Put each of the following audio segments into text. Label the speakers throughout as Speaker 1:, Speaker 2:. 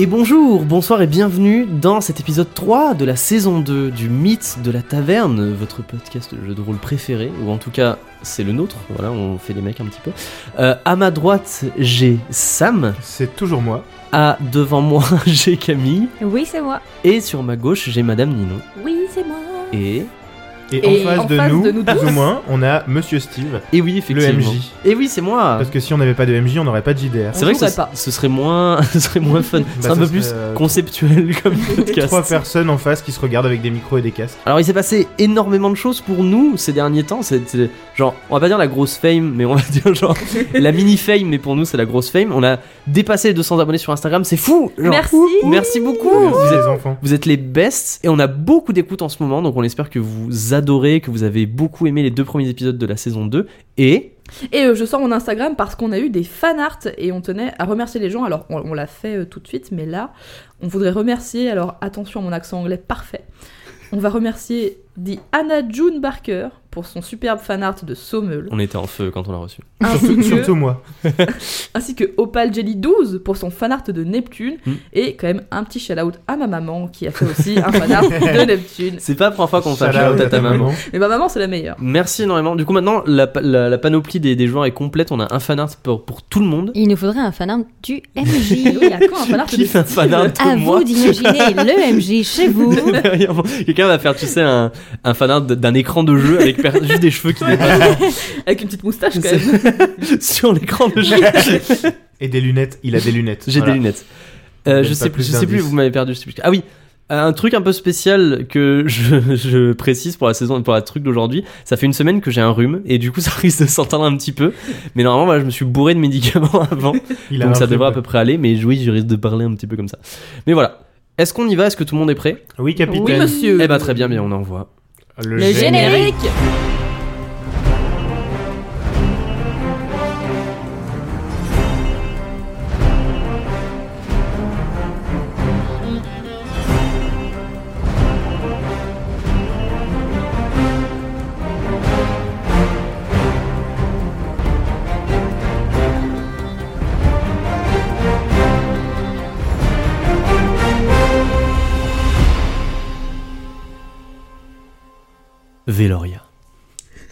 Speaker 1: Et bonjour, bonsoir et bienvenue dans cet épisode 3 de la saison 2 du Mythe de la Taverne, votre podcast de jeu de rôle préféré, ou en tout cas c'est le nôtre, voilà, on fait les mecs un petit peu. Euh, à ma droite, j'ai Sam,
Speaker 2: C'est toujours moi.
Speaker 1: à devant moi, j'ai Camille,
Speaker 3: Oui, c'est moi.
Speaker 1: et sur ma gauche, j'ai Madame Ninon.
Speaker 3: Oui, c'est moi.
Speaker 1: Et.
Speaker 2: Et,
Speaker 3: Et
Speaker 2: en face,
Speaker 3: en
Speaker 2: de,
Speaker 3: face
Speaker 2: nous,
Speaker 3: de nous
Speaker 2: plus
Speaker 3: tous.
Speaker 2: ou moins, on a Monsieur Steve,
Speaker 1: Et oui,
Speaker 2: le
Speaker 1: effectivement.
Speaker 2: MJ.
Speaker 1: Et oui, c'est moi
Speaker 2: Parce que si on n'avait pas de MJ, on n'aurait pas de JDR.
Speaker 1: C'est vrai que
Speaker 3: jouerait
Speaker 1: ce,
Speaker 3: pas.
Speaker 1: ce serait moins, ce serait moins fun, c'est un
Speaker 2: Bah, ça
Speaker 1: peu
Speaker 2: serait,
Speaker 1: plus
Speaker 2: euh,
Speaker 1: conceptuel comme podcast.
Speaker 2: Trois personnes en face qui se regardent avec des micros et des casques.
Speaker 1: Alors il s'est passé énormément de choses pour nous ces derniers temps. C'est c'est- genre, on va pas dire la grosse fame, mais on va dire genre la mini fame, mais pour nous c'est la grosse fame. On a dépassé les 200 abonnés sur Instagram, c'est fou. genre,
Speaker 3: Merci.
Speaker 1: merci beaucoup.
Speaker 2: Vous
Speaker 1: Vous êtes,
Speaker 2: les enfants.
Speaker 1: vous êtes les bests et on a beaucoup d'écoutes en ce moment, donc on espère que vous adorez, que vous avez beaucoup aimé les deux premiers épisodes de la saison 2 et
Speaker 3: Et euh, je sors mon Instagram parce qu'on a eu des fanarts et on tenait à remercier les gens. Alors, on, on l'a fait euh, tout de suite, mais là, on voudrait remercier. Alors, attention à mon accent anglais parfait. On va remercier dit Anna June Barker pour son superbe fanart de Sommel,
Speaker 1: on était en feu quand on l'a reçu.
Speaker 3: ainsi
Speaker 2: Surtout,
Speaker 3: que,
Speaker 2: surtout moi.
Speaker 3: ainsi que Opal Jelly 12 pour son fanart de Neptune,
Speaker 1: Mm.
Speaker 3: et quand même un petit shout-out à ma maman qui a fait aussi un fanart de Neptune.
Speaker 1: C'est pas la première fois qu'on fait un
Speaker 2: Shout out
Speaker 1: shout-out à ta maman.
Speaker 3: Mais ma maman, c'est la meilleure.
Speaker 1: Merci énormément. Du coup maintenant la, pa- la- la panoplie des, des joueurs est complète. On a un fanart pour, pour tout le monde.
Speaker 4: Il nous faudrait un fanart du
Speaker 3: Et oui, il y
Speaker 4: MJ.
Speaker 3: a quoi un fanart
Speaker 1: Qui
Speaker 3: de
Speaker 1: fait un fanart de
Speaker 4: à
Speaker 1: moi
Speaker 4: vous d'imaginer le MJ chez vous.
Speaker 1: Derrière moi. Quelqu'un va faire, tu sais, un, un fanart d- d'un écran de jeu avec per- juste des cheveux qui dépassent
Speaker 3: Avec une petite moustache quand
Speaker 1: C'est-
Speaker 3: même.
Speaker 1: sur l'écran de jeu.
Speaker 2: Et des lunettes. Il a des lunettes.
Speaker 1: J'ai
Speaker 2: Voilà.
Speaker 1: des lunettes. Euh, je
Speaker 2: Donne
Speaker 1: sais
Speaker 2: pas
Speaker 1: plus, je
Speaker 2: plus
Speaker 1: sais plus,
Speaker 2: d'indices.
Speaker 1: vous m'avez perdu. Je sais plus. Ah oui, un truc un peu spécial que je, je précise pour la saison, pour la truc d'aujourd'hui. Ça fait une semaine que j'ai un rhume et du coup ça risque de s'entendre un petit peu. Mais normalement, voilà, je me suis bourré de médicaments avant,
Speaker 2: Il a
Speaker 1: donc
Speaker 2: un
Speaker 1: ça
Speaker 2: truc,
Speaker 1: devrait à
Speaker 2: ouais.
Speaker 1: peu près aller. Mais oui, je risque de parler un petit peu comme ça. Mais voilà. Est-ce qu'on y va Est-ce que tout le monde est prêt
Speaker 2: Oui, capitaine.
Speaker 3: Oui, monsieur.
Speaker 1: Eh bah très bien, bien on envoie.
Speaker 2: Le,
Speaker 3: Le générique
Speaker 1: Véloria.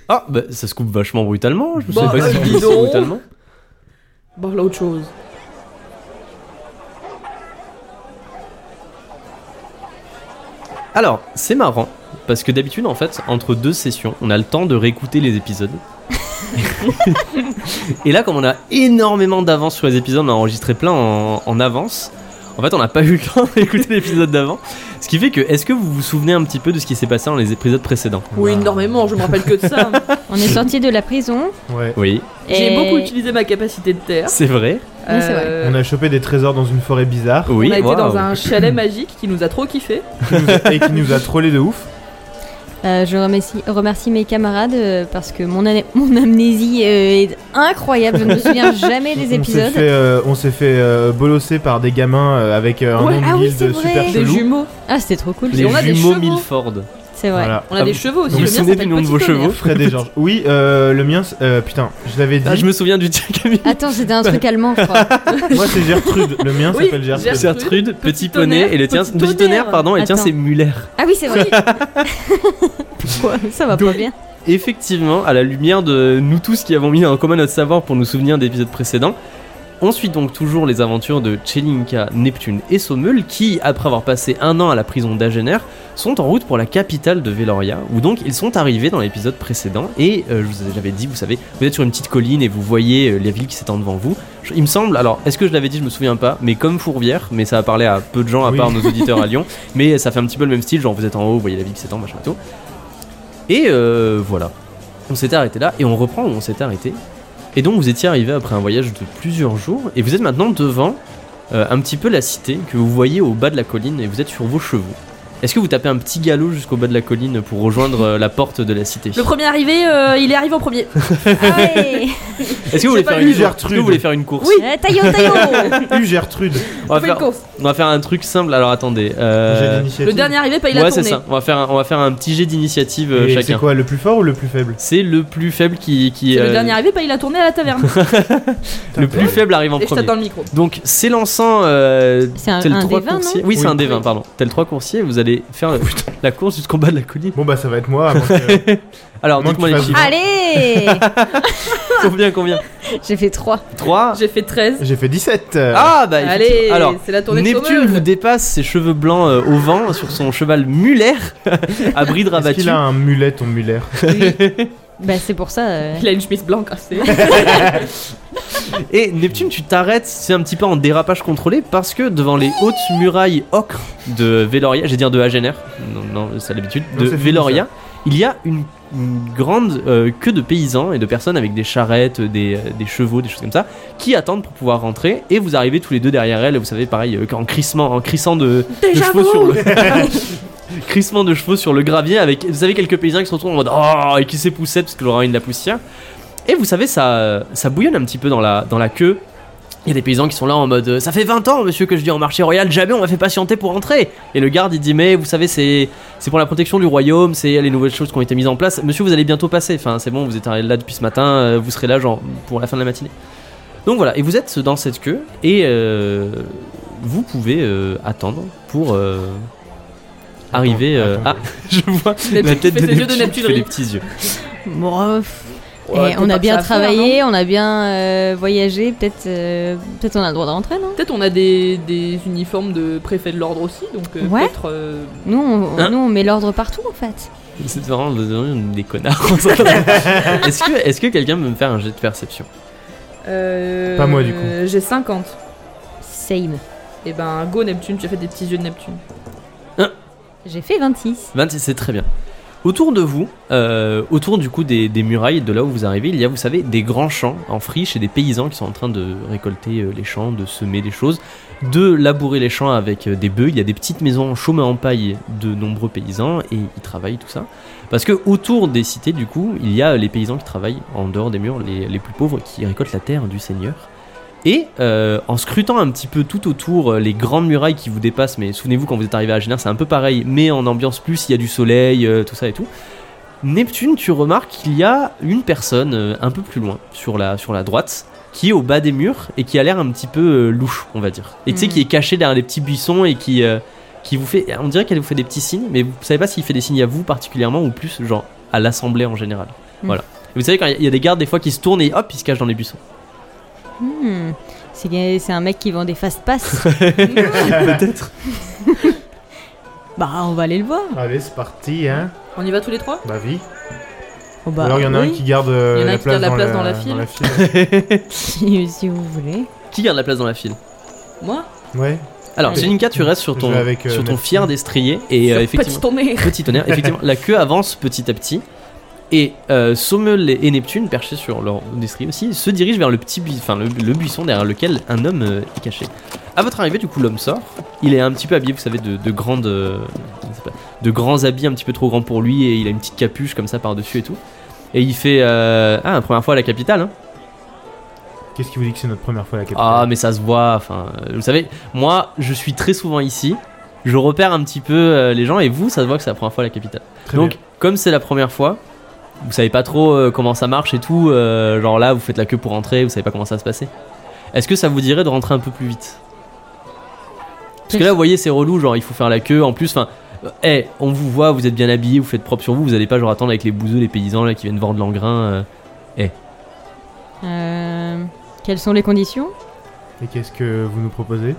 Speaker 1: Ah, bah ça se coupe vachement brutalement. Je sais
Speaker 3: Bah,
Speaker 1: pas si
Speaker 3: euh,
Speaker 1: je
Speaker 3: dis
Speaker 1: dis
Speaker 3: donc.
Speaker 1: brutalement.
Speaker 3: Bon, là, autre chose.
Speaker 1: Alors, c'est marrant parce que d'habitude, en fait, entre deux sessions, on a le temps de réécouter les épisodes. Et là, comme on a énormément d'avance sur les épisodes, on a enregistré plein en, en avance. En fait, on n'a pas eu le temps d'écouter l'épisode d'avant. Ce qui fait que, est-ce que vous vous souvenez un petit peu de ce qui s'est passé dans les épisodes précédents
Speaker 3: Oui, énormément, je me rappelle que de ça. hein,
Speaker 4: On est sorti de la prison.
Speaker 2: Ouais.
Speaker 1: Oui,
Speaker 3: J'ai
Speaker 4: et-
Speaker 3: beaucoup utilisé ma capacité de terre.
Speaker 1: c'est vrai.
Speaker 4: Oui, c'est vrai.
Speaker 3: Euh,
Speaker 2: On a chopé des trésors dans une forêt bizarre
Speaker 1: Oui,
Speaker 3: on a été
Speaker 1: waouh.
Speaker 3: dans un chalet magique qui nous a trop kiffé.
Speaker 2: qui nous a- et qui nous a trollé de ouf.
Speaker 4: Euh, je remercie, remercie mes camarades euh, parce que mon, ané- mon amnésie euh, est incroyable. Je ne me souviens jamais des
Speaker 2: On s'est
Speaker 4: épisodes.
Speaker 2: fait, euh, on s'est fait euh, bolosser par des gamins euh, avec euh, un
Speaker 3: Ouais,
Speaker 2: nom de
Speaker 4: ah oui,
Speaker 2: guilde
Speaker 4: c'est vrai.
Speaker 2: super
Speaker 4: Des
Speaker 3: Des
Speaker 2: chelou.
Speaker 3: jumeaux.
Speaker 4: Ah, c'était trop cool.
Speaker 1: Les
Speaker 3: on a des
Speaker 1: jumeaux
Speaker 3: chevaux.
Speaker 1: Milford.
Speaker 4: C'est vrai.
Speaker 2: Voilà.
Speaker 3: On a
Speaker 1: Ah,
Speaker 3: des
Speaker 1: vous-
Speaker 3: chevaux aussi.
Speaker 1: vous
Speaker 3: le
Speaker 1: vous
Speaker 3: mien
Speaker 1: souvenez du
Speaker 3: s'appelle
Speaker 1: nom de
Speaker 3: Petit
Speaker 1: vos
Speaker 3: Tonnerre.
Speaker 1: chevaux
Speaker 2: Fred et Georges. Oui, euh, le mien, c'est- euh, putain, je l'avais dit.
Speaker 1: Ah, je me souviens du tien, Camille.
Speaker 4: Attends, c'était un truc allemand, je crois.
Speaker 2: Moi, c'est Gertrude. Le mien
Speaker 3: Oui,
Speaker 2: s'appelle Gertrude.
Speaker 3: Gertrude.
Speaker 1: Gertrude, petit
Speaker 3: Petit
Speaker 1: poney,
Speaker 3: Tonnerre,
Speaker 1: et le tien,
Speaker 3: Petit
Speaker 1: petit tonnerre,
Speaker 3: Tonnerre.
Speaker 1: pardon, et le tien
Speaker 4: Attends.
Speaker 1: c'est Muller.
Speaker 4: Ah oui, c'est vrai. Ça va pas bien.
Speaker 1: Effectivement, à la lumière de nous tous qui avons mis en commun notre savoir pour nous souvenir d'épisodes précédents, on suit donc toujours les aventures de Chelinka, Neptune et Sommel qui, après avoir passé un an à la prison d'Agener, sont en route pour la capitale de Veloria, où donc ils sont arrivés dans l'épisode précédent. Et euh, je vous avais dit, vous savez, vous êtes sur une petite colline et vous voyez euh, la ville qui s'étend devant vous. Je- il me semble, alors est-ce que je l'avais dit, je me souviens pas, mais comme Fourvière, mais ça a parlé à peu de gens à
Speaker 2: Oui.
Speaker 1: part nos auditeurs à Lyon, mais ça fait un petit peu le même style, genre vous êtes en haut, vous voyez la ville qui s'étend, machin et tout. Et euh, voilà. On s'était arrêté là et on reprend où on s'était arrêté. Et donc vous étiez arrivé après un voyage de plusieurs jours et vous êtes maintenant devant euh, un petit peu la cité que vous voyez au bas de la colline et vous êtes sur vos chevaux. Est-ce que vous tapez un petit galop jusqu'au bas de la colline pour rejoindre euh, la porte de la cité
Speaker 3: Le premier arrivé, euh, il est arrivé en premier.
Speaker 4: Allez
Speaker 1: Est-ce que, vous voulez faire
Speaker 3: j'ai pas
Speaker 1: une...
Speaker 2: eu
Speaker 1: est-ce que
Speaker 2: Gertrude.
Speaker 1: vous voulez faire une course
Speaker 3: Oui.
Speaker 4: Euh, Taillot, taillot
Speaker 2: U Gertrude.
Speaker 1: on
Speaker 3: On
Speaker 1: va,
Speaker 3: fait une
Speaker 1: faire...
Speaker 3: course.
Speaker 1: on va faire un truc simple, alors attendez. euh,
Speaker 2: J'ai l'initiative.
Speaker 3: Le dernier arrivé paye la
Speaker 1: Ouais, c'est
Speaker 3: tournée.
Speaker 1: ça. On va, faire un... on va faire un petit jet d'initiative euh,
Speaker 2: Et C'est
Speaker 1: chacun.
Speaker 2: quoi, le plus fort ou le plus faible
Speaker 1: C'est le plus faible qui. qui
Speaker 3: C'est
Speaker 1: euh,
Speaker 3: Le dernier arrivé paye la tournée à la taverne.
Speaker 1: le plus faible arrive en
Speaker 3: Et je tape
Speaker 1: premier.
Speaker 3: dans le micro.
Speaker 1: Donc, s'élançant. Euh,
Speaker 4: C'est un,
Speaker 1: tel
Speaker 4: un
Speaker 1: trois
Speaker 4: des 20, non
Speaker 1: coursiers. Oui, c'est
Speaker 2: Oui.
Speaker 1: un des 20, pardon. Tel 3 coursiers, vous allez faire la, la course jusqu'en bas de la colline.
Speaker 2: Bon bah ça va être moi. avant que-
Speaker 1: Alors,
Speaker 2: Manque
Speaker 1: dites-moi
Speaker 2: qu'il
Speaker 1: les
Speaker 2: fasse
Speaker 1: chiffres.
Speaker 4: Allez Ah.
Speaker 1: Combien, combien
Speaker 4: J'ai fait 3.
Speaker 1: 3
Speaker 3: J'ai fait 13.
Speaker 2: J'ai fait 17. euh,
Speaker 1: Ah, bah,
Speaker 3: Allez,
Speaker 1: effectivement. Alors,
Speaker 3: c'est la tournée de
Speaker 1: Neptune
Speaker 3: Saumur.
Speaker 1: vous dépasse, ses cheveux blancs euh, au vent, sur son cheval Muller, à bride
Speaker 2: Est-ce
Speaker 1: rabattue.
Speaker 2: qu'il a un mulet ton mulet
Speaker 4: Bah c'est pour ça. euh,
Speaker 3: Il a une chemise blanche. hein, c'est-
Speaker 1: Et Neptune, tu t'arrêtes, c'est un petit peu en dérapage contrôlé, parce que devant les hautes murailles ocre de Veloria, j'ai dire de Agener, non, non, c'est l'habitude,
Speaker 2: Non,
Speaker 1: de
Speaker 2: c'est fini,
Speaker 1: Veloria, il y a une, une grande euh, queue de paysans et de personnes avec des charrettes, des, euh, des chevaux, des choses comme ça, qui attendent pour pouvoir rentrer, et vous arrivez tous les deux derrière elle, et vous savez, pareil, euh, en, crissement, en crissant de, de
Speaker 3: Déjà
Speaker 1: chevaux
Speaker 3: vous
Speaker 1: sur le... crissement de chevaux sur le gravier avec vous savez quelques paysans qui se retrouvent en mode oh et qui s'époussaient parce que leur ramène de la poussière et vous savez ça ça bouillonne un petit peu dans la dans la queue il y a des paysans qui sont là en mode euh, ça fait 20 ans monsieur que je dis en marché royal jamais on m'a fait patienter pour entrer et le garde il dit mais vous savez c'est c'est pour la protection du royaume c'est les nouvelles choses qui ont été mises en place monsieur vous allez bientôt passer enfin c'est bon vous êtes là depuis ce matin euh, vous serez là genre pour la fin de la matinée donc voilà et vous êtes dans cette queue et euh, vous pouvez euh, attendre pour euh, arriver euh,
Speaker 2: Attends,
Speaker 1: à- je vois
Speaker 3: Neptune
Speaker 1: la
Speaker 3: qui
Speaker 1: tête
Speaker 3: fait
Speaker 1: de
Speaker 3: ses yeux de
Speaker 1: Neptune qui
Speaker 3: Neptune
Speaker 1: fait les
Speaker 3: rire.
Speaker 1: petits yeux.
Speaker 4: Bon, euh, pff,
Speaker 3: Ouais,
Speaker 4: eh,
Speaker 3: faut
Speaker 4: on a
Speaker 3: pas que
Speaker 4: bien
Speaker 3: ça foire,
Speaker 1: hein.
Speaker 4: travaillé, on a bien euh, voyagé, peut-être euh, peut-être on a le droit de rentrer, non
Speaker 3: Peut-être on a des, des uniformes de préfet de l'ordre aussi, donc euh,
Speaker 4: Ouais.
Speaker 3: peut-être. euh,
Speaker 4: nous on,
Speaker 1: Hein
Speaker 4: nous, on met l'ordre partout en fait.
Speaker 1: C'est vraiment des- des connards. est-ce que, est-ce que quelqu'un peut me faire un jet de perception
Speaker 3: euh,
Speaker 2: Pas moi, du coup.
Speaker 3: J'ai 50.
Speaker 4: Same.
Speaker 3: Et ben go Neptune, tu as fait des petits yeux de Neptune.
Speaker 4: J'ai fait 26.
Speaker 1: 26, c'est très bien. Autour de vous, euh, autour du coup des, des murailles, de là où vous arrivez, il y a, vous savez, des grands champs en friche et des paysans qui sont en train de récolter euh, les champs, de semer des choses, de labourer les champs avec euh, des bœufs. Il y a des petites maisons chômées en paille de nombreux paysans et ils travaillent tout ça. Parce que autour des cités, du coup, il y a euh, les paysans qui travaillent en dehors des murs, les, les plus pauvres qui récoltent la terre du Seigneur. Et euh, en scrutant un petit peu tout autour euh, les grandes murailles qui vous dépassent, mais souvenez-vous quand vous êtes arrivé à Génère, c'est un peu pareil, mais en ambiance plus, il y a du soleil, euh, tout ça et tout. Neptune, tu remarques qu'il y a une personne euh, un peu plus loin, sur la, sur la droite, qui est au bas des murs et qui a l'air un petit peu euh, louche, on va dire. Et tu sais,
Speaker 4: Mhm.
Speaker 1: qui est cachée derrière des petits buissons et qui, euh, qui vous fait. On dirait qu'elle vous fait des petits signes, mais vous savez pas s'il fait des signes à vous particulièrement ou plus, genre à l'assemblée en général.
Speaker 4: Mhm.
Speaker 1: Voilà. Et vous savez, quand il y a- il y a des gardes, des fois, qui se tournent et hop, ils se cachent dans les buissons.
Speaker 4: Hmm. C'est c'est un mec qui vend des fast pass.
Speaker 1: Peut-être.
Speaker 4: bah on va aller le voir.
Speaker 2: Allez, c'est parti, hein.
Speaker 3: On y va tous les trois
Speaker 2: Bah vie.
Speaker 4: Oh, bah,
Speaker 2: Alors il y en a un
Speaker 4: oui,
Speaker 2: qui garde euh,
Speaker 3: Il y en a
Speaker 2: la
Speaker 3: un qui
Speaker 2: place
Speaker 3: garde la
Speaker 2: dans
Speaker 3: place
Speaker 2: la
Speaker 3: dans la
Speaker 2: dans
Speaker 3: file.
Speaker 2: la file.
Speaker 4: si, si vous voulez.
Speaker 1: Qui garde la place dans la file
Speaker 3: Moi
Speaker 2: Ouais.
Speaker 1: Alors,
Speaker 3: Allez.
Speaker 1: Jelinka, tu restes sur
Speaker 2: Je
Speaker 1: ton,
Speaker 2: vais avec, euh,
Speaker 1: sur ton
Speaker 2: Neptune.
Speaker 1: fier destrier et euh,
Speaker 3: Sur
Speaker 1: effectivement,
Speaker 3: Petit tonnerre.
Speaker 1: petit tonnerre. Effectivement, la queue avance petit à petit et euh, Sommel et et Neptune, perchés sur leur destrier aussi, se dirigent vers le petit bui- enfin, le, le buisson derrière lequel un homme euh, est caché. À votre arrivée, du coup, l'homme sort. Il est un petit peu habillé, vous savez, de, de grandes, euh, je sais pas, de grands habits un petit peu trop grands pour lui et il a une petite capuche comme ça par dessus et tout. Et il fait euh, ah première fois à la capitale. hein.
Speaker 2: Qu'est-ce qui vous dit que c'est notre première fois à la capitale
Speaker 1: Ah, mais ça se voit. Enfin, euh, vous savez, moi, je suis très souvent ici. Je repère un petit peu euh, les gens et vous, ça se voit que c'est la première fois à la capitale.
Speaker 2: Très
Speaker 1: Donc,
Speaker 2: bien.
Speaker 1: comme c'est la première fois, vous savez pas trop euh, comment ça marche et tout. euh, genre là, vous faites la queue pour rentrer, vous savez pas comment ça va se passer. Est-ce que ça vous dirait de rentrer un peu plus vite Parce que là, vous voyez, c'est relou. Genre, il faut faire la queue. En plus, enfin, euh, eh, on vous voit, vous êtes bien habillé, vous faites propre sur vous. Vous allez pas genre attendre avec les bouseux, les paysans là qui viennent vendre l'engrain. euh.
Speaker 4: Euh, quelles sont les conditions
Speaker 2: Et qu'est-ce que vous nous proposez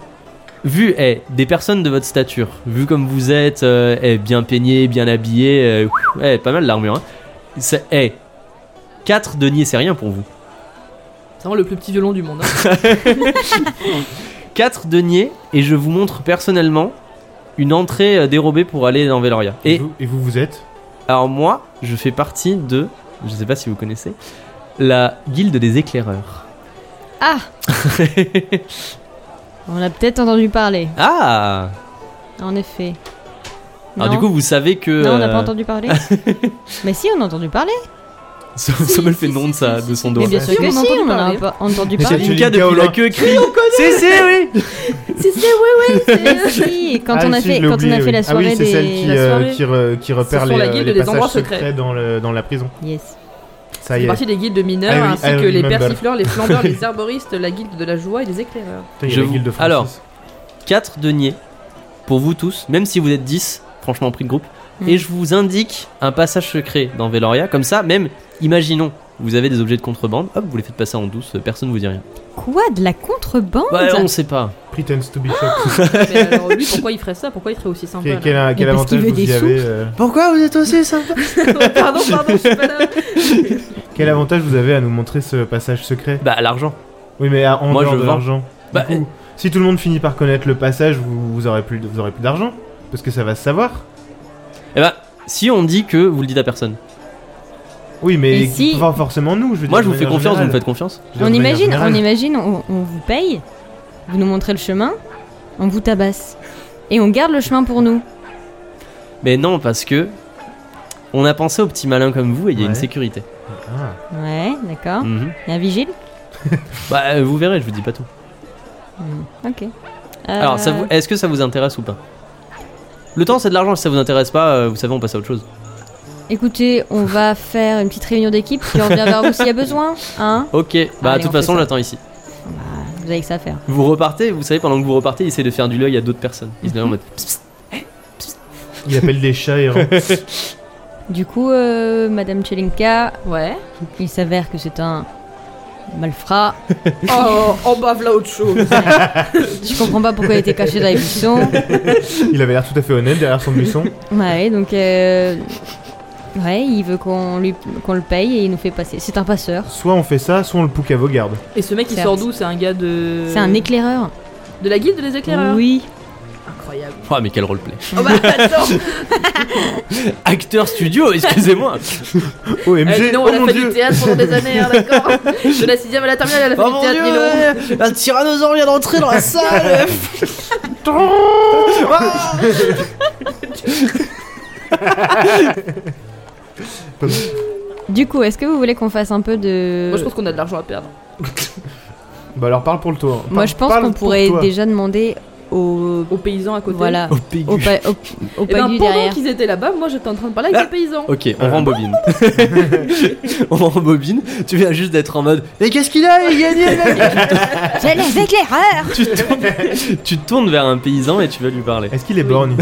Speaker 1: Vu eh, des personnes de votre stature, vu comme vous êtes, euh, eh, bien peigné, bien habillé, euh, ouf, eh, pas mal l'armure. Hein. C'est- eh, 4 deniers, c'est rien pour vous.
Speaker 3: C'est vraiment le plus petit violon du monde. hein.
Speaker 1: 4 deniers, et je vous montre personnellement une entrée euh, dérobée pour aller dans Veloria. Et
Speaker 2: vous, et vous, vous êtes
Speaker 1: alors, moi, je fais partie de, je sais pas si vous connaissez, la guilde des éclaireurs.
Speaker 4: Ah On a peut-être entendu parler,
Speaker 1: ah
Speaker 4: en effet.
Speaker 1: Alors Ah, du
Speaker 4: Non.
Speaker 1: coup, vous savez que.
Speaker 4: Non, on n'a
Speaker 1: euh,
Speaker 4: pas entendu parler. Mais si, on a entendu parler.
Speaker 1: Sommel fait
Speaker 3: si,
Speaker 1: nom de,
Speaker 3: si,
Speaker 1: sa,
Speaker 3: si,
Speaker 1: de
Speaker 3: si,
Speaker 1: son
Speaker 3: si,
Speaker 1: doigt.
Speaker 4: Mais bien
Speaker 3: Si,
Speaker 4: sûr que
Speaker 3: on
Speaker 4: si,
Speaker 3: a entendu
Speaker 4: on en a
Speaker 3: parler.
Speaker 4: pas entendu
Speaker 2: Mais c'est
Speaker 4: parler.
Speaker 2: une-
Speaker 1: Tchelinka, depuis
Speaker 2: Kaolin.
Speaker 1: la queue, crie C'est, c'est, oui
Speaker 3: Si, si, oui, oui,
Speaker 4: Mais
Speaker 3: c'est-
Speaker 4: si, et quand
Speaker 2: Ah,
Speaker 4: on a
Speaker 2: si, je
Speaker 4: fait
Speaker 2: l'ai
Speaker 4: quand on a
Speaker 2: oublié,
Speaker 4: fait
Speaker 2: oui.
Speaker 4: la soirée
Speaker 2: Ah oui, c'est
Speaker 4: des
Speaker 2: celle qui,
Speaker 3: La
Speaker 2: euh,
Speaker 3: soirée.
Speaker 2: qui, re- qui repère les,
Speaker 3: sur la
Speaker 2: euh,
Speaker 3: guilde
Speaker 2: les
Speaker 3: des
Speaker 2: passages
Speaker 3: endroits
Speaker 2: secrets,
Speaker 3: secrets.
Speaker 2: dans, le, dans la prison.
Speaker 4: yes.
Speaker 2: Ça y
Speaker 3: C'est
Speaker 2: est.
Speaker 3: partie des guildes de mineurs,
Speaker 2: Ah oui,
Speaker 3: ainsi
Speaker 2: ah
Speaker 3: que
Speaker 2: oui,
Speaker 3: les
Speaker 2: remember.
Speaker 3: persifleurs, les flambeurs, les herboristes, la guilde de la joie et les éclaireurs.
Speaker 2: Putain, il y a
Speaker 1: Je
Speaker 2: la
Speaker 1: vous-
Speaker 2: guilde de Francis.
Speaker 1: Alors. 4 deniers pour vous tous, même si vous êtes 10, franchement, pris de groupe.
Speaker 4: Mm.
Speaker 1: Et je vous indique un passage secret dans Veloria. Comme ça, même, imaginons, vous avez des objets de contrebande, hop, vous les faites passer en douce, euh, personne ne vous dit rien.
Speaker 4: Quoi de la contrebande
Speaker 2: Bah,
Speaker 1: Ouais, Bah, on sait pas.
Speaker 2: Pretends to be
Speaker 4: Ah.
Speaker 2: shocked.
Speaker 3: Mais alors, lui, pourquoi il ferait ça Pourquoi il serait aussi sympa
Speaker 2: Quel,
Speaker 3: là
Speaker 2: quel- quel
Speaker 4: qu'il
Speaker 2: avantage
Speaker 4: veut
Speaker 2: vous
Speaker 4: des
Speaker 2: y
Speaker 4: sous.
Speaker 2: avez euh,
Speaker 1: Pourquoi vous êtes aussi sympa
Speaker 3: Pardon, pardon, je suis pas là.
Speaker 2: Quel avantage vous avez à nous montrer ce passage secret
Speaker 1: Bah, l'argent.
Speaker 2: Oui, mais à- en
Speaker 1: Moi,
Speaker 2: dehors
Speaker 1: je
Speaker 2: de
Speaker 1: vends.
Speaker 2: l'argent. Du
Speaker 1: Bah,
Speaker 2: coup, si tout le monde finit par connaître le passage, vous, vous aurez plus, de- vous aurez plus d'argent parce que ça va se savoir.
Speaker 1: Eh bah, si on dit que vous le dites à personne.
Speaker 2: Oui, mais
Speaker 4: Et si-
Speaker 2: pas forcément nous. Je veux
Speaker 1: Moi, je
Speaker 2: dire,
Speaker 1: vous
Speaker 2: de
Speaker 1: fais
Speaker 2: manière
Speaker 1: confiance, vous me
Speaker 2: générale.
Speaker 1: faites confiance.
Speaker 2: Je veux dire,
Speaker 4: On
Speaker 2: de manière
Speaker 4: imagine, on
Speaker 2: générale.
Speaker 4: imagine, on, on vous paye, vous nous montrez le chemin, on vous tabasse. Et on garde le chemin pour nous.
Speaker 1: Mais non, parce que. On a pensé aux petits malins comme vous et il y a une
Speaker 2: Ouais.
Speaker 1: sécurité.
Speaker 2: Ah.
Speaker 4: Ouais, d'accord.
Speaker 2: Mm.
Speaker 1: Mhm.
Speaker 4: Il y a un vigile
Speaker 1: Bah, euh, vous verrez, je vous dis pas tout.
Speaker 4: Ok. Euh,
Speaker 1: Alors, ça vous- est-ce que ça vous intéresse ou pas Le temps, c'est de l'argent. Si ça vous intéresse pas, euh, vous savez, on passe à autre chose.
Speaker 4: Écoutez, on va faire une petite réunion d'équipe, puis on revient vers vous s'il y a besoin. Hein
Speaker 1: Ok, bah,
Speaker 4: Allez,
Speaker 1: de
Speaker 4: on
Speaker 1: toute
Speaker 4: fait
Speaker 1: façon,
Speaker 4: ça.
Speaker 1: j'attends ici.
Speaker 4: Vous avez que ça à faire.
Speaker 1: Vous repartez, vous savez, pendant que vous repartez, il essaie de faire du l'œil à d'autres personnes. Il se met en mode. Psst, psst.
Speaker 2: Il appelle des chats errants.
Speaker 4: Du coup, euh, Madame Chelinka,
Speaker 3: Ouais.
Speaker 4: il s'avère que c'est un malfrat.
Speaker 3: Oh, on bave là autre chose.
Speaker 4: Je comprends pas pourquoi il était caché dans les buissons.
Speaker 2: Il avait l'air tout à fait honnête derrière son buisson.
Speaker 4: Ouais, donc. euh, Ouais, il veut qu'on lui... qu'on le paye et il nous fait passer. C'est un passeur.
Speaker 2: Soit on fait ça, soit on le pouc à vos gardes.
Speaker 3: Et ce mec, il sort d'où C'est un gars de.
Speaker 4: C'est un éclaireur.
Speaker 3: De la guilde des éclaireurs
Speaker 4: Oui.
Speaker 3: Incroyable.
Speaker 1: Oh, mais quel roleplay.
Speaker 3: Oh bah attends
Speaker 1: Acteur studio, excusez-moi.
Speaker 2: OMG,
Speaker 3: Eh, dis donc,
Speaker 2: oh
Speaker 3: on
Speaker 2: mon
Speaker 3: a fait
Speaker 2: dieu
Speaker 3: du théâtre pendant des années, hein, d'accord De la 6ème à la terminale, elle a fait
Speaker 1: Oh
Speaker 3: du
Speaker 1: mon
Speaker 3: théâtre, dis donc.
Speaker 1: dieu, ouais, un tyrannosaure vient d'entrer dans la salle.
Speaker 4: Du coup, est-ce que vous voulez qu'on fasse un peu de.
Speaker 1: Euh,
Speaker 3: Moi, je pense qu'on a de l'argent à perdre.
Speaker 2: Bah alors parle pour le tour.
Speaker 4: Moi, je pense qu'on pourrait déjà demander au.
Speaker 3: Aux paysans à côté.
Speaker 4: Voilà.
Speaker 1: Au
Speaker 4: Au,
Speaker 1: pégu.
Speaker 4: pa... au... au
Speaker 3: Et ben,
Speaker 4: palu
Speaker 3: pendant
Speaker 4: derrière.
Speaker 3: qu'ils étaient là-bas, moi, j'étais en train de parler avec
Speaker 1: Ah.
Speaker 3: les paysans.
Speaker 1: Ok, on rembobine. on rembobine. Tu viens juste d'être en mode. Mais qu'est-ce qu'il a Il a gagné. il a gagné.
Speaker 4: C'est les éclaireurs
Speaker 1: tu, te tournes, tu te tournes vers un paysan et tu vas lui parler.
Speaker 2: Est-ce qu'il est borgne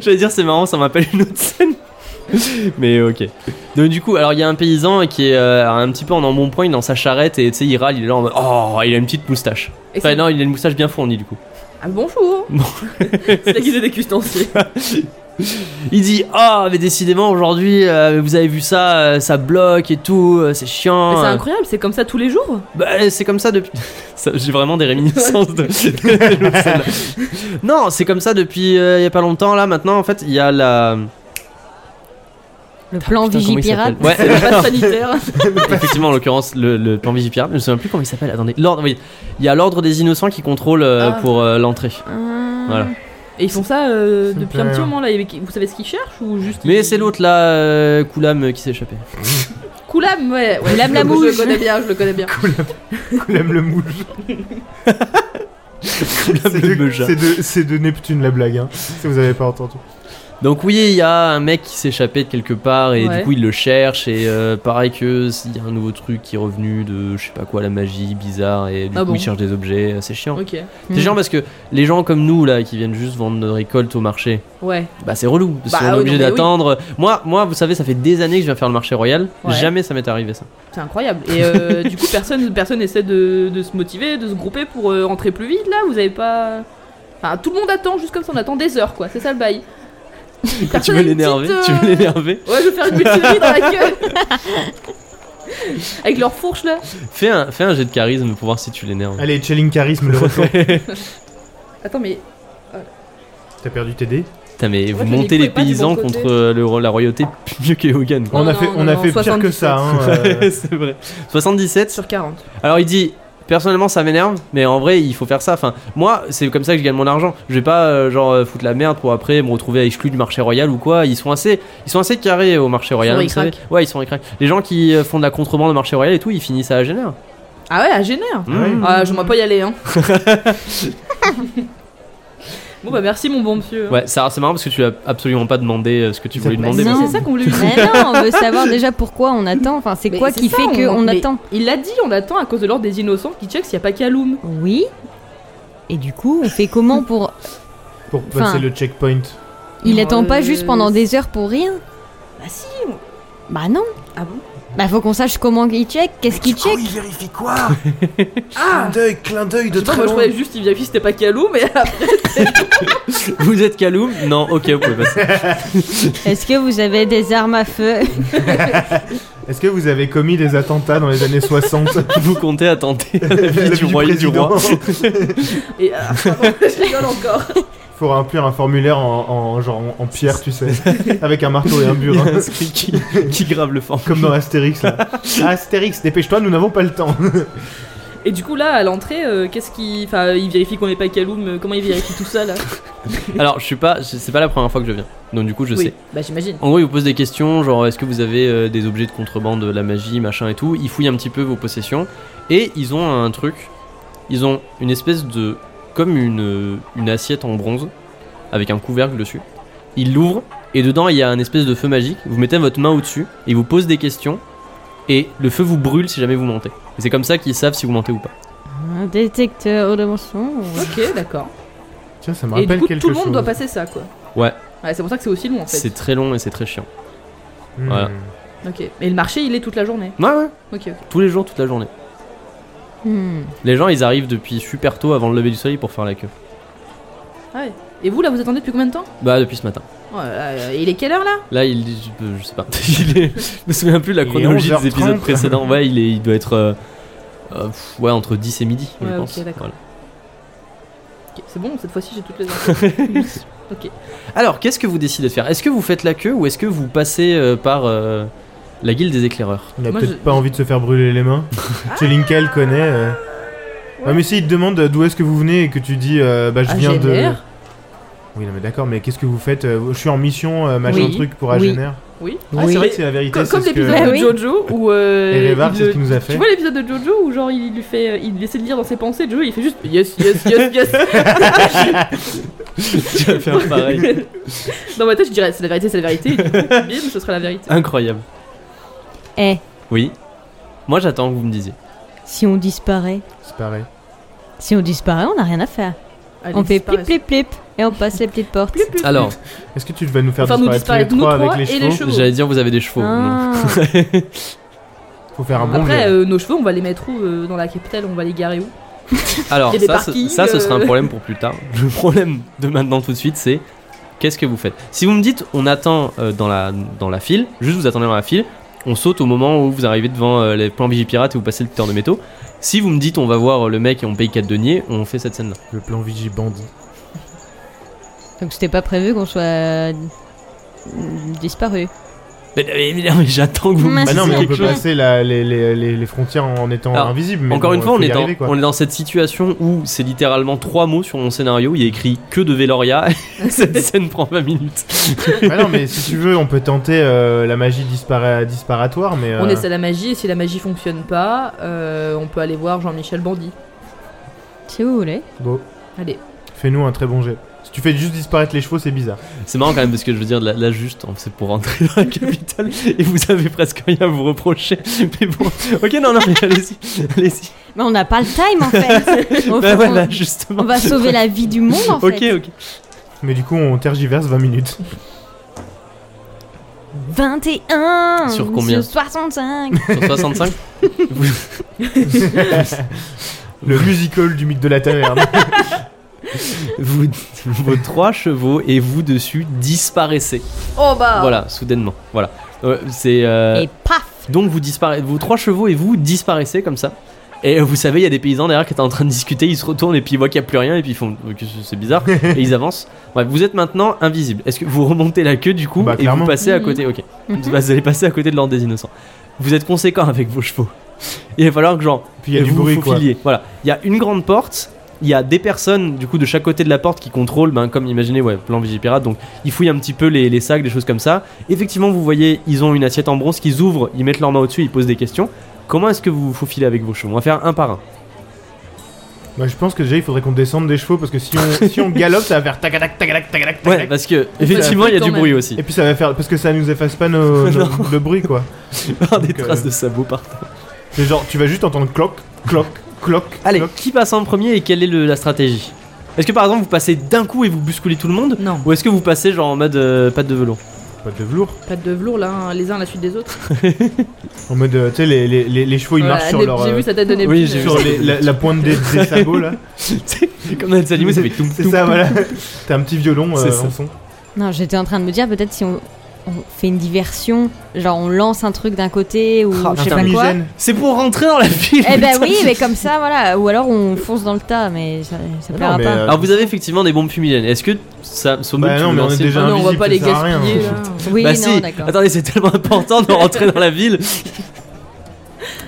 Speaker 1: J'allais dire c'est marrant, ça m'appelle une autre scène. Mais ok. Donc du coup, alors il y a un paysan qui est euh, un petit peu en embonpoint, il est dans sa charrette et tu sais, il râle, il est là en mode Oh, il a une petite moustache.
Speaker 3: Et
Speaker 1: Enfin,
Speaker 3: c'est-
Speaker 1: Bah non, il a une moustache bien fournie du coup.
Speaker 3: Ah, bonjour
Speaker 1: Bon. Ah,
Speaker 3: C'est la guilde des custanciers.
Speaker 1: Il dit Ah, mais décidément aujourd'hui, euh, vous avez vu ça, euh, ça bloque et tout, euh, c'est
Speaker 3: Mais
Speaker 1: chiant.
Speaker 3: C'est
Speaker 1: euh.
Speaker 3: incroyable, c'est comme ça tous les jours
Speaker 1: Bah, c'est comme ça depuis. Ça, J'ai vraiment des réminiscences de. de l'autre scène. non, c'est comme ça depuis euh, il y a pas longtemps là. Maintenant, en fait, il y a la.
Speaker 4: Le plan
Speaker 1: Putain, comment il
Speaker 4: Vigipirate.
Speaker 1: s'appelle Ouais,
Speaker 3: Le passe sanitaire.
Speaker 1: Effectivement, en l'occurrence, le, le plan Vigipirate, je ne sais même plus comment il s'appelle. Attendez, l'ordre, oui. Il y a l'ordre des innocents qui contrôle euh,
Speaker 3: Ah. Mhm.
Speaker 1: pour euh, l'entrée.
Speaker 4: Ah.
Speaker 1: Voilà.
Speaker 3: Et ils font ça euh,
Speaker 2: Ça me
Speaker 3: depuis un
Speaker 2: plaît,
Speaker 3: petit
Speaker 2: hein.
Speaker 3: moment là. Ils- Vous savez ce qu'ils cherchent ou juste
Speaker 1: Mais
Speaker 3: ils-
Speaker 1: c'est l'autre là, euh, Koulam, euh, qui s'est échappé.
Speaker 3: Koulam, ouais. ouais
Speaker 4: Koulam
Speaker 3: je-
Speaker 4: la
Speaker 3: je-
Speaker 4: mouche.
Speaker 3: Je le connais bien, je le connais bien.
Speaker 2: Coulame le mouche.
Speaker 1: Koulam
Speaker 2: C'est
Speaker 1: le
Speaker 2: de,
Speaker 1: Beja.
Speaker 2: c'est de- c'est de Neptune la blague, hein, si vous avez pas entendu.
Speaker 1: Donc, oui, il y a un mec qui s'est échappé de quelque part et
Speaker 3: Ouais.
Speaker 1: du coup, il le cherche. Et euh, pareil que s'il y a un nouveau truc qui est revenu de je sais pas quoi, la magie bizarre, et du
Speaker 3: Ah
Speaker 1: coup,
Speaker 3: bon. Mhm.
Speaker 1: il cherche des objets, euh, c'est chiant.
Speaker 3: Ok.
Speaker 4: Hmm.
Speaker 1: C'est chiant parce que les gens comme nous là qui viennent juste vendre notre récolte au marché,
Speaker 3: Ouais.
Speaker 1: Bah c'est relou, parce
Speaker 3: Bah,
Speaker 1: qu'on
Speaker 3: oui,
Speaker 1: est
Speaker 3: non,
Speaker 1: obligé
Speaker 3: mais oui.
Speaker 1: d'attendre. Moi, moi, vous savez, ça fait des années que je viens faire le marché royal.
Speaker 3: Ouais.
Speaker 1: Jamais ça m'est arrivé ça.
Speaker 3: C'est incroyable. Et euh, du coup, personne, personne essaie de, de se motiver, de se grouper pour euh, rentrer plus vite là. Vous avez pas. Enfin, tout le monde attend, juste comme ça, on attend des heures quoi. C'est ça le bail.
Speaker 1: tu
Speaker 3: Personne
Speaker 1: veux
Speaker 3: a une
Speaker 1: l'énerver
Speaker 3: petite,
Speaker 1: Tu
Speaker 3: euh,
Speaker 1: veux l'énerver
Speaker 3: Ouais, je vais faire une multirie dans la gueule. Avec leur fourche là.
Speaker 1: fais un, fais un jet de charisme pour voir si tu l'énerves.
Speaker 2: Allez, chilling charisme, le retour.
Speaker 3: Attends, mais.
Speaker 2: T'as perdu tes dés
Speaker 1: Putain, mais vous
Speaker 3: mais
Speaker 1: montez
Speaker 3: les
Speaker 1: les
Speaker 3: couilles pas du
Speaker 1: paysans
Speaker 3: bon côté.
Speaker 1: contre euh, le, la royauté mieux que Hogan. quoi.
Speaker 2: On a
Speaker 3: non,
Speaker 2: fait,
Speaker 3: non,
Speaker 2: on a
Speaker 3: non,
Speaker 2: fait pire que ça. Hein, euh,
Speaker 1: c'est vrai. 77.
Speaker 3: Sur 40.
Speaker 1: Alors il dit Personnellement, ça m'énerve, mais en vrai, il faut faire ça. Enfin, moi, c'est comme ça que je gagne mon argent. Je vais pas euh, genre euh, foutre la merde pour après me retrouver exclu du marché royal ou quoi. Ils sont assez, ils sont assez carrés au marché royal.
Speaker 3: sont
Speaker 1: vous savez. Ouais, ils sont écrans. Les gens qui euh, font de la contrebande au marché royal et tout, ils finissent à Agener.
Speaker 3: Ah ouais, à Génère
Speaker 1: Mmh.
Speaker 3: Ah, je ne pas y aller, hein. bon, bah merci, mon bon monsieur.
Speaker 1: Ouais, ça- c'est marrant parce que tu l'as absolument pas demandé euh, ce que tu voulais
Speaker 2: Bah,
Speaker 1: demander.
Speaker 3: Mais
Speaker 4: Non.
Speaker 1: mais-
Speaker 3: c'est ça qu'on lui dit.
Speaker 4: Mais non, on veut savoir déjà pourquoi on attend. Enfin, c'est
Speaker 3: Mais
Speaker 4: quoi
Speaker 3: c'est
Speaker 4: qui
Speaker 3: ça,
Speaker 4: fait qu'on
Speaker 3: mais
Speaker 4: attend
Speaker 3: Il l'a dit, on attend à cause de l'ordre des innocents qui check s'il n'y a pas Kaloum.
Speaker 4: Oui. Et du coup, on fait comment pour.
Speaker 2: Pour passer
Speaker 4: Enfin.
Speaker 2: le checkpoint.
Speaker 4: Il
Speaker 3: Euh,
Speaker 4: attend pas juste pendant des heures pour rien
Speaker 3: Bah si
Speaker 4: Bah non.
Speaker 3: Ah bon
Speaker 4: Bah faut qu'on sache comment il check, qu'est-ce qu'il check.
Speaker 5: Il vérifie quoi Clin
Speaker 3: Ah
Speaker 5: d'œil, clin d'œil
Speaker 3: Je
Speaker 5: de
Speaker 3: sais pas,
Speaker 5: très
Speaker 3: moi je
Speaker 5: loin.
Speaker 3: croyais juste il vérifie si c'était pas Kaloum, mais
Speaker 1: Vous êtes Kaloum Non, ok, vous pouvez passer.
Speaker 4: Est-ce que vous avez des armes à feu
Speaker 2: Est-ce que vous avez commis des attentats dans les années 60
Speaker 1: Vous comptez attenter la
Speaker 2: La
Speaker 1: vie
Speaker 2: vie
Speaker 1: du roi et du
Speaker 2: président.
Speaker 1: roi.
Speaker 3: Et ah, pardon, je rigole encore.
Speaker 2: Faut remplir un formulaire en, en- genre en, en pierre, tu sais, avec un marteau et un
Speaker 1: Il y a
Speaker 2: burin.
Speaker 1: un script qui, qui grave le fort.
Speaker 2: Comme dans Astérix là. Astérix, dépêche-toi, nous n'avons pas le temps.
Speaker 3: Et du coup là, à l'entrée, euh, qu'est-ce qui, enfin, il vérifie qu'on n'est pas Kaloum. euh, Comment il vérifie tout ça là
Speaker 1: Alors, je suis pas, c'est pas la première fois que je viens. Donc du coup, je
Speaker 3: Oui.
Speaker 1: sais.
Speaker 3: Bah j'imagine.
Speaker 1: En gros, ils vous posent des questions, genre est-ce que vous avez euh, des objets de contrebande, de la magie, machin et tout. Ils fouillent un petit peu vos possessions et ils ont un truc. Ils ont une espèce de comme une euh, une assiette en bronze avec un couvercle dessus. Ils l'ouvrent et dedans il y a un espèce de feu magique. Vous mettez votre main au-dessus et ils vous posent des questions et le feu vous brûle si jamais vous mentez. Et c'est comme ça qu'ils savent si vous mentez ou pas.
Speaker 4: Un détecteur de mensonges.
Speaker 3: Ok, d'accord.
Speaker 2: Tiens, ça me
Speaker 3: Et du
Speaker 2: rappelle
Speaker 3: coup,
Speaker 2: quelque
Speaker 3: tout le monde
Speaker 2: chose.
Speaker 3: doit passer ça, quoi.
Speaker 1: Ouais.
Speaker 3: Ouais, c'est pour ça que c'est aussi long en fait.
Speaker 1: C'est très long et c'est très chiant.
Speaker 2: Hmm.
Speaker 1: Voilà.
Speaker 3: Ok. Et le marché, il est toute la journée.
Speaker 1: Ouais ouais.
Speaker 3: Ok. ok.
Speaker 1: Tous les jours, toute la journée.
Speaker 4: Hmm.
Speaker 1: Les gens ils arrivent depuis super tôt avant le lever du soleil pour faire la queue.
Speaker 3: Ah ouais. Et vous là, vous attendez depuis combien de temps
Speaker 1: Bah depuis ce matin.
Speaker 3: Oh là là, Il est quelle heure là
Speaker 1: Là, il dit- je, peux- je sais pas. il est, je me souviens plus de la
Speaker 2: Il est
Speaker 1: chronologie des
Speaker 2: 11h30.
Speaker 1: épisodes précédents. Ouais, il, est, il doit être euh, euh, pff, ouais, entre 10 et midi, je
Speaker 3: Ouais, ok,
Speaker 1: pense.
Speaker 3: d'accord.
Speaker 1: Voilà.
Speaker 3: Ok, C'est bon, cette fois-ci j'ai toutes les infos.
Speaker 1: Alors, qu'est-ce que vous décidez de faire Est-ce que vous faites la queue ou est-ce que vous passez euh, par euh, la guilde des éclaireurs
Speaker 2: On a
Speaker 3: Moi,
Speaker 2: peut-être
Speaker 3: je- Ah.
Speaker 2: pas envie de se faire brûler les mains. Chelinka, elle connaît. euh. Ouais. mais si il te demande euh, d'où est-ce que vous venez et que tu dis euh, bah je
Speaker 3: Ah,
Speaker 2: viens de.
Speaker 3: GNR.
Speaker 2: Oui, non, mais d'accord, mais qu'est-ce que vous faites euh, Je suis en mission, euh, machin
Speaker 4: Oui.
Speaker 2: truc pour
Speaker 4: Oui.
Speaker 2: Agener.
Speaker 3: Oui.
Speaker 2: Ah,
Speaker 4: Oui.
Speaker 2: c'est vrai que c'est la vérité.
Speaker 3: Comme,
Speaker 2: c'est
Speaker 3: comme
Speaker 2: ce que-
Speaker 3: l'épisode
Speaker 4: Bah
Speaker 3: de
Speaker 4: oui.
Speaker 3: Jojo où. euh,
Speaker 2: Et Révar,
Speaker 3: il
Speaker 2: c'est
Speaker 3: le-
Speaker 2: ce qu'il nous a fait.
Speaker 3: Tu vois l'épisode de Jojo où genre il lui fait, euh, il essaie de lire dans ses pensées, Jojo il fait juste yes yes yes yes.
Speaker 1: Tu vas faire pareil.
Speaker 3: dans ma tête je dirais c'est la vérité c'est la vérité, et du coup, bim ce sera la vérité.
Speaker 1: Incroyable.
Speaker 4: Eh,
Speaker 1: Oui. Moi, j'attends que vous me disiez.
Speaker 4: si on disparaît,
Speaker 2: C'est pareil.
Speaker 4: si on disparaît, on n'a rien à faire.
Speaker 3: Allez,
Speaker 4: on fait plip
Speaker 3: disparaissent.
Speaker 4: plip plip et on passe les petites portes.
Speaker 3: Plip, plip, plip.
Speaker 1: Alors,
Speaker 2: Est-ce que tu vas nous faire
Speaker 3: Enfin, nous
Speaker 2: disparaître tous les
Speaker 3: disparaître, nous
Speaker 2: trois
Speaker 3: trois
Speaker 2: avec les
Speaker 3: et
Speaker 2: chevaux
Speaker 3: les chevaux.
Speaker 1: j'allais dire vous avez des chevaux.
Speaker 4: Ah.
Speaker 2: Faut faire un bon
Speaker 3: Après
Speaker 2: jeu.
Speaker 3: euh, nos chevaux on va les mettre où euh, dans la capitale, on va les garer où
Speaker 1: Non. Alors,
Speaker 3: Il y a des
Speaker 1: ça, ce-
Speaker 3: parkings,
Speaker 1: ça, ce sera un
Speaker 3: euh.
Speaker 1: problème pour plus tard. Le problème de maintenant tout de suite, c'est qu'est-ce que vous faites Si vous me dites on attend euh, dans, la, dans la file, juste vous attendez dans la file, on saute au moment où vous arrivez devant euh, les plans Vigipirate et vous passez le tuteur de métaux. Si vous me dites on va voir euh, le mec et on paye 4 deniers, on fait cette scène-là.
Speaker 2: Le plan Vigi Bandit.
Speaker 3: Ah,
Speaker 4: Donc c'était pas prévu qu'on soit euh, disparu.
Speaker 1: Mais, mais- mais- mais j'attends que vous me
Speaker 4: Mince.
Speaker 2: Bah
Speaker 1: dites
Speaker 2: non, mais on
Speaker 1: quelque
Speaker 2: peut
Speaker 1: chose.
Speaker 2: passer la- les, les- les- les frontières en étant
Speaker 1: Alors,
Speaker 2: invisible. mais
Speaker 1: Encore
Speaker 2: bon,
Speaker 1: une fois,
Speaker 2: faut
Speaker 1: on
Speaker 2: y
Speaker 1: est, dans,
Speaker 2: arriver, quoi.
Speaker 1: on est dans cette situation où c'est littéralement trois mots sur mon scénario. Il y a écrit que de Veloria. cette scène prend 20 minutes.
Speaker 2: Bah non, mais si tu veux, on peut tenter euh, la magie dispara- disparatoire, mais.
Speaker 3: On
Speaker 2: euh,
Speaker 3: essaie la magie et si la magie fonctionne pas, euh, on peut aller voir Jean-Michel Bandit.
Speaker 4: Si vous voulez.
Speaker 2: bon,
Speaker 3: Allez.
Speaker 2: Fais-nous un très bon jet. Si tu fais juste disparaître les chevaux, c'est bizarre.
Speaker 1: C'est marrant quand même parce que je veux dire, la, la juste, on- c'est pour rentrer dans la capitale et vous avez presque rien à vous reprocher. Mais bon, ok, non, non, mais allez-y, allez-y.
Speaker 4: Mais on n'a pas le time en fait. on,
Speaker 1: Bah
Speaker 4: on-
Speaker 1: voilà, justement.
Speaker 4: on va sauver la vie du monde en
Speaker 1: Ok,
Speaker 4: fait.
Speaker 1: ok.
Speaker 2: Mais du coup, on tergiverse 20 minutes.
Speaker 4: 21
Speaker 1: Sur combien
Speaker 4: Sur 65
Speaker 1: Sur 65
Speaker 2: Le musical du mythe de la taverne.
Speaker 1: vous, Vos trois chevaux et vous dessus disparaissez.
Speaker 3: Oh
Speaker 4: Ah.
Speaker 3: bah
Speaker 1: Voilà, soudainement. Voilà. Euh, c'est. euh,
Speaker 4: Et paf
Speaker 1: Donc vous disparaissez, vos trois chevaux et vous disparaissez comme ça. Et euh, vous savez, il y a des paysans derrière qui étaient en train de discuter, ils se retournent et puis ils voient qu'il n'y a plus rien et puis ils font euh, que c'est bizarre et ils avancent. Bref, vous êtes maintenant invisible. Est-ce que vous remontez la queue du coup
Speaker 2: Bah,
Speaker 1: et vous
Speaker 2: clairement.
Speaker 1: passez à
Speaker 4: Mhm.
Speaker 1: côté Ok.
Speaker 4: Mhm.
Speaker 1: Bah, Vous allez passer à côté de l'ordre des innocents. Vous êtes conséquent avec vos chevaux. Il va falloir que genre
Speaker 2: Puis il y a du
Speaker 1: vous
Speaker 2: bruit,
Speaker 1: vous
Speaker 2: quoi.
Speaker 1: faufiliez. Voilà, il y a une grande porte. Il y a des personnes du coup de chaque côté de la porte qui contrôlent, ben, comme imaginez, ouais, plan Vigipirate. Donc ils fouillent un petit peu les, les sacs, des choses comme ça. Effectivement, vous voyez, ils ont une assiette en bronze qu'ils ouvrent, ils mettent leur main au-dessus, ils posent des questions. Comment est-ce que vous vous faufilez avec vos chevaux On va faire un par un.
Speaker 2: Bah, je pense que déjà il faudrait qu'on descende des chevaux parce que si on, si on galope, ça va faire tac tac tac tac tac tac.
Speaker 1: Ouais, parce que
Speaker 3: fait
Speaker 1: effectivement,
Speaker 3: la
Speaker 1: il y a
Speaker 3: fête
Speaker 1: du
Speaker 3: quand
Speaker 1: bruit
Speaker 3: même.
Speaker 1: aussi.
Speaker 2: Et puis ça va faire parce que ça nous efface pas nos, nos- le bruit quoi.
Speaker 1: des
Speaker 2: Donc, euh,
Speaker 1: traces de sabots partout.
Speaker 2: C'est genre tu vas juste entendre cloc cloc cloc.
Speaker 1: Allez,
Speaker 2: cloc.
Speaker 1: qui passe en premier et quelle est le- la stratégie Est-ce que par exemple vous passez d'un coup et vous bousculez tout le monde
Speaker 3: Non,
Speaker 1: Ou est-ce que vous passez genre en mode euh, patte de velours
Speaker 2: Pas de velours.
Speaker 3: pas de velours là, hein, les uns à la suite des autres.
Speaker 2: En mode euh, tu sais les, les, les, les chevaux ils
Speaker 3: Voilà,
Speaker 2: marchent sur
Speaker 3: Nep-
Speaker 2: leur
Speaker 3: J'ai
Speaker 2: euh,
Speaker 3: vu sa tête de Neptune.
Speaker 1: Oui, j'ai vu
Speaker 2: sur
Speaker 1: ça.
Speaker 2: les- la, la pointe des, des sabots là.
Speaker 1: Comme dans les animés, ça fait tout.
Speaker 2: C'est ça voilà. T'as un petit violon
Speaker 1: C'est
Speaker 2: euh,
Speaker 1: ça.
Speaker 2: en son.
Speaker 4: Non, j'étais en train de me dire peut-être si on, on fait une diversion, genre on lance un truc d'un côté ou
Speaker 1: Ah,
Speaker 2: Oh,
Speaker 4: je sais
Speaker 1: putain,
Speaker 4: pas quoi.
Speaker 2: Fumigène.
Speaker 1: C'est pour rentrer dans la ville.
Speaker 4: Eh ben
Speaker 1: putain.
Speaker 4: oui, mais comme ça, voilà. Ou alors on fonce dans le tas, mais ça, ça
Speaker 2: Non,
Speaker 4: plaira
Speaker 2: mais,
Speaker 4: pas.
Speaker 2: euh,
Speaker 1: Alors vous avez effectivement des bombes fumigènes. Est-ce que ça Sommel,
Speaker 2: Bah
Speaker 1: tu
Speaker 2: non,
Speaker 1: veux
Speaker 2: mais on est
Speaker 1: lancer
Speaker 2: déjà-
Speaker 3: Ah non, on va
Speaker 2: invisible,
Speaker 3: pas les
Speaker 2: ça sert à rien.
Speaker 3: gaspiller là.
Speaker 4: Oui,
Speaker 1: Bah
Speaker 4: non,
Speaker 1: si.
Speaker 4: d'accord.
Speaker 1: Attendez, c'est tellement important de rentrer dans la ville.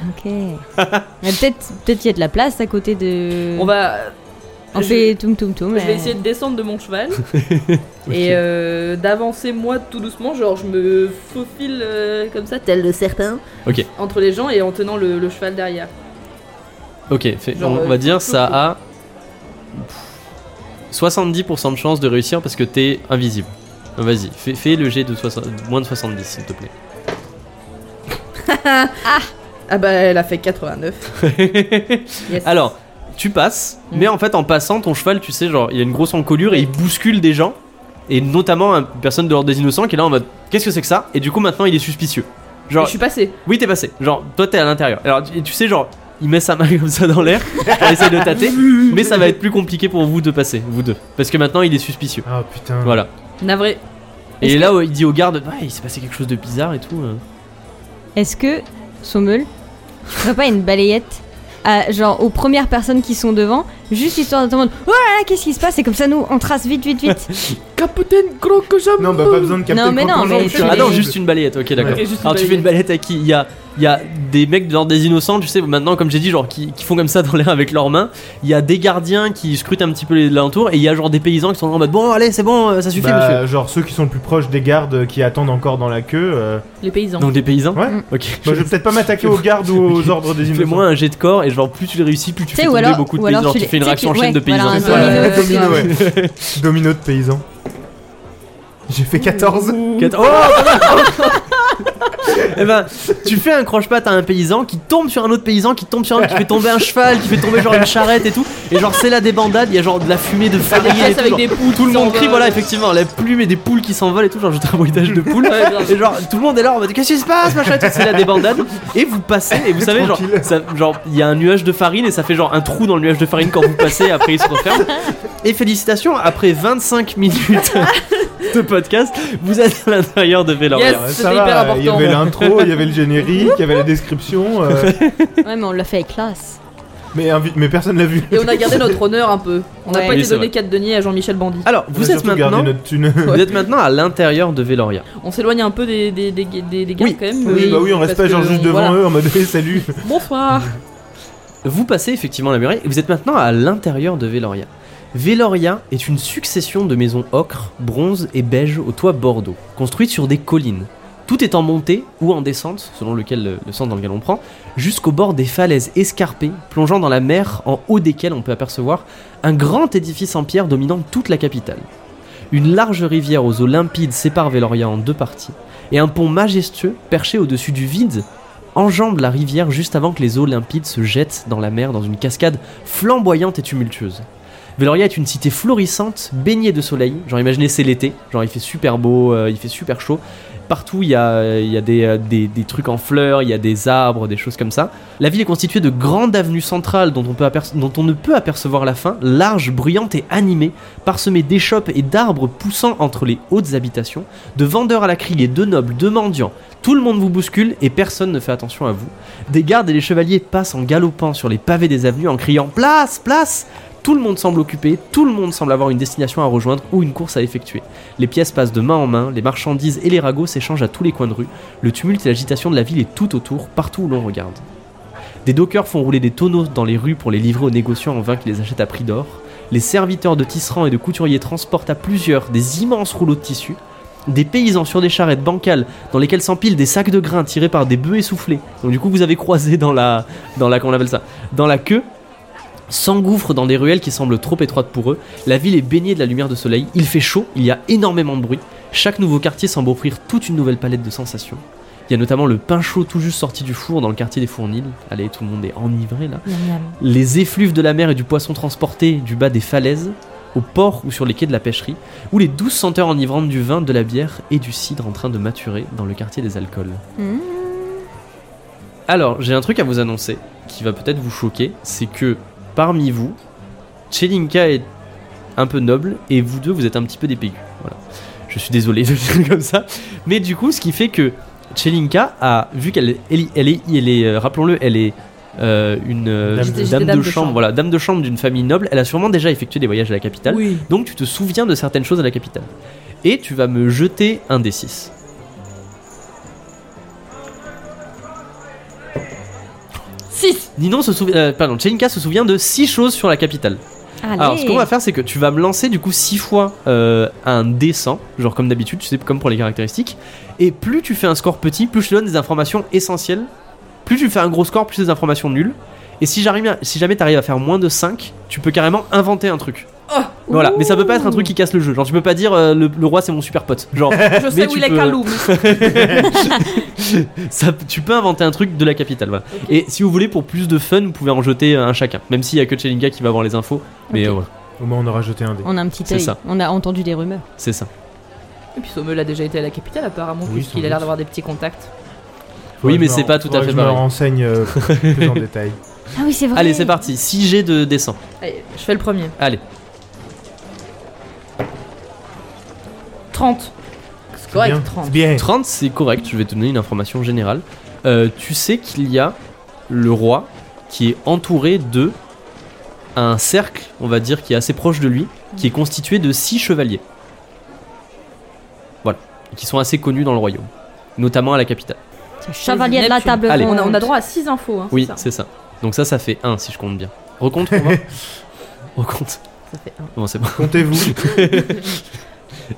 Speaker 4: Ok. Mais peut-être, peut-être il y a de la place à côté de.
Speaker 3: On va.
Speaker 4: On
Speaker 3: je-
Speaker 4: fait toum toum toum.
Speaker 3: Je vais
Speaker 4: mais-
Speaker 3: essayer de descendre de mon cheval et euh, d'avancer moi tout doucement, genre je me faufile euh, comme ça, tel le certain,
Speaker 1: Ok.
Speaker 3: entre les gens et en tenant le, le cheval derrière.
Speaker 1: Ok, fait-
Speaker 3: Genre,
Speaker 1: on,
Speaker 3: euh,
Speaker 1: va dire ça
Speaker 3: tout.
Speaker 1: a pff, 70% de chance de réussir parce que t'es invisible. Vas-y, fais, fais le jet de 60 moins de 70 s'il te plaît.
Speaker 3: Ah bah elle a fait 89. Yes.
Speaker 1: Alors, tu passes,
Speaker 3: Mm.
Speaker 1: mais en fait en passant, ton cheval, tu sais, genre, il a une grosse encolure et il bouscule des gens, et notamment une personne de l'ordre des innocents qui est là en mode Qu'est-ce que c'est que ça Et du coup, maintenant, il est suspicieux.
Speaker 3: Et
Speaker 1: Genre,
Speaker 3: je suis passé.
Speaker 1: oui, t'es passé. Genre, toi, t'es à l'intérieur. Alors, tu, et tu sais, genre, il met sa main comme ça dans l'air, pour essayer de tâter, mais ça va être plus compliqué pour vous de passer, vous deux, parce que maintenant, il est suspicieux.
Speaker 2: Ah putain.
Speaker 1: Voilà.
Speaker 3: Navré.
Speaker 1: Et
Speaker 4: Est-ce
Speaker 1: là, où il dit au garde Ouais, il s'est passé quelque chose de bizarre et tout. euh.
Speaker 4: Est-ce que Sommel, tu ferais pas une balayette à, genre aux premières personnes qui sont devant, juste histoire de tout le monde. Oh là là, qu'est-ce qui se passe Et comme ça, nous, on trace vite, vite, vite.
Speaker 3: Capitaine Gros que j'aime.
Speaker 2: Non, bah pas besoin de capter
Speaker 4: Non, mais non, mais c'est
Speaker 1: Ah
Speaker 4: Mais-
Speaker 1: non, juste une balayette, ok, d'accord.
Speaker 2: Ouais.
Speaker 3: Ok, juste une
Speaker 1: Alors tu fais une balayette à qui Il y a, il y a des mecs de l'ordre des innocents, tu sais, maintenant, comme j'ai dit, genre qui, qui font comme ça dans l'air avec leurs mains. Il y a des gardiens qui scrutent un petit peu les alentours et il y a genre des paysans qui sont en mode Bon, allez, c'est bon, euh, ça suffit,
Speaker 2: Bah,
Speaker 1: monsieur.
Speaker 2: Genre ceux qui sont le plus proches des gardes euh, qui attendent encore dans la queue. euh,
Speaker 3: Les paysans.
Speaker 1: Donc des paysans
Speaker 2: Ouais.
Speaker 1: Ok.
Speaker 2: Bah, je vais peut-être pas m'attaquer aux gardes ou aux ordres des innocents.
Speaker 1: Fais-moi un jet de corps et genre plus tu les réussis, plus tu
Speaker 4: Tu sais,
Speaker 1: fais
Speaker 4: ou
Speaker 1: tomber
Speaker 4: alors-
Speaker 1: beaucoup de
Speaker 4: ou
Speaker 1: paysans.
Speaker 4: alors tu
Speaker 1: Tu
Speaker 4: les-
Speaker 1: fais une
Speaker 4: tu sais,
Speaker 1: réaction en
Speaker 4: tu-
Speaker 1: chaîne de
Speaker 4: ouais, voilà,
Speaker 1: paysans.
Speaker 4: un
Speaker 1: c'est
Speaker 2: Ouais,
Speaker 1: ça
Speaker 4: domino.
Speaker 2: ouais, domino, ouais. Domino de paysan. J'ai fait 14.
Speaker 1: Quatre- Oh, pas mal. Eh ben, tu fais un croche-patte à un paysan qui tombe sur un autre paysan, qui tombe sur un, qui fait tomber un cheval, qui fait tomber genre une charrette et tout. Et genre, c'est la débandade, il y a genre de la fumée de
Speaker 3: Des
Speaker 1: farine et
Speaker 3: fesses
Speaker 1: tout.
Speaker 3: avec
Speaker 1: genre,
Speaker 3: des poules.
Speaker 1: tout le
Speaker 3: qui
Speaker 1: monde crie,
Speaker 3: s'envolent.
Speaker 1: voilà, effectivement, la plume et des poules qui s'envolent et tout. Genre, je un bruitage de poules.
Speaker 3: Ouais, grave.
Speaker 1: Et genre, tout le monde est là en mode Qu'est-ce qui se passe, machin et tout. C'est la débandade. Et vous passez, et vous savez, genre,
Speaker 2: Tranquille.
Speaker 1: ça- genre, il y a un nuage de farine et ça fait genre un trou dans le nuage de farine quand vous passez. Après, il se referme. Et félicitations, après 25 minutes de podcast, vous êtes à l'intérieur de Vélor.
Speaker 3: Yes.
Speaker 2: Ouais,
Speaker 3: C'était hyper important.
Speaker 2: Il y avait l'intro, il y avait le générique, il y avait la description. euh,
Speaker 4: ouais, mais on l'a fait avec classe.
Speaker 2: mais, invi- mais personne l'a vu.
Speaker 3: Et on a gardé notre honneur un peu. On n'a
Speaker 4: Ouais.
Speaker 3: pas
Speaker 1: Oui,
Speaker 3: été
Speaker 1: c'est
Speaker 3: donné
Speaker 1: vrai.
Speaker 3: 4 deniers à Jean-Michel Bandy.
Speaker 1: Alors,
Speaker 2: On a
Speaker 1: vous êtes,
Speaker 2: surtout gardé
Speaker 1: maintenant,
Speaker 2: notre thune.
Speaker 1: vous êtes maintenant à l'intérieur de Veloria.
Speaker 3: On s'éloigne un peu des, des, des, des, des gardes
Speaker 1: Oui.
Speaker 3: quand même.
Speaker 2: Oui, bah oui, on reste
Speaker 3: parce
Speaker 2: pas genre
Speaker 3: que
Speaker 2: juste
Speaker 3: on-
Speaker 2: devant
Speaker 3: voilà.
Speaker 2: eux en mode Eh, salut.
Speaker 3: Bonsoir.
Speaker 1: Vous passez effectivement la muraille et vous êtes maintenant à l'intérieur de Veloria. Veloria est une succession de maisons ocre, bronze et beige au toit bordeaux, construites sur des collines. Tout est en montée ou en descente, selon lequel, le, le sens dans lequel on prend, jusqu'au bord des falaises escarpées, plongeant dans la mer, en haut desquelles on peut apercevoir un grand édifice en pierre dominant toute la capitale. Une large rivière aux eaux limpides sépare Veloria en deux parties, et un pont majestueux, perché au-dessus du vide, enjambe la rivière juste avant que les eaux limpides se jettent dans la mer dans une cascade flamboyante et tumultueuse. Veloria est une cité florissante, baignée de soleil. Genre, imaginez, c'est l'été. Genre, il fait super beau, euh, il fait super chaud. Partout, il y a, euh, il y a des, euh, des- des trucs en fleurs, il y a des arbres, des choses comme ça. La ville est constituée de grandes avenues centrales dont on, peut aperce- dont on ne peut apercevoir la fin, larges, bruyantes et animées, parsemées d'échoppes et d'arbres poussant entre les hautes habitations, de vendeurs à la criée, de nobles, de mendiants. Tout le monde vous bouscule et personne ne fait attention à vous. Des gardes et des chevaliers passent en galopant sur les pavés des avenues en criant Place, place Tout le monde semble occupé, tout le monde semble avoir une destination à rejoindre ou une course à effectuer. Les pièces passent de main en main, les marchandises et les ragots s'échangent à tous les coins de rue. Le tumulte et l'agitation de la ville est tout autour, partout où l'on regarde. Des dockers font rouler des tonneaux dans les rues pour les livrer aux négociants en vin qui les achètent à prix d'or. Les serviteurs de tisserands et de couturiers transportent à plusieurs des immenses rouleaux de tissu. Des paysans sur des charrettes bancales dans lesquelles s'empilent des sacs de grains tirés par des bœufs essoufflés. Donc du coup vous avez croisé dans la dans la comment on appelle ça dans la queue s'engouffrent dans des ruelles qui semblent trop étroites pour eux. La ville est baignée de la lumière de soleil, il fait chaud, il y a énormément de bruit. Chaque nouveau quartier semble offrir toute une nouvelle palette de sensations. Il y a notamment le pain chaud tout juste sorti du four dans le quartier des Fournils. Allez, tout le monde est enivré là.
Speaker 4: Miam, miam.
Speaker 1: Les effluves de la mer et du poisson transporté du bas des falaises, au port ou sur les quais de la pêcherie, ou les douces senteurs enivrantes du vin, de la bière et du cidre en train de maturer dans le quartier des alcools.
Speaker 4: Mmh.
Speaker 1: Alors, j'ai un truc à vous annoncer qui va peut-être vous choquer, c'est que parmi vous, Chelinka est un peu noble et vous deux, vous êtes un petit peu des pégus. Voilà. Je suis désolé de dire comme ça. Mais du coup, ce qui fait que Chelinka a, vu qu'elle est, elle, elle est, elle est, euh, rappelons-le, elle est euh, une euh,
Speaker 2: Dame de-
Speaker 1: dame,
Speaker 3: J'étais
Speaker 1: de, chambre, voilà, dame de chambre d'une famille noble, elle a sûrement déjà effectué des voyages à la capitale.
Speaker 3: Oui.
Speaker 1: Donc tu te souviens de certaines choses à la capitale. Et tu vas me jeter un des 6.
Speaker 4: Six.
Speaker 1: Ninon se souvient, euh, pardon, Chelinka se souvient de 6 choses sur la capitale.
Speaker 4: Allez.
Speaker 1: Alors, ce qu'on va faire, c'est que tu vas me lancer du coup 6 fois euh, un dessin, genre comme d'habitude, tu sais, comme pour les caractéristiques. Et plus tu fais un score petit, plus je te donne des informations essentielles. Plus tu fais un gros score, plus des informations nulles. Et si, j'arrive à- si jamais t'arrives à faire moins de 5, tu peux carrément inventer un truc.
Speaker 4: Oh,
Speaker 1: voilà, mais ça peut pas être un truc qui casse le jeu. Genre, tu peux pas dire euh, le, le roi c'est mon super pote. Genre,
Speaker 3: Je sais
Speaker 1: Mais
Speaker 3: où
Speaker 1: tu
Speaker 3: il est
Speaker 1: peux-
Speaker 3: Kaloum.
Speaker 1: ça, tu peux inventer un truc de la capitale. Voilà. Et si vous voulez, pour plus de fun, vous pouvez en jeter euh, un chacun. Même s'il y a que Chelinka qui va avoir les infos. Mais
Speaker 4: Ok.
Speaker 1: euh, voilà,
Speaker 2: Au moins, on aura jeté un dé.
Speaker 4: On a un petit
Speaker 1: C'est
Speaker 4: œil.
Speaker 1: ça.
Speaker 4: On a entendu des rumeurs.
Speaker 1: c'est ça.
Speaker 3: Et puis Sommel a déjà été à la capitale apparemment,
Speaker 2: Oui, sans
Speaker 3: puisqu'il a
Speaker 2: doute.
Speaker 3: l'air d'avoir des petits contacts.
Speaker 2: Faudrait
Speaker 1: Oui, mais
Speaker 2: que je
Speaker 1: c'est
Speaker 2: me-
Speaker 1: pas tout à
Speaker 2: faudrait
Speaker 1: fait
Speaker 2: que Je me
Speaker 1: pareil.
Speaker 2: renseigne euh, plus en détail.
Speaker 4: Ah oui, c'est vrai.
Speaker 1: Allez, c'est parti. 6 G de dessin.
Speaker 3: Allez, je fais le premier.
Speaker 1: Allez.
Speaker 3: 30. C'est
Speaker 2: bien.
Speaker 3: correct,
Speaker 2: C'est
Speaker 3: 30.
Speaker 2: bien.
Speaker 1: 30, c'est correct, je vais te donner une information générale. Euh, tu sais qu'il y a le roi qui est entouré de un cercle, on va dire, qui est assez proche de lui, qui est constitué de six chevaliers. Voilà. Qui sont assez connus dans le royaume, notamment à la capitale.
Speaker 4: Chevalier de la
Speaker 3: Neptune.
Speaker 4: table
Speaker 1: Allez.
Speaker 4: ronde.
Speaker 3: On a, on a droit à 6 infos. Hein,
Speaker 1: Oui,
Speaker 3: c'est ça.
Speaker 1: c'est ça. Donc ça, ça fait 1 si je compte bien. Recompte, on va Recompte.
Speaker 3: Ça fait un.
Speaker 1: Bon, c'est bon.
Speaker 2: Comptez-vous.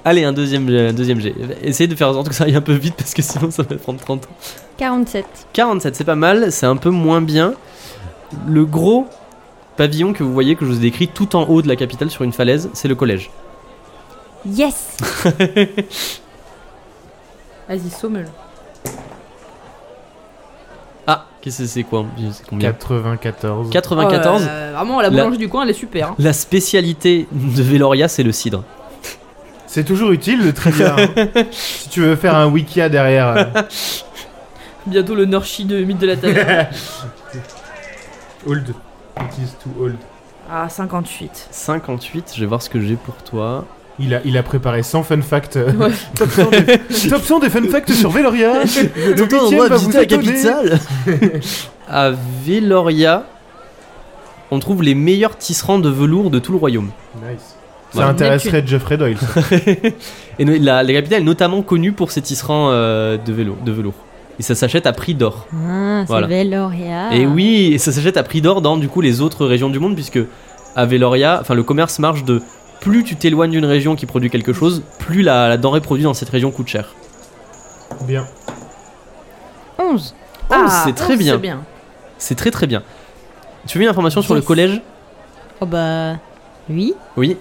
Speaker 1: Allez, un deuxième, euh, un deuxième G. Essayez de faire en sorte que ça aille un peu vite parce que sinon ça va prendre 30 ans.
Speaker 4: 47.
Speaker 1: 47, c'est pas mal, c'est un peu moins bien. Le gros pavillon que vous voyez, que je vous ai décrit tout en haut de la capitale sur une falaise, c'est le collège.
Speaker 4: Yes.
Speaker 3: Vas-y, Sommel.
Speaker 1: Ah, qu'est-ce que c'est quoi C'est combien
Speaker 2: 94. Oh
Speaker 1: 94
Speaker 3: Euh, vraiment, la
Speaker 1: La-
Speaker 3: boulangerie du coin, elle est super. hein.
Speaker 1: La spécialité de Veloria, c'est le cidre.
Speaker 2: C'est toujours utile le trivia. hein. si tu veux faire un wikia derrière. euh,
Speaker 3: Bientôt le Norchi de mythe de la table.
Speaker 2: old. It is too old.
Speaker 3: ah, 58.
Speaker 1: 58, je vais voir ce que j'ai pour toi.
Speaker 2: Il a, il a préparé 100 fun facts. euh,
Speaker 3: Ouais.
Speaker 2: top, 100 des, top 100 des fun facts sur Veloria. Le huitième va vous étonner.
Speaker 1: À Veloria, on trouve les meilleurs tisserands de velours de tout le royaume.
Speaker 2: Nice. Ça
Speaker 1: Voilà.
Speaker 2: intéresserait Geoffrey Doyle. ça.
Speaker 1: Et no- la, la capitale est notamment connue pour ses tisserands euh, de, vélo, de velours. Et ça s'achète à prix d'or.
Speaker 4: Ah, c'est
Speaker 1: Voilà.
Speaker 4: Veloria.
Speaker 1: Et oui, et ça s'achète à prix d'or dans du coup les autres régions du monde puisque à Veloria, enfin le commerce marche de plus tu t'éloignes d'une région qui produit quelque chose, plus la, la denrée produite dans cette région coûte cher.
Speaker 2: Bien.
Speaker 4: 11.
Speaker 1: Oh, c'est très
Speaker 3: oh,
Speaker 1: bien.
Speaker 3: C'est bien.
Speaker 1: C'est très très bien. Tu veux une information sur le
Speaker 4: Yes.
Speaker 1: collège
Speaker 4: Oh bah. Oui.
Speaker 1: Oui.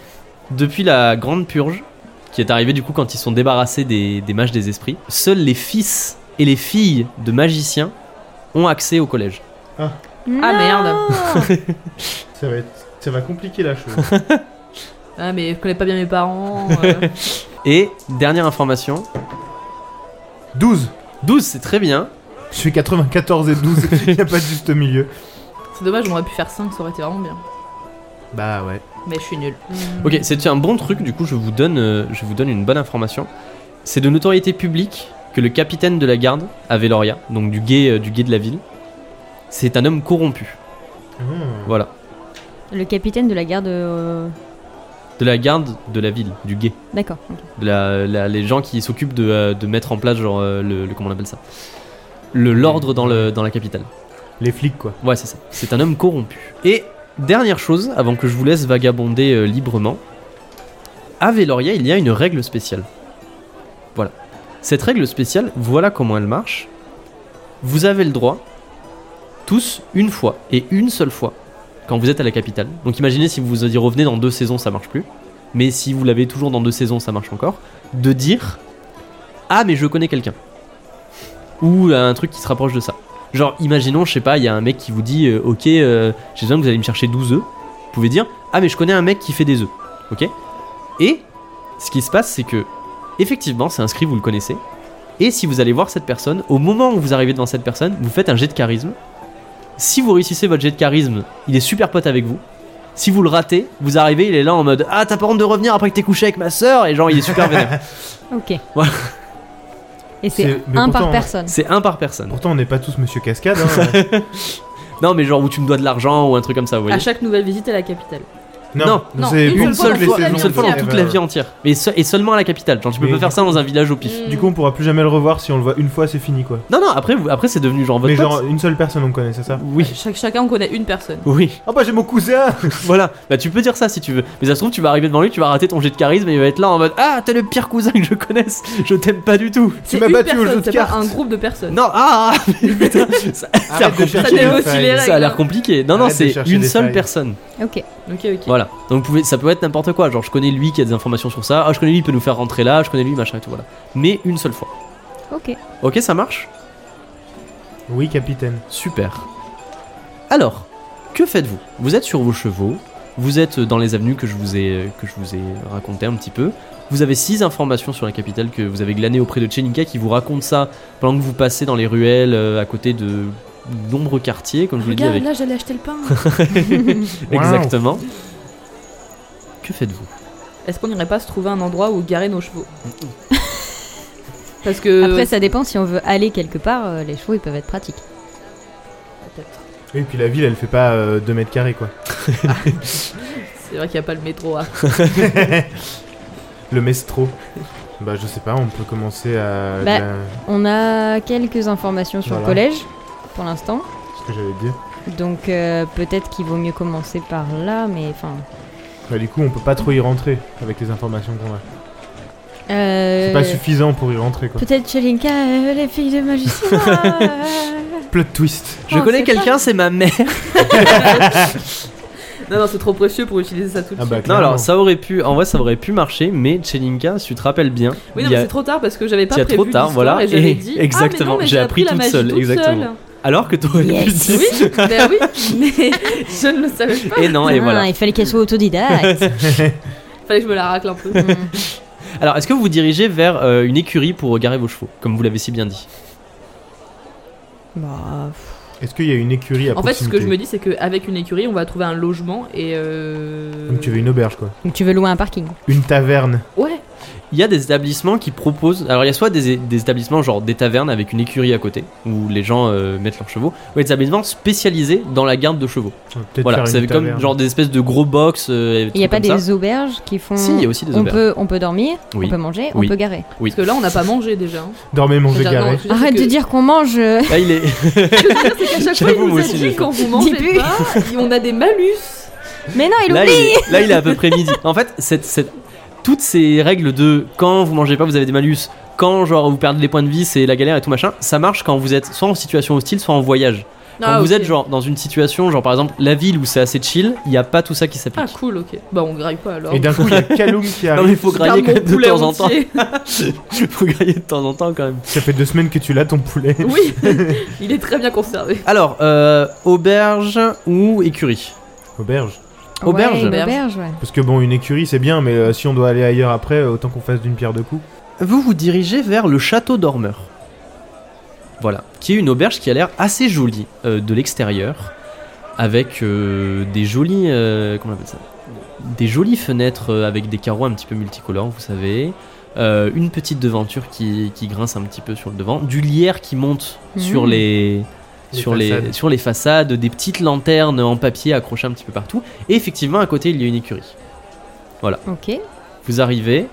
Speaker 1: Depuis la Grande Purge, qui est arrivée du coup quand ils sont débarrassés des, des mages des esprits, seuls les fils et les filles de magiciens ont accès au collège.
Speaker 3: Ah, merde.
Speaker 2: Ça va, être, ça va compliquer la chose.
Speaker 3: Ah, mais je connais pas bien mes parents. euh.
Speaker 1: Et dernière information,
Speaker 2: 12.
Speaker 1: 12 c'est très bien.
Speaker 2: Je suis 94 et 12. Il n'y a pas de juste milieu.
Speaker 3: c'est dommage, on aurait pu faire 5, ça aurait été vraiment bien.
Speaker 2: Bah ouais.
Speaker 3: Mais je suis nul.
Speaker 1: Ok, c'est un bon truc, du coup je vous donne, euh, je vous donne une bonne information. C'est de notoriété publique que le capitaine de la garde à Veloria, donc du guet, euh, du guet de la ville, c'est un homme corrompu.
Speaker 2: Hmm.
Speaker 1: Voilà.
Speaker 4: Le capitaine de la garde. euh,
Speaker 1: De la garde de la ville, du guet.
Speaker 4: D'accord. ok.
Speaker 1: de la- la- les gens qui s'occupent de, euh, de mettre en place genre euh, le, le- comment on appelle ça le l'ordre dans le dans la capitale
Speaker 2: Les flics, quoi.
Speaker 1: Ouais, c'est ça. C'est un homme corrompu. Et dernière chose, avant que je vous laisse vagabonder euh, librement, à Veloria, il y a une règle spéciale. Voilà. Cette règle spéciale, voilà comment elle marche. Vous avez le droit, tous, une fois, et une seule fois, quand vous êtes à la capitale. Donc imaginez si vous y revenez dans deux saisons, ça marche plus. Mais si vous l'avez toujours dans deux saisons, ça marche encore. De dire Ah, mais je connais quelqu'un. Ou un truc qui se rapproche de ça. Genre, imaginons, je sais pas, il y a un mec qui vous dit euh, Ok, euh, j'ai besoin que vous allez me chercher 12 œufs. Vous pouvez dire Ah, mais je connais un mec qui fait des œufs. Ok Et ce qui se passe, c'est que, effectivement, c'est inscrit, vous le connaissez. Et si vous allez voir cette personne, au moment où vous arrivez devant cette personne, vous faites un jet de charisme. Si vous réussissez votre jet de charisme, il est super pote avec vous. Si vous le ratez, vous arrivez, il est là en mode Ah, t'as pas honte de revenir après que t'es couché avec ma soeur Et genre, il est super vénère.
Speaker 4: Ok.
Speaker 1: Voilà.
Speaker 4: Et c'est
Speaker 2: C'est- mais
Speaker 4: un par
Speaker 1: hein.
Speaker 2: pourtant-
Speaker 4: personne.
Speaker 1: C'est un par personne.
Speaker 2: Pourtant, on n'est pas tous Monsieur Cascade. hein.
Speaker 1: Non, mais genre où tu me dois de l'argent ou un truc comme ça, vous voyez.
Speaker 3: À chaque nouvelle visite à la capitale.
Speaker 1: Non,
Speaker 3: non,
Speaker 2: c'est
Speaker 3: une
Speaker 2: une
Speaker 3: seule
Speaker 2: seule des
Speaker 3: fois
Speaker 2: saisons.
Speaker 3: dans toute la vie
Speaker 1: Une seule fois dans
Speaker 2: Eh
Speaker 1: toute
Speaker 2: ben,
Speaker 1: la vie entière. Et, se- et seulement à la capitale. Genre, tu peux
Speaker 2: Mais
Speaker 1: pas faire
Speaker 2: du
Speaker 1: ça dans un village au pif.
Speaker 3: Mm.
Speaker 2: Du coup, on pourra plus jamais le revoir si on le voit une fois, c'est fini, quoi.
Speaker 1: Non, non, après, vous- après c'est devenu genre votre
Speaker 2: Mais genre,
Speaker 1: pote.
Speaker 2: une seule personne, on connaît, c'est ça
Speaker 1: Oui,
Speaker 3: Chaque- chacun, on connaît une personne.
Speaker 1: oui,
Speaker 2: Ah bah, j'ai mon cousin
Speaker 1: voilà. Bah, tu peux dire ça si tu veux. Mais ça se trouve, tu vas arriver devant lui, tu vas rater ton jet de charisme et il va être là en mode Ah, t'es le pire cousin que je connaisse, je t'aime pas du tout.
Speaker 3: C'est
Speaker 2: m'as
Speaker 3: une
Speaker 2: battu au jeu
Speaker 3: personne,
Speaker 2: de
Speaker 3: c'est pas
Speaker 2: cartes.
Speaker 3: un groupe de personnes.
Speaker 1: Non, ah, ah, mais putain, ça, ça a
Speaker 2: Arrête de
Speaker 1: compliqué.
Speaker 2: chercher des
Speaker 3: Ça démolit
Speaker 2: failles.
Speaker 3: les règles.
Speaker 1: Ça a l'air compliqué. Non, non,
Speaker 2: Arrête de
Speaker 1: c'est
Speaker 2: chercher
Speaker 1: une
Speaker 2: des
Speaker 1: seule
Speaker 2: failles.
Speaker 1: personne.
Speaker 4: Ok.
Speaker 3: Ok, ok.
Speaker 1: Voilà. Donc vous pouvez, ça peut être n'importe quoi. Genre, je connais lui qui a des informations sur ça. Ah, je connais lui, il peut nous faire rentrer là. Je connais lui, machin et tout. Voilà. Mais une seule fois.
Speaker 4: Ok.
Speaker 1: Ok, ça marche
Speaker 2: Oui, capitaine.
Speaker 1: Super. Alors, que faites-vous Vous êtes sur vos chevaux. Vous êtes dans les avenues que je vous ai, que je vous ai raconté un petit peu. Vous avez six informations sur la capitale que vous avez glanées auprès de Cheninka qui vous raconte ça pendant que vous passez dans les ruelles euh, à côté de nombreux quartiers, comme je vous l'ai dit
Speaker 3: Regarde,
Speaker 1: avec
Speaker 3: là, j'allais acheter le pain.
Speaker 2: Wow.
Speaker 1: Exactement. Que faites-vous
Speaker 3: Est-ce qu'on irait pas se trouver un endroit où garer nos chevaux
Speaker 2: Mm,
Speaker 3: Parce
Speaker 1: Euh,
Speaker 3: que.
Speaker 4: Après, ça dépend si on veut aller quelque part. euh, les chevaux, ils peuvent être pratiques.
Speaker 3: Peut-être.
Speaker 2: Oui, puis la ville, elle fait pas 2 mètres carrés, quoi.
Speaker 3: C'est vrai qu'il n'y a pas le métro. hein. à-
Speaker 2: Le mestro. Bah, je sais pas, on peut commencer à.
Speaker 4: Bah.
Speaker 2: la-
Speaker 4: On a quelques informations sur le
Speaker 2: Voilà.
Speaker 4: collège pour l'instant.
Speaker 2: Ce que j'allais dire.
Speaker 4: Donc euh, peut-être qu'il vaut mieux commencer par là, mais enfin.
Speaker 2: Bah, du coup, on peut pas trop y rentrer avec les informations qu'on a.
Speaker 4: Euh,
Speaker 2: C'est pas suffisant pour y rentrer, quoi.
Speaker 4: Peut-être Chelinka, euh, les filles de magicien. euh,
Speaker 2: Plot twist.
Speaker 1: Je
Speaker 4: Oh,
Speaker 1: connais
Speaker 4: c'est
Speaker 1: quelqu'un, c'est ma mère.
Speaker 3: Non, non, c'est trop précieux pour utiliser ça tout de
Speaker 2: Ah
Speaker 3: suite.
Speaker 2: bah,
Speaker 1: Non,
Speaker 2: clairement.
Speaker 1: alors ça aurait pu, en vrai, ça aurait pu marcher, mais Chelinka, si tu te rappelles bien,
Speaker 3: Oui,
Speaker 1: il
Speaker 3: non,
Speaker 1: y
Speaker 3: mais
Speaker 1: a-
Speaker 3: c'est trop tard parce que j'avais pas
Speaker 1: Il y a
Speaker 3: prévu
Speaker 1: trop tard,
Speaker 3: l'histoire
Speaker 1: voilà,
Speaker 3: et j'avais
Speaker 1: et-
Speaker 3: dit.
Speaker 1: exactement,
Speaker 3: Ah, mais non, mais
Speaker 1: j'ai appris
Speaker 3: la
Speaker 1: toute
Speaker 3: magie
Speaker 1: seule,
Speaker 3: toute
Speaker 1: exactement. alors que t'aurais pu
Speaker 4: Yes.
Speaker 1: dire.
Speaker 3: Oui, bah oui, mais je ne le savais pas.
Speaker 1: Et non, et
Speaker 4: ah,
Speaker 1: voilà.
Speaker 4: Il fallait qu'elle soit autodidacte.
Speaker 3: Fallait que je me la racle un peu.
Speaker 4: Hmm.
Speaker 1: Alors, est-ce que vous vous dirigez vers euh, une écurie pour garer vos chevaux, comme vous l'avez si bien dit
Speaker 4: Bah, pff,
Speaker 2: Est-ce qu'il y a une écurie à
Speaker 3: Ah. En fait, ce que
Speaker 2: proximité
Speaker 3: je me dis, c'est qu'avec une écurie, on va trouver un logement et. Euh...
Speaker 2: Donc, tu veux une auberge, quoi.
Speaker 4: donc tu veux louer un parking
Speaker 2: Une taverne.
Speaker 3: Ouais,
Speaker 1: Il y a des établissements qui proposent. Alors, il y a soit des, des établissements genre des tavernes avec une écurie à côté, où les gens euh, mettent leurs chevaux, ou des établissements spécialisés dans la garde de chevaux.
Speaker 2: On va peut-être
Speaker 1: Voilà,
Speaker 2: faire
Speaker 1: c'est
Speaker 2: une
Speaker 1: comme
Speaker 2: taverne.
Speaker 1: genre des espèces de gros box. euh, et
Speaker 4: Il n'y a
Speaker 1: trucs
Speaker 4: pas
Speaker 1: comme
Speaker 4: des
Speaker 1: ça.
Speaker 4: auberges qui font.
Speaker 1: Si, il y a aussi des
Speaker 4: on
Speaker 1: auberges.
Speaker 4: peut, on peut dormir,
Speaker 1: Oui.
Speaker 4: on peut manger,
Speaker 1: Oui.
Speaker 4: on peut garer.
Speaker 1: Oui.
Speaker 3: parce que là, on n'a pas mangé déjà. hein.
Speaker 2: Dormez, mangez,
Speaker 3: C'est-à-dire, non,
Speaker 2: garé.
Speaker 3: ce que je veux
Speaker 4: Arrête
Speaker 3: c'est
Speaker 4: de
Speaker 3: que-
Speaker 4: dire qu'on mange. euh,
Speaker 1: Là, il est.
Speaker 3: C'est qu'à chaque fois, il
Speaker 1: J'avoue,
Speaker 3: nous
Speaker 1: moi
Speaker 3: a
Speaker 1: aussi, j'ai
Speaker 3: dit
Speaker 1: fait.
Speaker 3: quand vous mangez
Speaker 4: Début.
Speaker 3: pas, on a des malus.
Speaker 4: Mais non, il
Speaker 1: là, il
Speaker 4: oublie.
Speaker 1: est, là, il est à peu près midi. En fait, cette, cette- toutes ces règles de quand vous mangez pas, vous avez des malus, quand genre vous perdez des points de vie, c'est la galère et tout machin, ça marche quand vous êtes soit en situation hostile, soit en voyage. Quand
Speaker 3: Ah,
Speaker 1: vous
Speaker 3: ok.
Speaker 1: êtes genre dans une situation, genre par exemple la ville où c'est assez chill, il n'y a pas tout ça qui
Speaker 3: Ah,
Speaker 1: s'applique.
Speaker 3: cool, ok. Bah, on graille pas alors.
Speaker 2: Et d'un coup, il y a Kaloum qui
Speaker 1: non mais
Speaker 2: arrive.
Speaker 1: il faut
Speaker 3: Je
Speaker 1: grailler
Speaker 3: garde
Speaker 1: quand
Speaker 3: Ah, mon
Speaker 1: même de
Speaker 3: poulet
Speaker 1: temps en temps.
Speaker 3: entier.
Speaker 1: faut grailler de temps en temps quand même.
Speaker 2: Ça fait deux semaines que tu l'as, ton poulet.
Speaker 3: Oui, il est très bien conservé.
Speaker 1: Alors, euh, auberge ou écurie
Speaker 2: Auberge.
Speaker 1: Auberge.
Speaker 4: Ouais, une
Speaker 3: Auberge.
Speaker 4: auberge, ouais.
Speaker 2: Parce que bon, une écurie, c'est bien, mais euh, si on doit aller ailleurs après, euh, autant qu'on fasse d'une pierre deux coups.
Speaker 1: Vous vous dirigez vers le château dormeur. Voilà, qui est une auberge qui a l'air assez jolie euh, de l'extérieur, avec euh, des jolies, euh, comment on appelle ça Des jolies fenêtres euh, avec des carreaux un petit peu multicolores, vous savez. Euh, une petite devanture qui, qui grince un petit peu sur le devant, du lierre qui monte
Speaker 4: Mmh.
Speaker 1: sur les
Speaker 2: Les
Speaker 1: sur les
Speaker 2: façades.
Speaker 1: sur les façades, des petites lanternes en papier accrochées un petit peu partout. Et effectivement, à côté, il y a une écurie.
Speaker 4: Ok.
Speaker 1: Vous arrivez,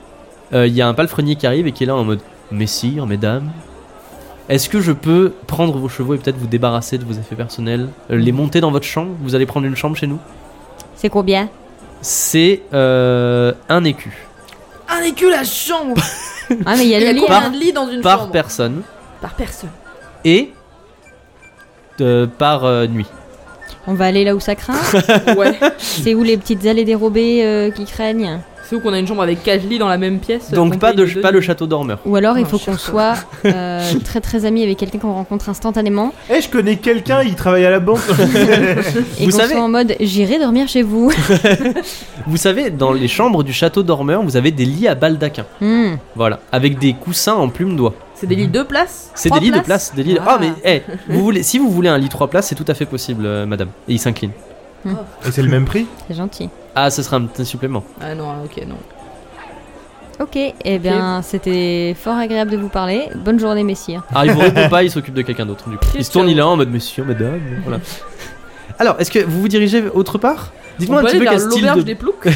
Speaker 1: euh, il y a un palefrenier qui arrive et qui est là en mode Messire, mesdames, Est-ce que je peux prendre vos chevaux et peut-être vous débarrasser de vos effets personnels, euh, les monter dans votre chambre Vous allez prendre une chambre chez nous
Speaker 4: C'est combien
Speaker 1: C'est euh, un écu
Speaker 3: Un écu Ah, la chambre
Speaker 4: Ah, mais il y a
Speaker 3: Il y
Speaker 4: le
Speaker 3: a
Speaker 4: lit.
Speaker 1: quoi
Speaker 4: hein.
Speaker 3: combien de lits dans une
Speaker 1: par
Speaker 3: chambre
Speaker 1: personne
Speaker 3: Par personne.
Speaker 1: et euh, par euh, nuit.
Speaker 4: On va aller là où ça craint.
Speaker 3: Ouais.
Speaker 4: C'est où les petites allées dérobées euh, qui craignent.
Speaker 3: C'est où qu'on a une chambre avec 4 lits dans la même pièce
Speaker 1: Donc
Speaker 3: qu'on
Speaker 1: pas,
Speaker 3: paye
Speaker 1: de,
Speaker 3: les deux
Speaker 1: pas le
Speaker 3: nuits.
Speaker 1: château dormeur.
Speaker 4: Ou alors il
Speaker 3: Oh,
Speaker 4: faut
Speaker 3: je
Speaker 4: qu'on
Speaker 3: suis
Speaker 4: soit euh, très très amis avec quelqu'un qu'on rencontre instantanément.
Speaker 2: Eh, je connais quelqu'un, il travaille à la banque.
Speaker 4: Et
Speaker 1: Vous
Speaker 4: qu'on
Speaker 1: savez-
Speaker 4: soit en mode j'irai dormir chez vous.
Speaker 1: Vous savez, dans les chambres du château dormeur, vous avez des lits à baldaquin.
Speaker 4: Hmm.
Speaker 1: Voilà, avec des coussins en plume d'oie.
Speaker 3: C'est des lits de place
Speaker 1: C'est
Speaker 3: Trois
Speaker 1: des lits de
Speaker 3: places
Speaker 1: place, des lits. de- Ah,
Speaker 4: Ah.
Speaker 1: mais eh, vous voulez, si vous voulez un lit 3 places, c'est tout à fait possible, euh, madame. Et il s'incline.
Speaker 2: Et c'est le même prix
Speaker 4: C'est gentil.
Speaker 1: Ah, ce sera un petit supplément.
Speaker 3: Ah non, ok, non.
Speaker 4: Ok, eh bien c'était fort agréable de vous parler. Bonne journée messire.
Speaker 1: Ah, il vous répond pas, il s'occupe de quelqu'un d'autre. Du coup, il se tourne, il est là en mode monsieur, madame. Voilà. Alors, est-ce que vous vous dirigez autre part Dites-moi
Speaker 3: On
Speaker 1: un
Speaker 3: peut
Speaker 1: petit
Speaker 3: aller
Speaker 1: peu
Speaker 3: vers
Speaker 1: quel style
Speaker 3: l'auberge
Speaker 1: de.
Speaker 3: des ploucs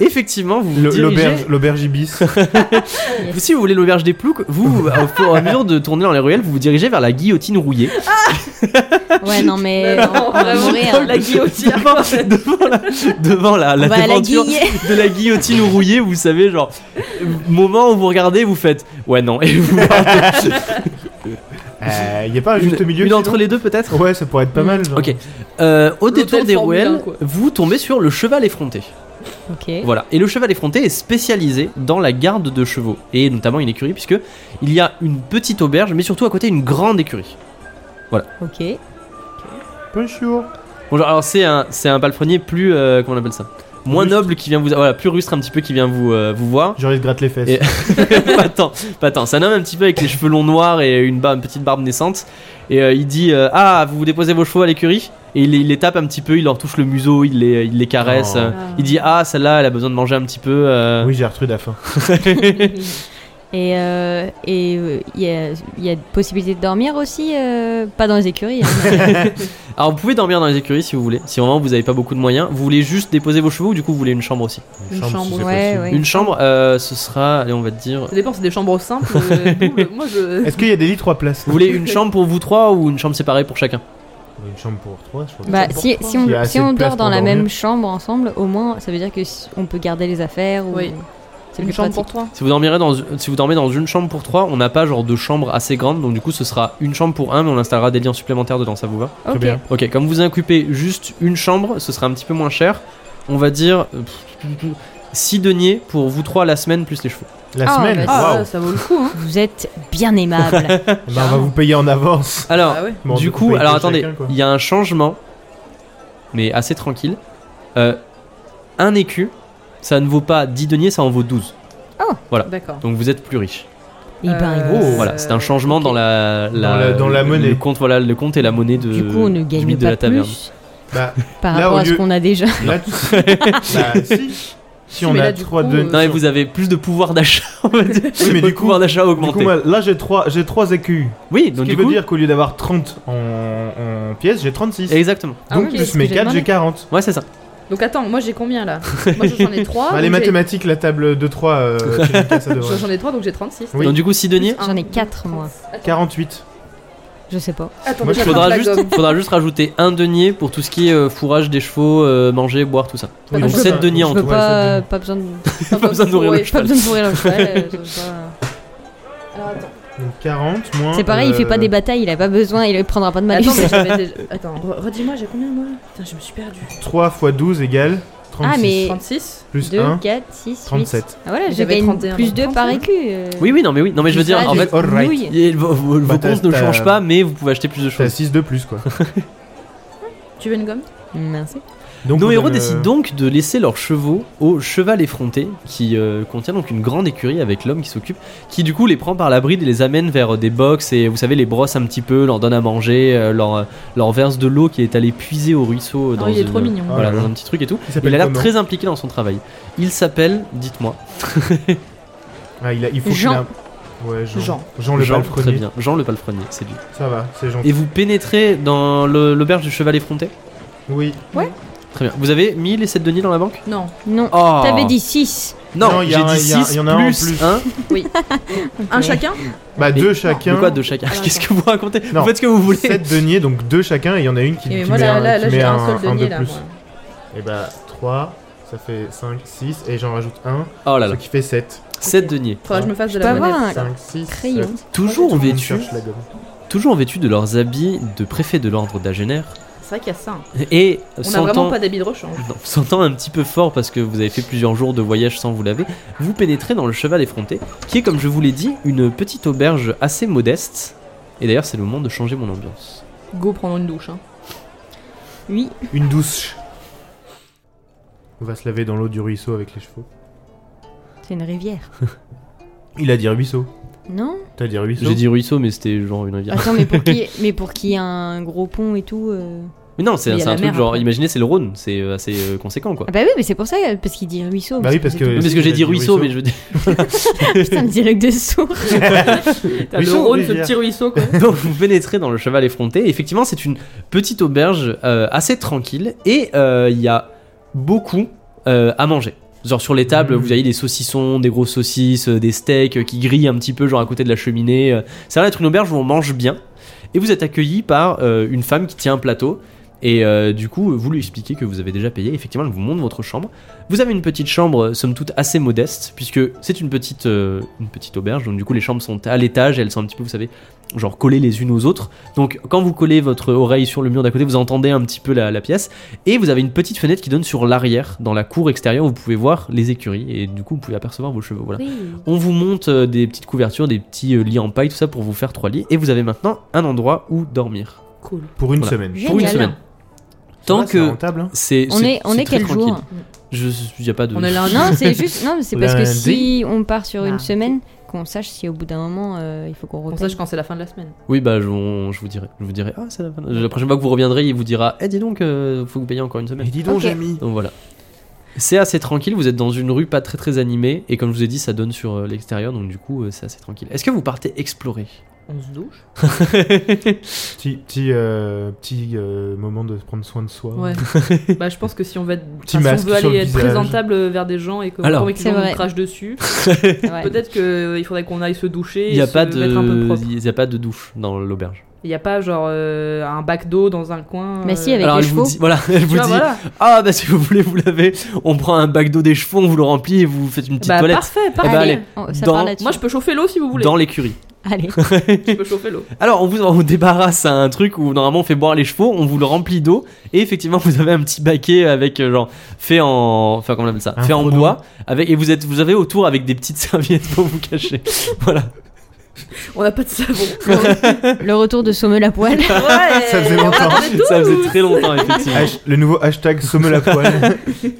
Speaker 1: Effectivement, vous vous
Speaker 2: Le-
Speaker 1: dirigez.
Speaker 2: L'auberge l'auberge ibis.
Speaker 1: Si vous voulez l'auberge des ploucs, vous, au fur et à mesure de tourner dans les ruelles, vous vous dirigez vers la guillotine rouillée.
Speaker 4: Ouais non mais
Speaker 3: Non,
Speaker 4: on, on va
Speaker 3: vraiment,
Speaker 4: mourir. hein.
Speaker 3: La guillotine
Speaker 1: devant, devant la, devant la, la
Speaker 4: On va à la
Speaker 1: devanture
Speaker 4: guille.
Speaker 1: de la guillotine rouillée, vous savez, genre, moment où vous regardez, vous faites ouais, non, et vous partez.
Speaker 2: Eh, Il n'y a pas un
Speaker 1: une,
Speaker 2: juste milieu
Speaker 1: une
Speaker 2: sinon
Speaker 1: entre les deux, peut-être
Speaker 2: Ouais, ça pourrait être pas mal. Genre.
Speaker 1: Ok. Euh, au détour
Speaker 3: L'hôtel
Speaker 1: des
Speaker 3: Formule
Speaker 1: ruelles,
Speaker 3: un, quoi.
Speaker 1: vous tombez sur le cheval effronté.
Speaker 4: Ok.
Speaker 1: Voilà. Et le cheval effronté est spécialisé dans la garde de chevaux, et notamment une écurie, puisque il y a une petite auberge, mais surtout à côté une grande écurie.
Speaker 4: Ok.
Speaker 2: Pas sûr.
Speaker 1: Bonjour, alors c'est un, c'est un palefrenier plus. euh, comment on appelle ça Moins
Speaker 2: Rustre.
Speaker 1: noble qui vient vous. Voilà, plus rustre un petit peu qui vient vous, euh, vous voir.
Speaker 2: J'ai envie de gratter les fesses.
Speaker 1: Et- pas tant, pas tant. C'est un homme un petit peu avec les cheveux longs noirs et une, ba- une petite barbe naissante. Et euh, il dit euh, Ah, vous déposez vos chevaux à l'écurie Et il, les- il les tape un petit peu, il leur touche le museau, il les, il les caresse.
Speaker 2: Oh.
Speaker 1: euh, Il dit Ah, celle-là, elle a besoin de manger un petit peu. euh.
Speaker 2: Oui, Gertrude à faim.
Speaker 4: Et euh, et euh, il y, a, il y a possibilité de dormir aussi, euh, pas dans les écuries. hein, mais-
Speaker 1: Alors, vous pouvez dormir dans les écuries si vous voulez. Si vraiment vous n'avez pas beaucoup de moyens, vous voulez juste déposer vos chevaux ou du coup vous voulez une chambre aussi
Speaker 3: Une chambre,
Speaker 2: si c'est
Speaker 4: ouais,
Speaker 2: possible.
Speaker 4: ouais.
Speaker 1: Une chambre, euh, ce sera, allez, on va te dire.
Speaker 3: Ça dépend, c'est des chambres simples. euh, doubles. Moi, je.
Speaker 2: Est-ce qu'il y a des lits trois places
Speaker 1: Vous voulez une chambre pour vous trois ou une chambre séparée pour chacun
Speaker 2: Une chambre pour trois, je crois.
Speaker 4: Bah,
Speaker 3: Pour
Speaker 4: si,
Speaker 3: toi.
Speaker 4: si
Speaker 2: Il y a
Speaker 4: on,
Speaker 2: assez
Speaker 4: si on
Speaker 2: de place
Speaker 4: dort dans
Speaker 2: pour
Speaker 4: la
Speaker 2: dormir.
Speaker 4: même chambre ensemble, au moins, ça veut dire que si- on peut garder les affaires ou
Speaker 3: Oui.
Speaker 4: c'est
Speaker 3: Une
Speaker 4: plus
Speaker 3: chambre
Speaker 4: pratique.
Speaker 3: pour toi
Speaker 1: Si vous, dormirez dans, si vous dormez dans une chambre pour trois, on n'a pas genre de chambre assez grande, donc du coup ce sera une chambre pour un, mais on installera des liens supplémentaires dedans, ça vous va
Speaker 2: Très
Speaker 4: Ok.
Speaker 2: bien.
Speaker 1: Ok, comme vous occupez juste une chambre, ce sera un petit peu moins cher. On va dire euh, pff, 6 deniers pour vous trois la semaine plus les chevaux.
Speaker 2: La
Speaker 4: Ah,
Speaker 2: semaine
Speaker 4: bah,
Speaker 3: Ah,
Speaker 2: Waouh.
Speaker 3: ça vaut le coup, hein
Speaker 4: Vous êtes bien aimable.
Speaker 2: Bah, On va vous payer en avance.
Speaker 1: Alors,
Speaker 3: Ah ouais.
Speaker 2: Bon,
Speaker 1: du
Speaker 2: on
Speaker 1: coup,
Speaker 2: paye
Speaker 1: alors
Speaker 2: chacun,
Speaker 1: attendez,
Speaker 2: quoi.
Speaker 1: il y a un changement, mais assez tranquille. Euh, un écu, ça ne vaut pas 10 deniers, ça en vaut 12.
Speaker 3: D'accord.
Speaker 1: Donc vous êtes plus riche.
Speaker 4: Et ben,
Speaker 3: Euh,
Speaker 2: Oh.
Speaker 1: Voilà, c'est un changement dans la,
Speaker 2: la- dans la
Speaker 1: le-
Speaker 2: monnaie.
Speaker 1: Le compte, voilà, le compte et la monnaie de
Speaker 4: du coup, on ne
Speaker 1: du
Speaker 4: gagne
Speaker 1: mythe
Speaker 4: pas
Speaker 1: de la taverne.
Speaker 4: plus
Speaker 2: Bah,
Speaker 4: par
Speaker 2: Là,
Speaker 4: rapport
Speaker 2: au
Speaker 4: à ce
Speaker 2: lieu-
Speaker 4: qu'on a déjà.
Speaker 2: là, tu- bah, si. Si on
Speaker 3: mais là,
Speaker 2: a
Speaker 3: du
Speaker 2: trois
Speaker 3: coup,
Speaker 2: de.
Speaker 3: euh,
Speaker 1: Non, mais vous avez plus de pouvoir d'achat, on va dire.
Speaker 2: Oui, mais
Speaker 1: Votre
Speaker 2: du coup-
Speaker 1: pouvoir d'achat
Speaker 2: Du
Speaker 1: augmenté.
Speaker 2: coup, moi, là, j'ai trois, j'ai trois écus.
Speaker 1: Oui,
Speaker 2: Ce
Speaker 1: donc
Speaker 2: qui
Speaker 1: du
Speaker 2: veut
Speaker 1: coup.
Speaker 2: dire qu'au lieu d'avoir 30 en, en pièces, j'ai 36.
Speaker 1: Exactement.
Speaker 4: Ah
Speaker 2: Donc,
Speaker 4: oui, mais c'est
Speaker 2: plus
Speaker 4: ce
Speaker 2: mes
Speaker 4: que j'ai
Speaker 2: 4, j'ai
Speaker 4: demandé. Ah,
Speaker 2: 40.
Speaker 1: Ouais, c'est ça.
Speaker 3: Donc attends, moi j'ai combien là Moi j'en ai 3.
Speaker 2: Bah, les mathématiques, la table de 3, euh, chez Lucas, ça devrait.
Speaker 3: J'en ai 3 donc j'ai 36.
Speaker 2: Oui.
Speaker 1: Donc du coup, 6 deniers.
Speaker 4: J'en ai quatre, moi.
Speaker 2: 48.
Speaker 4: Je sais pas.
Speaker 3: Attends,
Speaker 2: Moi, j'attrape
Speaker 3: déjà,
Speaker 1: Faudra
Speaker 3: la
Speaker 1: juste,
Speaker 3: gomme.
Speaker 1: faudra juste rajouter un denier pour tout ce qui est euh, fourrage des chevaux, euh, manger, boire, tout ça.
Speaker 2: Oui,
Speaker 1: donc
Speaker 2: c'est
Speaker 1: sept
Speaker 2: ça.
Speaker 1: deniers en
Speaker 4: Bah, Je
Speaker 1: tout.
Speaker 4: veux
Speaker 2: Ouais,
Speaker 4: pas, euh,
Speaker 2: sept
Speaker 4: pas besoin de,
Speaker 1: Pas besoin de nourrir le
Speaker 3: Ouais,
Speaker 4: pas
Speaker 1: cheval.
Speaker 4: besoin de fourrer le cheval. euh, je veux pas.
Speaker 3: Alors attends.
Speaker 2: deniers. Donc 40 moins.
Speaker 4: C'est pareil, il fait pas
Speaker 2: euh,
Speaker 4: des batailles, il a pas besoin, il prendra pas de malus.
Speaker 3: Attends, mais j'avais déjà- Attends, re- redis-moi, j'ai combien moi Putain, je me suis perdu.
Speaker 2: 3 x 12 égale 36.
Speaker 4: Ah, mais- Et-
Speaker 3: 36
Speaker 2: Plus 1,
Speaker 4: 2, 4, 6, 8.
Speaker 2: 37.
Speaker 4: Ah voilà, je
Speaker 3: J'avais
Speaker 4: gagne
Speaker 3: 31,
Speaker 4: plus
Speaker 3: donc
Speaker 4: 2 par
Speaker 3: 35.
Speaker 4: écu. euh.
Speaker 1: Oui, oui, non, mais oui. Non, mais je veux dire,
Speaker 4: Ça,
Speaker 1: en
Speaker 4: du-
Speaker 1: fait,
Speaker 2: All right.
Speaker 4: nouilles.
Speaker 1: et vos, vos- vos
Speaker 2: Bah, t'as-
Speaker 1: comptes ne
Speaker 2: t'as-
Speaker 1: changent pas, mais vous pouvez acheter plus de
Speaker 2: T'as
Speaker 1: choses.
Speaker 2: 6 de plus quoi.
Speaker 3: Tu veux une gomme
Speaker 4: Merci.
Speaker 2: Donc,
Speaker 1: Nos
Speaker 2: on
Speaker 1: héros
Speaker 2: donne, euh,
Speaker 1: décident donc de laisser leurs chevaux au cheval effronté, qui euh, contient donc une grande écurie avec l'homme qui s'occupe, qui du coup les prend par la bride et les amène vers euh, des box et vous savez les brosse un petit peu, leur donne à manger, euh, leur, euh, leur verse de l'eau qui est allée puiser au ruisseau euh,
Speaker 3: Oh,
Speaker 1: dans,
Speaker 3: il est
Speaker 1: une-
Speaker 3: trop mignon.
Speaker 1: voilà,
Speaker 2: Ah, là,
Speaker 1: dans
Speaker 2: là.
Speaker 1: un petit truc et tout.
Speaker 2: Il
Speaker 1: Il
Speaker 2: s'appelle
Speaker 1: a l'air
Speaker 2: comment
Speaker 1: très impliqué dans son travail. Il s'appelle, dites-moi,
Speaker 2: Ah, il, a- il faut qu'il
Speaker 4: Jean.
Speaker 2: a- Ouais, Jean.
Speaker 3: Jean.
Speaker 2: Jean le
Speaker 1: Jean,
Speaker 2: balconier.
Speaker 1: très bien, Jean le palefrenier, c'est lui.
Speaker 2: Ça va, c'est Jean.
Speaker 1: Et vous pénétrez dans le- l'auberge du cheval effronté
Speaker 2: Oui.
Speaker 1: Très bien. Vous avez mis les 7 deniers dans la banque
Speaker 3: Non.
Speaker 4: Non.
Speaker 1: Oh
Speaker 4: T'avais dit 6.
Speaker 1: Non,
Speaker 2: Non, il y a
Speaker 1: j'ai
Speaker 2: un-
Speaker 1: dit
Speaker 2: il y a-
Speaker 1: 6
Speaker 2: il y en a un en
Speaker 1: plus
Speaker 2: plus.
Speaker 1: 1.
Speaker 3: Un chacun
Speaker 2: Bah,
Speaker 1: Mais-
Speaker 2: deux chacun.
Speaker 1: De quoi de chacun
Speaker 3: Ah,
Speaker 1: Qu'est-ce que vous racontez
Speaker 2: Non.
Speaker 1: Vous faites ce que vous voulez.
Speaker 2: 7 deniers, donc deux chacun, et il y en a une qui,
Speaker 3: Et
Speaker 2: qui
Speaker 3: Eh, moi,
Speaker 2: met,
Speaker 3: là,
Speaker 2: un,
Speaker 3: là,
Speaker 2: qui
Speaker 3: là,
Speaker 2: met
Speaker 3: j'ai un,
Speaker 2: un,
Speaker 3: seul
Speaker 2: un
Speaker 3: denier,
Speaker 2: de
Speaker 3: là.
Speaker 2: plus.
Speaker 3: moi.
Speaker 2: Et bah, 3, ça fait 5, 6, et j'en rajoute un,
Speaker 1: Oh là
Speaker 2: ce
Speaker 1: là,
Speaker 2: qui fait 7.
Speaker 1: 7 deniers.
Speaker 3: Faudra que je me fasse de
Speaker 4: peux
Speaker 3: la
Speaker 4: avoir
Speaker 3: monnaie.
Speaker 4: un
Speaker 2: 5, 6,
Speaker 4: crayon.
Speaker 1: Toujours vêtus,
Speaker 2: cherche la gomme.
Speaker 1: toujours vêtus de leurs habits de préfet de l'ordre d'Agener
Speaker 3: C'est vrai qu'il y a ça. hein.
Speaker 1: et
Speaker 3: On a vraiment
Speaker 1: s'entend
Speaker 3: pas d'habit de hein. rechange.
Speaker 1: non, s'entend un petit peu fort parce que vous avez fait plusieurs jours de voyage sans vous laver, vous pénétrez dans le cheval effronté, qui est comme je vous l'ai dit une petite auberge assez modeste. Et d'ailleurs c'est le moment de changer mon ambiance.
Speaker 3: Go prendre une douche. hein.
Speaker 4: Oui.
Speaker 2: Une douche. On va se laver dans l'eau du ruisseau avec les chevaux.
Speaker 4: C'est une rivière.
Speaker 2: Il a dit ruisseau.
Speaker 4: Non
Speaker 2: T'as dit ruisseau
Speaker 1: J'ai dit ruisseau mais c'était genre une rivière.
Speaker 4: Attends, mais pour qui mais pour qu'il y ait un gros pont et tout. euh,
Speaker 1: Mais non, c'est
Speaker 3: Mais il y a
Speaker 1: c'est un
Speaker 3: la
Speaker 1: truc
Speaker 3: mer
Speaker 1: genre,
Speaker 3: après.
Speaker 1: imaginez c'est le Rhône, c'est euh, assez euh, conséquent quoi.
Speaker 4: Ah bah oui, mais c'est pour ça, euh, parce qu'il dit ruisseau.
Speaker 2: Bah oui, parce que.
Speaker 1: Oui, parce
Speaker 2: si,
Speaker 1: que
Speaker 2: il a
Speaker 1: j'ai dit ruisseau, mais je veux dire.
Speaker 4: Ça me direct de sourd.
Speaker 3: T'as le
Speaker 2: Ruisseau ou
Speaker 3: Rhône, ce
Speaker 2: rivière
Speaker 3: petit ruisseau, quoi.
Speaker 1: Donc vous pénétrez dans le cheval effronté. Et effectivement, c'est une petite auberge euh, assez tranquille et euh, il y a beaucoup euh, à manger. Genre sur les tables,
Speaker 2: Mhm.
Speaker 1: vous avez des saucissons, des grosses saucisses, euh, des steaks euh, qui grillent un petit peu genre à côté de la cheminée. euh. Ça va être une auberge où on mange bien. Et vous êtes accueilli par euh, une femme qui tient un plateau. Et euh, du coup, vous lui expliquez que vous avez déjà payé. Effectivement, elle vous montre votre chambre. Vous avez une petite chambre, euh, somme toute assez modeste, puisque c'est une petite, euh, une petite auberge. Donc du coup, les chambres sont à l'étage. et Elles sont un petit peu, vous savez, genre collées les unes aux autres. Donc quand vous collez votre oreille sur le mur d'à côté, vous entendez un petit peu la, la pièce. Et vous avez une petite fenêtre qui donne sur l'arrière, dans la cour extérieure, où vous pouvez voir les écuries. Et du coup, vous pouvez apercevoir vos chevaux. Voilà.
Speaker 4: Oui.
Speaker 1: On vous monte euh, des petites couvertures, des petits euh, lits en paille, tout ça pour vous faire trois lits. Et vous avez maintenant un endroit où dormir.
Speaker 3: Cool.
Speaker 2: Pour une
Speaker 1: Voilà.
Speaker 2: semaine.
Speaker 1: Pour une
Speaker 4: Génial.
Speaker 1: semaine.
Speaker 2: Ça
Speaker 1: Tant
Speaker 2: va, c'est
Speaker 1: que
Speaker 2: rentable, hein
Speaker 1: c'est.
Speaker 4: On
Speaker 1: c'est-
Speaker 4: est, on
Speaker 1: c'est
Speaker 4: est
Speaker 1: très
Speaker 4: quel jour
Speaker 1: tranquille. Je. Il y a pas de.
Speaker 3: On est là.
Speaker 4: Non, c'est juste. Non, mais c'est parce que
Speaker 2: Lundi.
Speaker 4: si on part sur une
Speaker 3: Ah.
Speaker 4: semaine, qu'on sache si au bout d'un moment, euh, il faut qu'on
Speaker 3: On
Speaker 4: repasse.
Speaker 3: sache quand c'est la fin de la semaine.
Speaker 1: Oui, bah je, on- je vous dirai. Je vous dirai. Ah, c'est la fin. La prochaine fois que vous reviendrez, il vous dira Eh, dis donc, euh, faut que vous payiez encore une
Speaker 2: Mais
Speaker 1: semaine.
Speaker 2: dis donc,
Speaker 4: Ok.
Speaker 2: Jamy.
Speaker 1: Donc voilà. C'est assez tranquille, vous êtes dans une rue pas très très animée, et comme je vous ai dit, ça donne sur euh, l'extérieur, donc du coup, euh, c'est assez tranquille. Est-ce que vous partez explorer
Speaker 3: On se douche.
Speaker 2: Petit, petit, euh, petit euh, moment de prendre soin de soi.
Speaker 3: Ouais. bah, je pense que si on veut être,
Speaker 2: Petit
Speaker 3: enfin, si
Speaker 2: masque
Speaker 3: on veut
Speaker 2: sur
Speaker 3: aller
Speaker 2: le
Speaker 3: être
Speaker 2: visage.
Speaker 3: présentable vers des gens et que
Speaker 1: Alors.
Speaker 3: Alors, les
Speaker 4: C'est
Speaker 3: gens
Speaker 4: vrai.
Speaker 3: nous crachent dessus,
Speaker 4: Ouais.
Speaker 3: peut-être qu'il faudrait qu'on aille se doucher
Speaker 1: Il
Speaker 3: et
Speaker 1: n'y a,
Speaker 3: se
Speaker 1: pas
Speaker 3: mettre un peu
Speaker 1: de...
Speaker 3: propre.
Speaker 1: il y a pas de douche dans l'auberge.
Speaker 3: Il n'y a pas genre euh, un bac d'eau dans un coin. euh,
Speaker 4: Bah si, avec-
Speaker 1: Alors
Speaker 4: les
Speaker 1: elle vous
Speaker 4: chevaux.
Speaker 1: dit, voilà, elle
Speaker 3: Tu
Speaker 1: vous
Speaker 3: vois,
Speaker 1: dit,
Speaker 3: voilà.
Speaker 1: ah bah si vous voulez vous lavez, on prend un bac d'eau des chevaux, on vous le remplit et vous faites une petite
Speaker 3: Bah,
Speaker 1: toilette
Speaker 3: parfait,
Speaker 1: bah,
Speaker 3: parfait.
Speaker 1: allez.
Speaker 4: Oh, ça
Speaker 1: Dans-
Speaker 4: parle là-dessus.
Speaker 3: Moi, je peux chauffer l'eau si vous voulez.
Speaker 1: dans l'écurie.
Speaker 4: Allez.
Speaker 3: Je peux chauffer l'eau.
Speaker 1: Alors on vous, on vous débarrasse à un truc où normalement on fait boire les chevaux, on vous le remplit d'eau et effectivement vous avez un petit baquet avec euh, genre fait en, enfin comment on appelle ça,
Speaker 2: Un
Speaker 1: fait en
Speaker 2: chrono.
Speaker 1: bois avec et vous êtes, vous avez autour avec des petites serviettes pour vous cacher. voilà.
Speaker 3: On n'a pas de savon.
Speaker 4: Le retour de Sommel à poil.
Speaker 2: Ça faisait
Speaker 3: Ah,
Speaker 2: longtemps.
Speaker 1: Ça faisait très longtemps effectivement.
Speaker 2: Hash- le nouveau hashtag somme la poêle.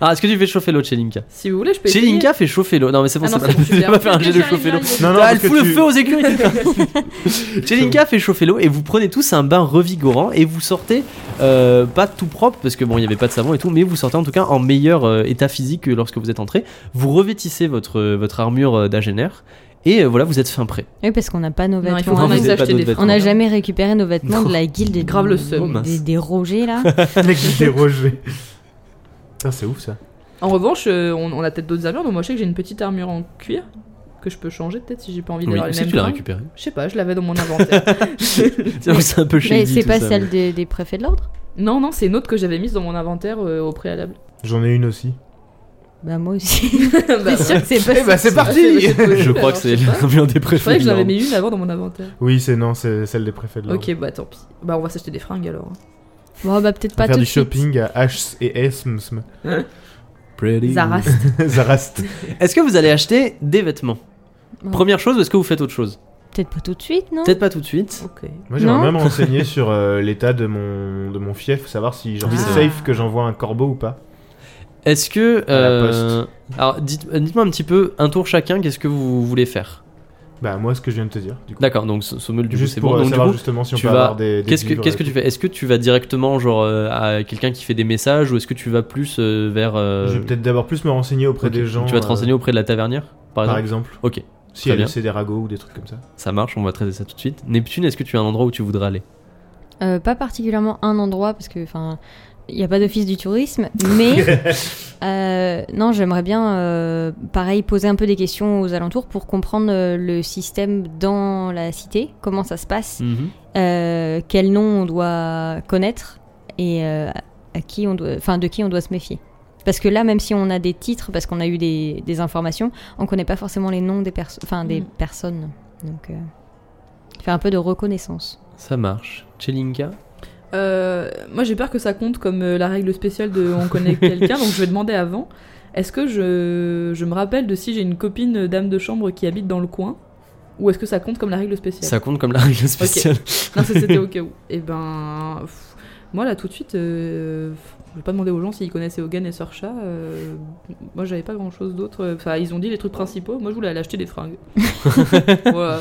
Speaker 1: Alors est-ce que tu fais chauffer l'eau chez Linka
Speaker 3: Si vous voulez, je peux
Speaker 1: Chez
Speaker 3: essayer.
Speaker 1: Linka fait chauffer l'eau. Non mais c'est bon,
Speaker 3: Bah, Ah non,
Speaker 1: c'est pas- j'ai
Speaker 3: c'est bon, je vais
Speaker 1: pas fait un
Speaker 3: arriver,
Speaker 1: jet de
Speaker 3: j'arrive,
Speaker 1: chauffer l'eau.
Speaker 3: j'arrive.
Speaker 2: non, non,
Speaker 1: Ah,
Speaker 2: parce
Speaker 1: elle
Speaker 2: que
Speaker 1: fout le
Speaker 2: tu-
Speaker 1: feu aux écuries. Chelinka fait chauffer l'eau et vous prenez tous un bain revigorant et vous sortez euh, pas tout propre parce que bon il n'y avait pas de savon et tout mais vous sortez en tout cas en meilleur euh, état physique que lorsque vous êtes entré. Vous revêtissez votre euh, votre armure euh, d'Agener et euh, voilà vous êtes fin prêt.
Speaker 4: Oui, parce qu'on n'a pas nos
Speaker 3: Non, il faut
Speaker 1: Non,
Speaker 4: vêtements.
Speaker 3: qu'on
Speaker 1: vous
Speaker 3: aille
Speaker 1: avez pas
Speaker 3: s'acheter
Speaker 1: d'autres
Speaker 3: des
Speaker 1: vêtements.
Speaker 4: on n'a jamais récupéré nos vêtements de la guilde des,
Speaker 3: Grave le seum.
Speaker 1: Oh, mince.
Speaker 4: des, des Rogers là.
Speaker 2: Mec, il est Roger. Putain, c'est ouf ça.
Speaker 3: En revanche, euh, on, on a peut-être d'autres armures. Donc moi, je sais que j'ai une petite armure en cuir que je peux changer peut-être si j'ai pas envie d'avoir les mêmes. fringues.
Speaker 1: récupéré.
Speaker 3: Je sais pas, je l'avais dans mon inventaire.
Speaker 1: C'est un peu
Speaker 4: Mais
Speaker 1: shady
Speaker 4: c'est
Speaker 1: tout
Speaker 4: pas
Speaker 1: ça,
Speaker 4: celle
Speaker 1: mais-
Speaker 4: des, des préfets de l'ordre
Speaker 3: non, non, c'est une autre que j'avais mise dans mon inventaire euh, au préalable.
Speaker 2: J'en ai une aussi.
Speaker 4: Bah moi aussi.
Speaker 3: Bah,
Speaker 4: c'est sûr que c'est pas
Speaker 2: Eh bah, c'est
Speaker 3: c'est-
Speaker 2: parti
Speaker 3: c'est-
Speaker 1: Je crois
Speaker 3: alors,
Speaker 1: que c'est
Speaker 3: sais pas.
Speaker 1: l'armure des
Speaker 3: Je croyais
Speaker 1: préfets.
Speaker 3: que j'en avais mis une avant dans mon inventaire.
Speaker 2: Oui, c'est non, c'est celle des préfets de l'ordre.
Speaker 3: Ok, bah tant pis. Bah on va s'acheter des fringues alors. hein.
Speaker 4: Bon bah peut-être pas
Speaker 2: faire
Speaker 4: tout de
Speaker 2: du
Speaker 4: suite.
Speaker 2: shopping à H et S m-
Speaker 1: Pretty.
Speaker 3: Zaras.
Speaker 2: m- Zarast.
Speaker 1: Est-ce que vous allez acheter des vêtements
Speaker 4: Non.
Speaker 1: Première chose, ou est-ce que vous faites autre chose
Speaker 4: Peut-être pas tout de suite, non
Speaker 1: Peut-être pas tout de suite.
Speaker 3: Ok.
Speaker 2: Moi j'aimerais
Speaker 4: Non.
Speaker 2: même renseigner sur euh, l'état de mon de mon fief, savoir si genre
Speaker 1: Oui,
Speaker 2: c'est
Speaker 4: Ah.
Speaker 1: c'est
Speaker 2: safe
Speaker 3: vrai.
Speaker 2: que j'envoie un corbeau ou pas.
Speaker 1: Est-ce que.
Speaker 2: À la
Speaker 1: euh, alors, dites- euh, dites-moi un petit peu, un tour chacun, qu'est-ce que vous voulez faire
Speaker 2: Bah moi ce que je viens de te dire. Du coup.
Speaker 1: D'accord, donc Sommel, du coup,
Speaker 2: Juste
Speaker 1: c'est
Speaker 2: pour
Speaker 1: bon.
Speaker 2: euh,
Speaker 1: Donc, du
Speaker 2: savoir
Speaker 1: coup,
Speaker 2: justement si on
Speaker 1: tu
Speaker 2: peut
Speaker 1: vas-
Speaker 2: avoir des, des
Speaker 1: qu'est-ce que,
Speaker 2: livres,
Speaker 1: qu'est-ce que
Speaker 2: euh,
Speaker 1: tu fais Est-ce que tu vas directement, genre, euh, à quelqu'un qui fait des messages ou est-ce que tu vas plus euh, vers. euh,
Speaker 2: Je vais peut-être d'abord plus me renseigner auprès
Speaker 1: ok,
Speaker 2: des gens.
Speaker 1: Tu vas te
Speaker 2: euh,
Speaker 1: renseigner auprès de la tavernière, par
Speaker 2: par
Speaker 1: exemple
Speaker 2: exemple.
Speaker 1: Ok,
Speaker 2: Si
Speaker 1: Très
Speaker 2: elle
Speaker 1: bien.
Speaker 2: sait des ragots ou des trucs comme ça.
Speaker 1: ça marche, on va traiter ça tout de suite. Neptune, est-ce que tu as un endroit où tu voudrais aller
Speaker 4: Euh, pas particulièrement un endroit parce que enfin il n'y a pas d'office du tourisme, mais euh, non, j'aimerais bien, euh, pareil, poser un peu des questions aux alentours pour comprendre euh, le système dans la cité, comment ça se passe,
Speaker 1: Mhm.
Speaker 4: euh, quel nom on doit connaître et euh, à qui on doit, enfin de qui on doit se méfier. Parce que là, même si on a des titres, parce qu'on a eu des, des informations, on connaît pas forcément les noms des personnes, enfin des
Speaker 3: Mhm.
Speaker 4: personnes. Donc, euh, faire un peu de reconnaissance.
Speaker 1: Ça marche. Chelinka
Speaker 3: Euh, moi, j'ai peur que ça compte comme euh, la règle spéciale de on connaît quelqu'un, donc je vais demander avant. Est-ce que je, je me rappelle de si j'ai une copine euh, dame de chambre qui habite dans le coin Ou est-ce que ça compte comme la règle spéciale
Speaker 1: Ça compte comme la règle spéciale.
Speaker 3: Non, ça, c'était au cas où. Et ben. pff, moi, là, tout de suite, euh, pff, je vais pas demander aux gens s'ils connaissaient Hogan et Sorcha. euh, moi, j'avais pas grand chose d'autre. Enfin, ils ont dit les trucs principaux. Moi, je voulais aller acheter des fringues. voilà.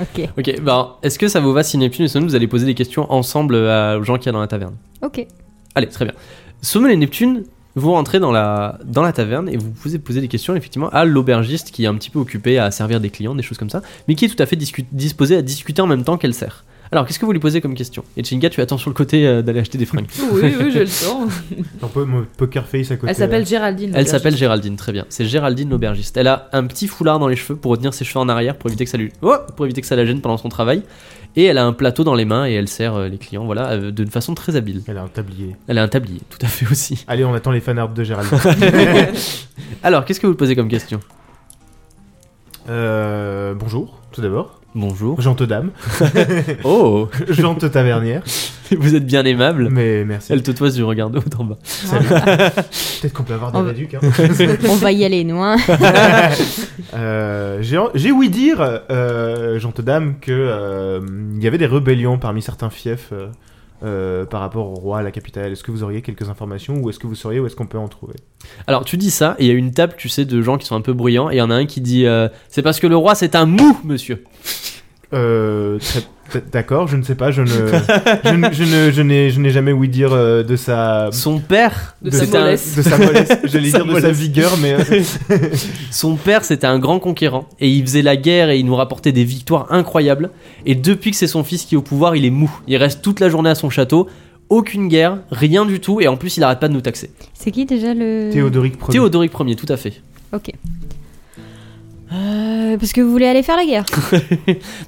Speaker 4: Ok.
Speaker 1: Ok, bah est-ce que ça vous va si Neptune et Sommel vous allez poser des questions ensemble à- aux gens qu'il y a dans la taverne
Speaker 4: Ok.
Speaker 1: Allez, très bien. Sommel et Neptune, vous rentrez dans la, dans la taverne et vous pouvez poser des questions effectivement à l'aubergiste qui est un petit peu occupé à servir des clients, des choses comme ça, mais qui est tout à fait discu- disposé à discuter en même temps qu'elle sert. Alors, qu'est-ce que vous lui posez comme question Et Chinga, tu attends sur le côté euh, d'aller acheter des fringues.
Speaker 3: Oui, oui, j'ai le temps.
Speaker 2: Un peu mon poker face à côté.
Speaker 3: Elle s'appelle Géraldine. euh,
Speaker 1: Elle s'appelle Géraldine, très bien. C'est Géraldine l'aubergiste. Elle a un petit foulard dans les cheveux pour retenir ses cheveux en arrière pour éviter que ça lui, Oh pour éviter que ça la gêne pendant son travail. Et elle a un plateau dans les mains et elle sert euh, les clients, voilà, euh, d'une façon très habile.
Speaker 2: Elle a un tablier.
Speaker 1: Elle a un tablier, tout à fait aussi.
Speaker 2: Allez, on attend les fanarts de Gérald.
Speaker 1: Alors, qu'est-ce que vous posez comme question
Speaker 2: Euh, bonjour, tout d'abord.
Speaker 1: Bonjour.
Speaker 2: Jante dame.
Speaker 1: Oh,
Speaker 2: Jante tavernière.
Speaker 1: vous êtes bien aimable.
Speaker 2: Mais merci.
Speaker 1: Elle te toise du regard de haut en bas.
Speaker 2: Salut. Peut-être qu'on peut avoir
Speaker 4: On
Speaker 2: des
Speaker 4: va-
Speaker 2: Baducs, hein.
Speaker 4: On va y aller, nous. hein.
Speaker 2: Euh, J'ai j'ai ouï dire, euh, Jante dame, que euh, il y avait des rébellions parmi certains fiefs euh, euh, par rapport au roi, à la capitale. Est-ce que vous auriez quelques informations ou est-ce que vous sauriez où est-ce qu'on peut en trouver
Speaker 1: Alors, tu dis ça, et il y a une table, tu sais, de gens qui sont un peu bruyants, et il y en a un qui dit euh, C'est parce que le roi, c'est un mou, monsieur.
Speaker 2: Euh, très- d- D'accord, je ne sais pas, je ne, je ne- je ne- je n'ai, je n'ai jamais ouï dire euh, de sa,
Speaker 1: Son père,
Speaker 3: De sa
Speaker 1: c'est un-
Speaker 3: mollesse.
Speaker 2: de sa mollesse, j'allais
Speaker 1: Sa
Speaker 2: dire de sa
Speaker 1: mollesse.
Speaker 2: vigueur, mais euh,
Speaker 1: Son père, c'était un grand conquérant et il faisait la guerre et il nous rapportait des victoires incroyables. Et depuis que c'est son fils qui est au pouvoir, il est mou. Il reste toute la journée à son château, aucune guerre, rien du tout. Et en plus, il arrête pas de nous taxer.
Speaker 4: C'est qui déjà le.
Speaker 2: Théodoric Ier.
Speaker 1: Théodoric Ier, tout à fait.
Speaker 4: Ok. Euh, parce que vous voulez aller faire la guerre.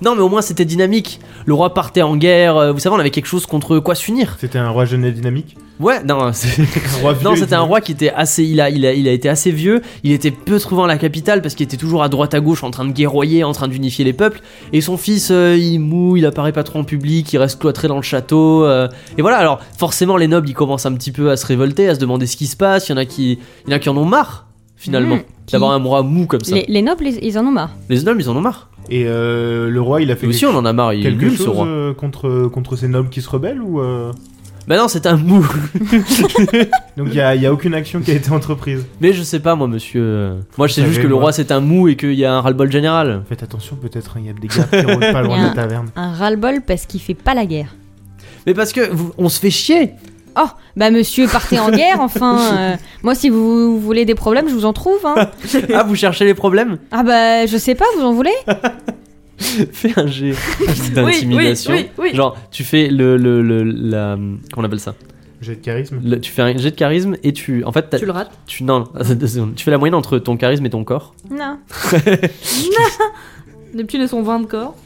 Speaker 1: Non, mais au moins c'était dynamique. Le roi partait en guerre. euh, Vous savez, on avait quelque chose contre quoi s'unir.
Speaker 2: C'était un roi jeune et dynamique.
Speaker 1: Ouais, non, c'est-
Speaker 2: Un roi vieux
Speaker 1: non,
Speaker 2: et
Speaker 1: c'était un
Speaker 2: dynamique.
Speaker 1: roi qui était assez, il a, il a, il a été assez vieux. Il était peu trouvant à la capitale parce qu'il était toujours à droite à gauche en train de guerroyer, en train d'unifier les peuples. Et son fils, euh, il moue, il apparaît pas trop en public, il reste cloîtré dans le château. euh, et voilà. Alors forcément, les nobles, ils commencent un petit peu à se révolter, à se demander ce qui se passe. Il y en a qui, il y en a qui en ont marre finalement
Speaker 4: Mmh, qui-
Speaker 1: d'avoir un roi mou comme ça.
Speaker 4: Les,
Speaker 1: Les,
Speaker 4: les nobles, ils, ils en ont marre.
Speaker 1: nobles, ils en ont marre.
Speaker 2: Et euh, le roi, il a fait
Speaker 1: Mais aussi, on en a marre. Il est
Speaker 2: quelque
Speaker 1: nul
Speaker 2: chose
Speaker 1: ce roi.
Speaker 2: euh, contre contre ces nobles qui se rebellent ou euh,
Speaker 1: Bah non, c'est un mou.
Speaker 2: donc il y a, il y a aucune action qui a été entreprise.
Speaker 1: Mais je sais pas, moi, monsieur. euh, Moi, je sais
Speaker 2: Vous
Speaker 1: juste
Speaker 2: savez,
Speaker 1: que le
Speaker 2: moi-
Speaker 1: roi, c'est un mou et qu'il y a un ras-le-bol général.
Speaker 2: Faites attention, peut-être hein, il y a des gars qui roulent pas loin de la taverne.
Speaker 4: Un ras-le-bol parce qu'il fait pas la guerre.
Speaker 1: Mais parce que vous- on se fait chier.
Speaker 4: Oh, bah monsieur, partez en guerre, enfin. euh, moi, si vous, voulez des problèmes, je vous en trouve. Hein.
Speaker 1: Ah, vous cherchez les problèmes
Speaker 4: Ah bah, je sais pas, vous en voulez
Speaker 1: Fais un jet d'intimidation.
Speaker 3: Oui, oui, oui, oui.
Speaker 1: Genre, tu fais le, le, le- la. Comment on appelle ça
Speaker 2: J'ai de charisme.
Speaker 1: Le- Tu fais un jet de charisme et tu. En fait, t'as-
Speaker 3: Tu le rates
Speaker 1: tu, non, deux secondes. tu fais la moyenne entre ton charisme et ton corps.
Speaker 4: Non.
Speaker 3: Neptune et son vin de corps.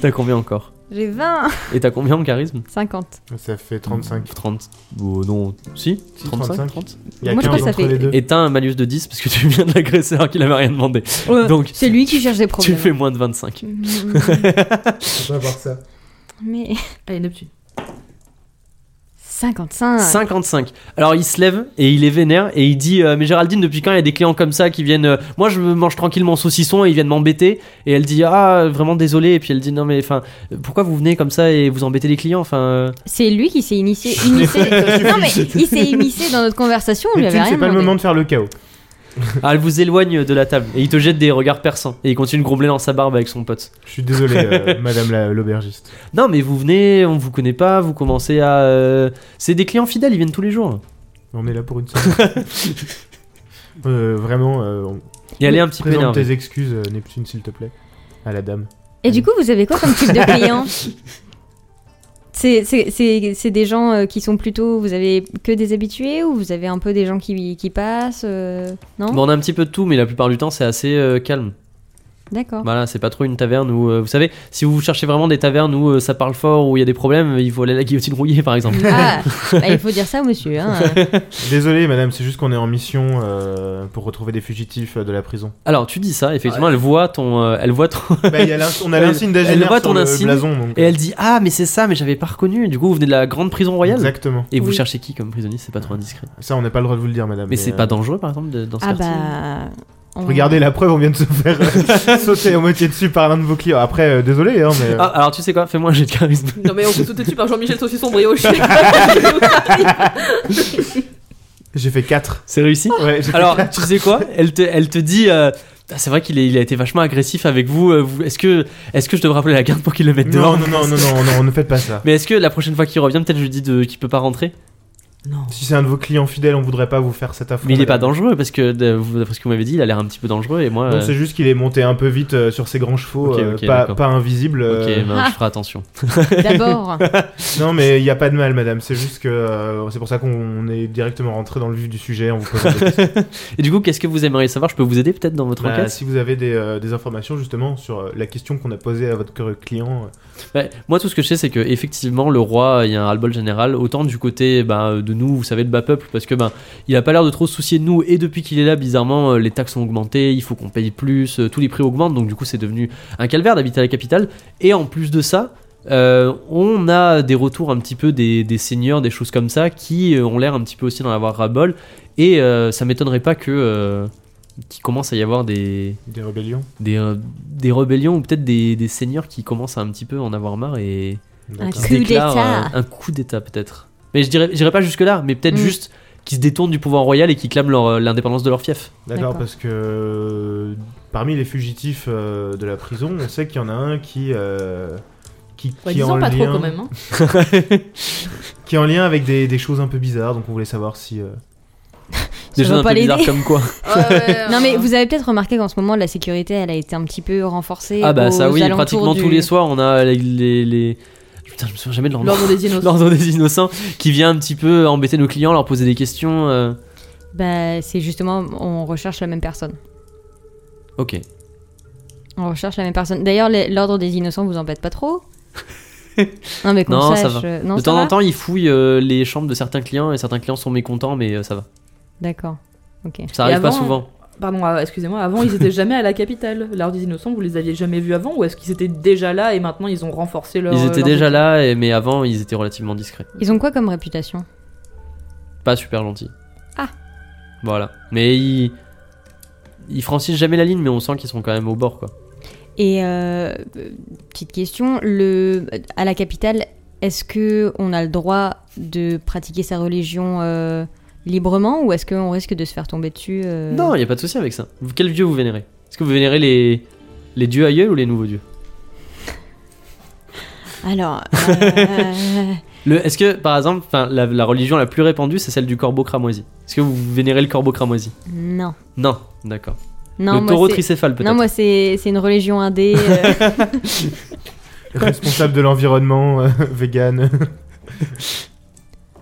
Speaker 1: T'as combien en corps
Speaker 4: J'ai 20.
Speaker 1: Et t'as combien en charisme
Speaker 4: 50.
Speaker 2: Ça fait 35.
Speaker 1: 30. Oh non, si
Speaker 2: Si,
Speaker 1: 35.
Speaker 2: 35.
Speaker 1: 30.
Speaker 2: Il y a
Speaker 4: Moi,
Speaker 2: 15
Speaker 4: je crois que ça
Speaker 2: entre les
Speaker 4: fait-
Speaker 2: deux.
Speaker 1: Et t'as un malus de 10 parce que tu viens de l'agresser alors qu'il avait rien demandé.
Speaker 3: Euh,
Speaker 1: Donc,
Speaker 4: C'est lui qui cherche des
Speaker 1: tu
Speaker 4: problèmes. Hmm.
Speaker 1: fais moins de 25.
Speaker 2: On va voir ça.
Speaker 4: Mais.
Speaker 3: Allez, Neptune.
Speaker 4: 55.
Speaker 1: 55. Alors il se lève et il est vénère et il dit euh, mais Géraldine depuis quand il y a des clients comme ça qui viennent euh, moi je me mange tranquillement saucisson et ils viennent m'embêter et elle dit ah vraiment désolé et puis elle dit non mais enfin euh, pourquoi vous venez comme ça et vous embêtez les clients enfin euh,
Speaker 4: C'est lui qui s'est initié. immiscé- non, mais il s'est immiscé dans notre conversation, on lui
Speaker 2: Mais
Speaker 4: avait
Speaker 2: Tim,
Speaker 4: rien
Speaker 2: c'est pas le
Speaker 4: demandé.
Speaker 2: moment de faire le chaos.
Speaker 1: ah, elle vous éloigne de la table et il te jette des regards perçants et il continue de grombler dans sa barbe avec son pote.
Speaker 2: Je suis désolé, euh, madame la- l'aubergiste.
Speaker 1: Non mais vous venez on vous connaît pas vous commencez à euh, c'est des clients fidèles ils viennent tous les jours
Speaker 2: On est là pour une semaine. Euh, vraiment, euh, on
Speaker 1: et elle est un petit peu
Speaker 2: présente
Speaker 1: énervée.
Speaker 2: tes excuses, euh, Neptune, s'il te plaît, à la dame.
Speaker 4: Et du coup, vous avez quoi comme type de client C'est- C'est c'est- c'est des gens euh, qui sont plutôt. Vous avez que des habitués ou vous avez un peu des gens qui, qui passent euh, Non
Speaker 1: Bon, on a un petit peu de tout, mais la plupart du temps, c'est assez euh, calme.
Speaker 4: D'accord.
Speaker 1: Voilà, c'est pas trop une taverne où. euh, vous savez, si vous cherchez vraiment des tavernes où euh, ça parle fort, où il y a des problèmes, il faut aller à la guillotine rouillée, par exemple.
Speaker 4: Ah, bah, il faut dire ça, monsieur. hein.
Speaker 2: Désolé, madame, c'est juste qu'on est en mission euh, pour retrouver des fugitifs euh, de la prison.
Speaker 1: Alors, tu dis ça, effectivement, elle voit ton. euh, elle voit ton.
Speaker 2: Bah, il y a l'ins- on a
Speaker 1: Elle-
Speaker 2: l'insigne
Speaker 1: elle
Speaker 2: d'Agener
Speaker 1: voit
Speaker 2: sur
Speaker 1: ton
Speaker 2: le
Speaker 1: insigne
Speaker 2: blason. donc,
Speaker 1: Et
Speaker 2: euh,
Speaker 1: elle dit Ah, mais c'est ça, mais j'avais pas reconnu. Du coup, vous venez de la grande prison royale.
Speaker 2: Exactement.
Speaker 1: Et vous
Speaker 3: Oui.
Speaker 1: cherchez qui comme prisonnier C'est pas trop indiscret.
Speaker 2: Ça, on n'a pas le droit de vous le dire, madame.
Speaker 1: Ah. Mais c'est
Speaker 2: euh,
Speaker 1: pas dangereux, par exemple, de- dans ce
Speaker 4: Ah
Speaker 1: quartier
Speaker 4: bah. on-
Speaker 2: Regardez la preuve, on vient de se faire euh, sauter à moitié dessus par l'un de vos clients. Après, euh, désolé, hein, mais. euh,
Speaker 1: Ah, alors tu sais quoi Fais-moi un jet de charisme.
Speaker 3: Non mais on se sauter dessus par Jean-Michel Saucisson brioche.
Speaker 2: J'ai fait 4.
Speaker 1: C'est réussi
Speaker 2: Ouais, j'ai fait
Speaker 1: Alors,
Speaker 2: quatre.
Speaker 1: tu sais quoi elle te, elle te dit. euh, Ah, c'est vrai qu'il est- il a été vachement agressif avec vous. euh, vous- Est-ce que, est-ce que je devrais appeler la garde pour qu'il le mette dehors
Speaker 2: Non, non, non, non, non, non, ne faites pas ça.
Speaker 1: Mais est-ce que la prochaine fois qu'il revient, peut-être je lui dis de- qu'il peut pas rentrer
Speaker 3: non.
Speaker 2: Si c'est un de vos clients fidèles, on voudrait pas vous faire cette affront.
Speaker 1: Mais il est pas
Speaker 2: madame.
Speaker 1: dangereux parce que de- vous- d'après ce que vous m'avez dit, il a l'air un petit peu dangereux et moi.
Speaker 2: Non,
Speaker 1: euh,
Speaker 2: c'est juste qu'il est monté un peu vite euh, sur ses grands chevaux,
Speaker 1: Ok,
Speaker 2: euh,
Speaker 1: ok,
Speaker 2: pas,
Speaker 1: d'accord.
Speaker 2: pas invisible.
Speaker 1: Ok,
Speaker 2: euh,
Speaker 1: ben, je ferai attention.
Speaker 4: D'abord.
Speaker 2: Non, mais il n'y a pas de mal, madame. C'est juste que euh, c'est pour ça qu'on est directement rentré dans le vif du sujet. On vous pose des questions.
Speaker 1: Et du coup, qu'est-ce que vous aimeriez savoir Je peux vous aider peut-être dans votre
Speaker 2: Bah,
Speaker 1: enquête
Speaker 2: si vous avez des, euh, des informations justement sur euh, la question qu'on a posée à votre client. euh,
Speaker 1: Ouais, Bah, moi, tout ce que je sais, c'est que effectivement, le roi, il y a un ras-le-bol général, autant du côté bah, de nous, vous savez, le bas peuple, parce que ben, il a pas l'air de trop se soucier de nous. Et depuis qu'il est là, bizarrement, euh, les taxes ont augmenté, il faut qu'on paye plus, euh, tous les prix augmentent, donc du coup, c'est devenu un calvaire d'habiter à la capitale. Et en plus de ça. euh, on a des retours un petit peu des, des seigneurs, des choses comme ça, qui euh, ont l'air un petit peu aussi d'en avoir ras-le-bol. Et euh, ça m'étonnerait pas que euh, qu'il commence à y avoir des,
Speaker 2: des rébellions.
Speaker 3: Ah,
Speaker 1: des, euh, des rébellions ou peut-être des, des seigneurs qui commencent à un petit peu en avoir marre et
Speaker 4: Un
Speaker 1: qui
Speaker 2: D'accord.
Speaker 1: se
Speaker 4: coup
Speaker 1: déclarent,
Speaker 4: d'État.
Speaker 1: euh, un coup d'état peut-être. Mais je dirais, j'irais pas jusque là, mais peut-être
Speaker 4: Mm.
Speaker 1: juste qui se détournent du pouvoir royal et qui clament leur, euh, l'indépendance de leur fief.
Speaker 2: D'accord,
Speaker 4: D'accord.
Speaker 2: parce que euh, parmi les fugitifs euh, de la prison, on sait qu'il y en a un qui. euh, qui,
Speaker 3: Ouais,
Speaker 2: qui est en
Speaker 3: disons pas
Speaker 2: lien,
Speaker 3: trop quand même. Hein.
Speaker 2: qui est en lien avec des, des choses un peu bizarres, donc on voulait savoir si. euh,
Speaker 1: Des
Speaker 4: va
Speaker 1: choses un
Speaker 4: pas
Speaker 1: peu bizarres
Speaker 4: l'aider.
Speaker 1: comme quoi.
Speaker 4: Non mais vous avez peut-être remarqué qu'en ce moment la sécurité elle a été un petit peu renforcée.
Speaker 1: ah bah ça
Speaker 4: aux
Speaker 1: oui,
Speaker 4: alentours
Speaker 1: pratiquement
Speaker 4: du-
Speaker 1: tous les soirs on a les... les, les- Putain, je me souviens jamais de leur nom.
Speaker 3: L'ordre des innocents.
Speaker 1: L'ordre des innocents qui vient un petit peu embêter nos clients, leur poser des questions. euh,
Speaker 4: Bah c'est justement on recherche la même personne.
Speaker 1: Ok.
Speaker 4: On recherche la même personne. D'ailleurs les- l'ordre des innocents vous embête pas trop Non mais qu'on
Speaker 1: Non, ça
Speaker 4: sache.
Speaker 1: va.
Speaker 4: euh, Non,
Speaker 1: de
Speaker 4: ça
Speaker 1: temps
Speaker 4: va
Speaker 1: en temps, ils fouillent euh, les chambres de certains clients et certains clients sont mécontents, mais euh, ça va.
Speaker 4: D'accord. Ok.
Speaker 1: Ça
Speaker 3: Et
Speaker 1: arrive pas
Speaker 3: avant,
Speaker 1: souvent.
Speaker 3: Pardon, ah, excusez-moi. Avant, ils étaient jamais à la capitale. L'ordre des innocents, vous les aviez jamais vus avant ou est-ce qu'ils étaient déjà là et maintenant ils ont renforcé leur.
Speaker 1: Ils étaient
Speaker 3: euh, leur-
Speaker 1: déjà là, et- mais avant, ils étaient relativement discrets.
Speaker 4: Ils ont quoi comme réputation
Speaker 1: Pas super gentils.
Speaker 4: Ah.
Speaker 1: Voilà. Mais ils. Ils franchissent jamais la ligne, mais on sent qu'ils sont quand même au bord, quoi.
Speaker 4: Et euh, petite question, le, à la capitale, est-ce que on a le droit de pratiquer sa religion euh, librement ou est-ce qu'on risque de se faire tomber dessus euh,
Speaker 1: Non, il y a pas de souci avec ça. Vous- Quel dieu vous vénérez Est-ce que vous vénérez les. Les dieux aïeuls ou les nouveaux dieux
Speaker 4: Alors, euh,
Speaker 1: le, Est-ce que, par exemple, 'fin, la, la religion la plus répandue, c'est celle du corbeau cramoisi Est-ce que vous vénérez le corbeau cramoisi
Speaker 4: non.
Speaker 1: Non, d'accord.
Speaker 4: Non,
Speaker 1: Le
Speaker 4: moi,
Speaker 1: taureau
Speaker 4: c'est-
Speaker 1: tricéphale, peut-être
Speaker 4: Non, moi c'est c'est une religion indé. euh,
Speaker 2: responsable de l'environnement, euh, vegan.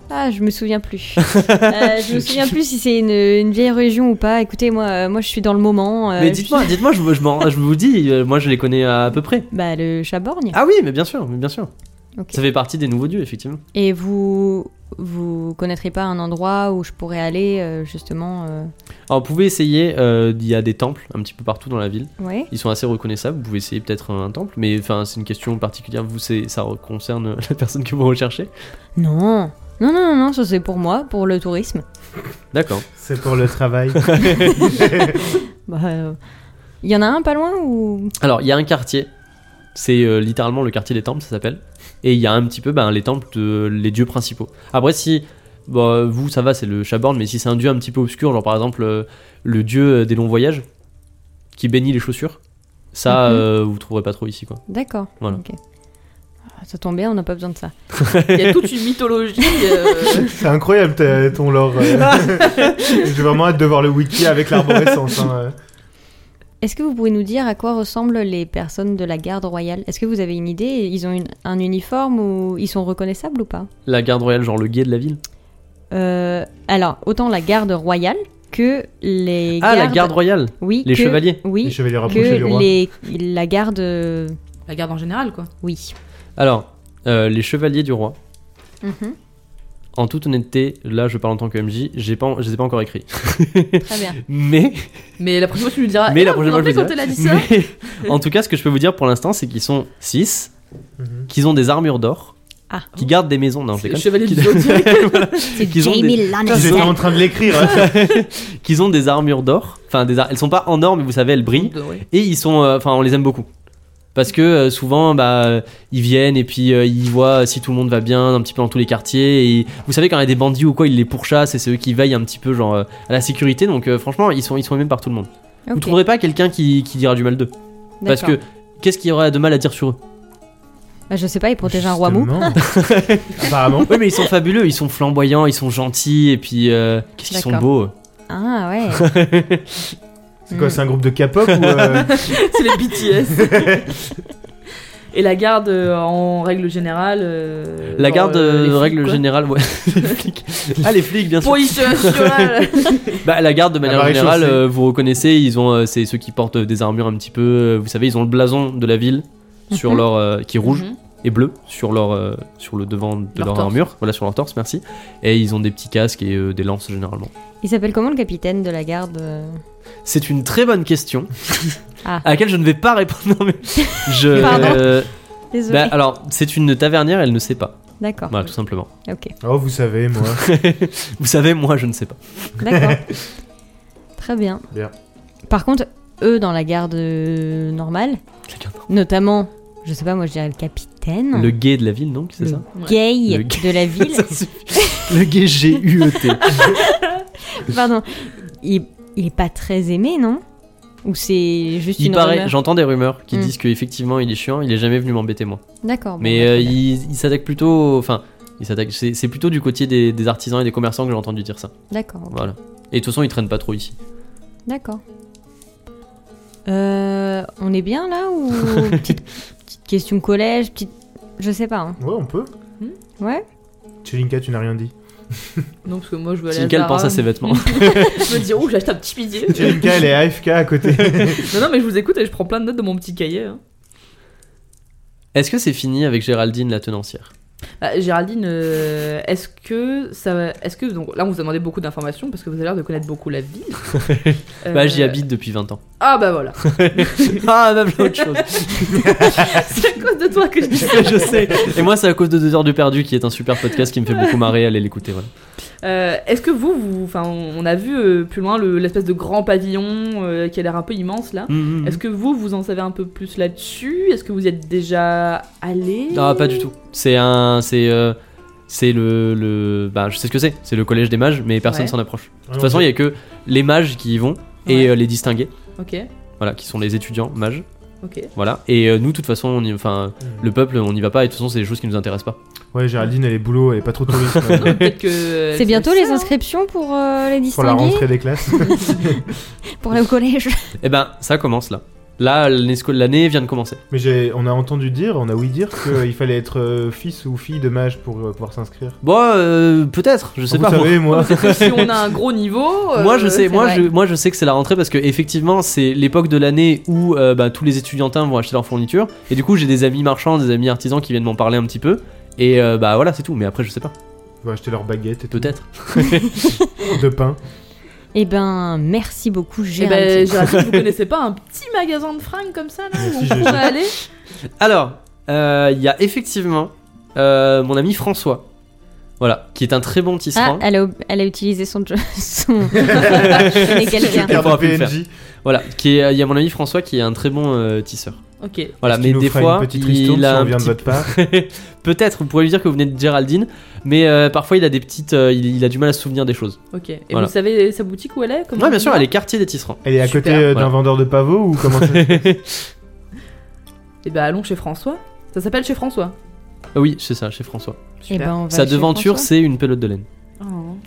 Speaker 4: Ah, je me souviens plus. Euh, je me souviens plus si c'est une, une vieille religion ou pas. Écoutez, moi, euh, moi je suis dans le moment. euh,
Speaker 1: Mais
Speaker 4: je-
Speaker 1: dites-moi, dites-moi, je, vous- je, m'en- je vous dis, euh, moi je les connais à, à peu près.
Speaker 4: Bah, le chaborgne.
Speaker 1: Ah oui, mais bien sûr, mais bien sûr.
Speaker 4: Ok.
Speaker 1: Ça fait partie des nouveaux dieux, effectivement.
Speaker 4: Et vous, vous connaîtrez pas un endroit où je pourrais aller euh, justement euh,
Speaker 1: Alors, vous pouvez essayer, euh, il y a des temples un petit peu partout dans la ville.
Speaker 4: Ouais.
Speaker 1: Ils sont assez reconnaissables, vous pouvez essayer peut-être un, temple, mais enfin, c'est une question particulière, vous, c'est- ça concerne la personne que vous recherchez.
Speaker 4: Non. Non, non, non, non, ça c'est pour moi, pour le tourisme.
Speaker 1: D'accord.
Speaker 2: C'est pour le travail.
Speaker 4: Bah, euh, Il y en a un pas loin ou
Speaker 1: Alors, il y a un quartier, c'est euh, littéralement le quartier des temples, ça s'appelle, et il y a un petit peu ben, les temples de les dieux principaux. Après, si. bah, vous, ça va, c'est le Chaborn, mais si c'est un dieu un petit peu obscur, genre par exemple euh, le dieu euh, des longs voyages, qui bénit les chaussures, ça,
Speaker 4: Mhm.
Speaker 1: euh, vous trouverez pas trop ici, quoi.
Speaker 4: D'accord.
Speaker 1: Voilà.
Speaker 4: ok. Ah, Ça tombe bien, on n'a pas besoin de ça.
Speaker 3: Il y a toute une mythologie. euh,
Speaker 2: c'est incroyable t'as- ton lore. euh. J'ai vraiment hâte de voir le wiki avec l'arborescence. hein, euh.
Speaker 4: Est-ce que vous pouvez nous dire à quoi ressemblent les personnes de la garde royale Est-ce que vous avez une idée Ils ont une- un uniforme ou ils sont reconnaissables ou pas
Speaker 1: La garde royale, genre le guet de la ville
Speaker 4: Euh, Alors, autant la garde royale que les
Speaker 1: Ah, la
Speaker 4: gardes-
Speaker 1: garde royale
Speaker 4: Oui,
Speaker 1: Les
Speaker 4: que-
Speaker 1: chevaliers
Speaker 2: Les
Speaker 4: Oui,
Speaker 2: chevaliers rapprochés du
Speaker 4: que
Speaker 2: roi.
Speaker 4: les, la garde... euh,
Speaker 3: La garde en général, quoi.
Speaker 4: Oui.
Speaker 1: Alors, euh, les chevaliers du roi.
Speaker 4: Mhm.
Speaker 1: En toute honnêteté, là je parle en tant que MJ, j'ai pas, en- je les ai pas encore écrits.
Speaker 4: Très bien.
Speaker 1: Mais,
Speaker 3: Mais la prochaine fois, tu lui diras.
Speaker 1: mais
Speaker 3: eh,
Speaker 1: la
Speaker 3: vous
Speaker 1: prochaine
Speaker 3: vous
Speaker 1: fois je
Speaker 3: rappelez
Speaker 1: vous
Speaker 3: quand elle a dit
Speaker 1: dirai.
Speaker 3: ça
Speaker 1: Mais, en tout cas, ce que je peux vous dire pour l'instant, c'est qu'ils sont 6,
Speaker 2: Mhm.
Speaker 1: qu'ils ont des armures d'or,
Speaker 4: Ah.
Speaker 1: qui gardent des maisons. Non, je déconne.
Speaker 3: Chevalier du
Speaker 1: Qu'ils-
Speaker 3: Zodiac.
Speaker 1: Voilà.
Speaker 4: C'est
Speaker 1: Qu'ils ont des-
Speaker 4: Jamie
Speaker 2: J'étais
Speaker 4: Lannister.
Speaker 2: en train de l'écrire. hein.
Speaker 1: Qu'ils ont des armures d'or. Enfin, des ar- elles sont pas en or, mais vous savez, elles brillent.
Speaker 3: Bah Ouais.
Speaker 1: Et ils sont, euh, enfin, on les aime beaucoup. Parce que euh, souvent, bah, euh, ils viennent et puis euh, ils voient si tout le monde va bien un petit peu dans tous les quartiers. Et vous savez, quand il y a des bandits ou quoi, ils les pourchassent et c'est eux qui veillent un petit peu genre euh, à la sécurité. Donc euh, franchement, ils sont, ils sont aimés par tout le monde. Vous
Speaker 4: Ok,
Speaker 1: trouverez pas quelqu'un qui, qui dira du mal d'eux. Parce
Speaker 4: d'accord.
Speaker 1: que qu'est-ce qu'il y aurait de mal à dire sur eux
Speaker 4: Bah, je sais pas, ils protègent un roi mou.
Speaker 2: Justement. Apparemment.
Speaker 1: Oui, mais ils sont fabuleux, ils sont flamboyants, ils sont gentils et puis euh, qu'est-ce qu'ils sont beaux.
Speaker 4: D'accord. Ah ouais.
Speaker 2: C'est quoi, c'est un groupe de K-pop ou euh,
Speaker 3: C'est les BTS. Et la garde euh, en règle générale. euh,
Speaker 1: La
Speaker 3: genre,
Speaker 1: garde,
Speaker 3: euh, les
Speaker 1: euh,
Speaker 3: flics,
Speaker 1: règle
Speaker 3: quoi.
Speaker 1: générale, ouais. les flics. Ah, les flics, bien sûr.
Speaker 3: Police nationale.
Speaker 1: Bah, la garde, de manière
Speaker 2: Appareil
Speaker 1: générale,
Speaker 2: chaussée.
Speaker 1: euh, vous reconnaissez, ils ont, euh, c'est ceux qui portent euh, des armures un petit peu. euh, vous savez, ils ont le blason de la ville sur
Speaker 4: Mhm.
Speaker 1: leur euh, qui est rouge
Speaker 3: Mhm.
Speaker 1: et bleu sur leur euh, sur le devant de
Speaker 3: Leur
Speaker 1: leur,
Speaker 3: torse.
Speaker 1: armure, voilà sur leur torse, merci. Et ils ont des petits casques et euh, des lances généralement.
Speaker 4: Il s'appelle comment le capitaine de la garde euh
Speaker 1: C'est une très bonne question
Speaker 4: Ah.
Speaker 1: à laquelle je ne vais pas répondre. non, mais je
Speaker 4: Pardon.
Speaker 1: euh, bah,
Speaker 4: Désolé.
Speaker 1: alors c'est une tavernière, elle ne sait pas.
Speaker 4: D'accord.
Speaker 1: Voilà, tout simplement.
Speaker 4: Ok.
Speaker 2: Oh, vous savez, moi.
Speaker 1: Vous savez, moi, je ne sais pas.
Speaker 4: D'accord. Très bien.
Speaker 2: Bien.
Speaker 4: Par contre, eux dans la garde euh, normale,
Speaker 1: La garde-
Speaker 4: notamment, je sais pas, moi je dirais le capitaine,
Speaker 1: Le gay de la ville, donc, c'est
Speaker 4: Hmm. le
Speaker 1: ça
Speaker 4: gay
Speaker 1: Le
Speaker 4: de la ville.
Speaker 1: Ça suffit. Le gay E G-U-E-T.
Speaker 4: Pardon. Il, il est pas très aimé, non Ou c'est juste
Speaker 1: Il
Speaker 4: une
Speaker 1: paraît,
Speaker 4: rumeur
Speaker 1: j'entends des rumeurs qui
Speaker 4: Mm.
Speaker 1: disent qu'effectivement il est chiant, il est jamais venu m'embêter moi.
Speaker 4: D'accord. bon,
Speaker 1: Mais
Speaker 4: bah,
Speaker 1: euh,
Speaker 4: très bien.
Speaker 1: il, il s'attaque plutôt, au- enfin, il s'attaque, c'est c'est plutôt du côté des, des artisans et des commerçants que j'ai entendu dire ça.
Speaker 4: D'accord. ok.
Speaker 1: Voilà. Et de toute façon, ils traînent pas trop ici.
Speaker 4: D'accord. Euh, on est bien là ou petite, petite question collège, petite, je sais pas. hein.
Speaker 2: Ouais, on peut.
Speaker 4: Hmm, Ouais.
Speaker 2: Chelinka, tu n'as rien dit.
Speaker 3: Non, parce que moi, je
Speaker 4: Bah,
Speaker 3: veux aller à
Speaker 1: Sinkel
Speaker 3: Zara.
Speaker 1: pense à ses vêtements.
Speaker 3: Je me dis, oh, j'ai acheté un petit midi.
Speaker 2: Chelinka, elle est AFK à côté.
Speaker 3: non, non, mais je vous écoute et je prends plein de notes de mon petit cahier. hein.
Speaker 1: Est-ce que c'est fini avec Géraldine la tenancière
Speaker 3: Ah, Géraldine, euh, est-ce que ça, va- est-ce que donc là on vous a demandé beaucoup d'informations parce que vous avez l'air de connaître beaucoup la ville. Euh,
Speaker 1: Bah, j'y habite depuis 20 ans.
Speaker 3: Ah bah voilà.
Speaker 1: ah, même autre chose.
Speaker 3: C'est à cause de toi que je dis ça.
Speaker 1: Je sais. Et moi, c'est à cause de 2 heures de perdu qui est un super podcast qui me fait beaucoup marrer. Allez l'écouter, voilà.
Speaker 3: Euh, est-ce que vous, vous, enfin, on on a vu euh, plus loin le- l'espèce de grand pavillon euh, qui a l'air un peu immense
Speaker 1: Mm-hmm.
Speaker 4: Mm,
Speaker 3: là. Est-ce que vous, vous en savez un peu plus là-dessus Est-ce que vous y êtes déjà
Speaker 4: mm.
Speaker 3: allé
Speaker 1: Non, pas du tout. C'est un. C'est. euh, c'est le, le. Bah, je sais ce que c'est. C'est le collège des mages, mais personne
Speaker 3: Ouais.
Speaker 1: s'en approche.
Speaker 2: Ah
Speaker 1: De toute façon, il y a que les mages qui y vont et
Speaker 3: Ouais.
Speaker 1: euh, les distingués.
Speaker 3: Ok,
Speaker 1: Voilà, qui sont les étudiants mages.
Speaker 3: ok.
Speaker 1: Voilà. Et euh, nous, de toute façon, on y- enfin,
Speaker 2: Hmm.
Speaker 1: le peuple, on n'y va pas. Et de toute façon, c'est des choses qui nous intéressent pas.
Speaker 2: Ouais, Géraldine, elle est boulot, elle est pas trop touriste.
Speaker 3: Non,
Speaker 2: ouais.
Speaker 3: Peut-être que.
Speaker 4: C'est bientôt les
Speaker 3: ça, hein.
Speaker 4: inscriptions pour euh, les
Speaker 2: Pour la
Speaker 4: distinguer,
Speaker 2: rentrée des classes.
Speaker 4: pour aller au collège.
Speaker 1: Et ben, ça commence là. Là, l'année sco- l'année vient de commencer.
Speaker 2: Mais j'ai, on a entendu dire, on a ouï dire qu'il fallait être euh, fils ou fille de mage pour euh, pouvoir s'inscrire.
Speaker 1: Bon, euh, peut-être. Je sais
Speaker 2: Vous
Speaker 1: pas. moi.
Speaker 2: savez, moi.
Speaker 3: Peut-être que si on a un gros niveau. euh,
Speaker 1: Moi je sais,
Speaker 4: c'est
Speaker 1: moi
Speaker 4: vrai.
Speaker 1: je, moi je sais que c'est la rentrée parce que effectivement c'est l'époque de l'année où euh, bah, tous les étudiantins vont acheter leurs fournitures et du coup j'ai des amis marchands, des amis artisans qui viennent m'en parler un petit peu et euh, bah voilà c'est tout. Mais après je sais pas,
Speaker 2: Ils vont acheter leurs baguettes et tout.
Speaker 1: peut-être.
Speaker 2: De pain.
Speaker 4: Eh ben, merci beaucoup,
Speaker 3: Eh
Speaker 4: Géraldine.
Speaker 3: ben, Géraldine, vous connaissez pas un petit magasin de fringues comme ça là où
Speaker 2: Si,
Speaker 3: on
Speaker 2: je-
Speaker 3: pourrait aller
Speaker 1: Alors euh, il y a effectivement euh, mon ami François, voilà, qui est un très bon tisserand.
Speaker 4: Ah, elle a, elle a utilisé son... son... Et quelqu'un.
Speaker 1: On pourra plus le
Speaker 2: PNJ.
Speaker 4: ah.
Speaker 1: Voilà, qui est, il y a mon ami François qui est un très bon euh, tisseur.
Speaker 3: Ok.
Speaker 1: Voilà,
Speaker 2: Est-ce
Speaker 1: mais
Speaker 2: qu'il nous
Speaker 1: des
Speaker 2: fera
Speaker 1: fois
Speaker 2: une petite
Speaker 1: il
Speaker 2: ristourne si
Speaker 1: a
Speaker 2: on
Speaker 1: un
Speaker 2: vient de
Speaker 1: petit
Speaker 2: votre part.
Speaker 1: Peut-être, vous pourrez lui dire que vous venez de Géraldine, mais euh, parfois il a des petites, euh, il, il a du mal à se souvenir des choses.
Speaker 3: Ok. Et
Speaker 1: Voilà.
Speaker 3: vous savez sa boutique où elle est comment
Speaker 1: Ouais, bien sûr,
Speaker 3: elle
Speaker 1: elle est quartier des tisserands.
Speaker 2: Elle est à
Speaker 3: Super,
Speaker 2: côté euh,
Speaker 1: voilà.
Speaker 2: d'un vendeur de pavots ou comment ça
Speaker 3: Et bah allons chez François. Ça s'appelle chez François.
Speaker 1: Ah oui, c'est ça, chez François.
Speaker 4: Eh
Speaker 3: Super.
Speaker 4: ben, on va
Speaker 1: Sa
Speaker 4: chez
Speaker 1: devanture,
Speaker 4: François.
Speaker 1: c'est une pelote de laine.
Speaker 3: Oh.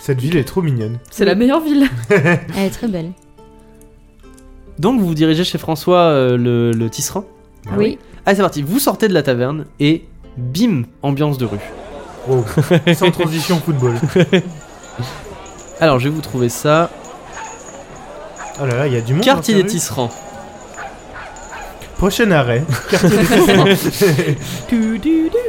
Speaker 2: Cette ville est trop mignonne.
Speaker 3: C'est la meilleure ville.
Speaker 4: Elle est très belle.
Speaker 1: Donc vous vous dirigez chez François euh, le, le tisserand.
Speaker 2: Ah
Speaker 4: oui.
Speaker 1: Allez, c'est parti. Vous sortez de la taverne et bim, ambiance de rue.
Speaker 2: Wow. Sans transition football.
Speaker 1: Alors je vais vous trouver ça.
Speaker 2: Oh là là, il y a du monde. dans
Speaker 1: Quartier
Speaker 2: ces
Speaker 1: des
Speaker 2: rues.
Speaker 1: tisserands.
Speaker 2: Prochain arrêt. Quartier des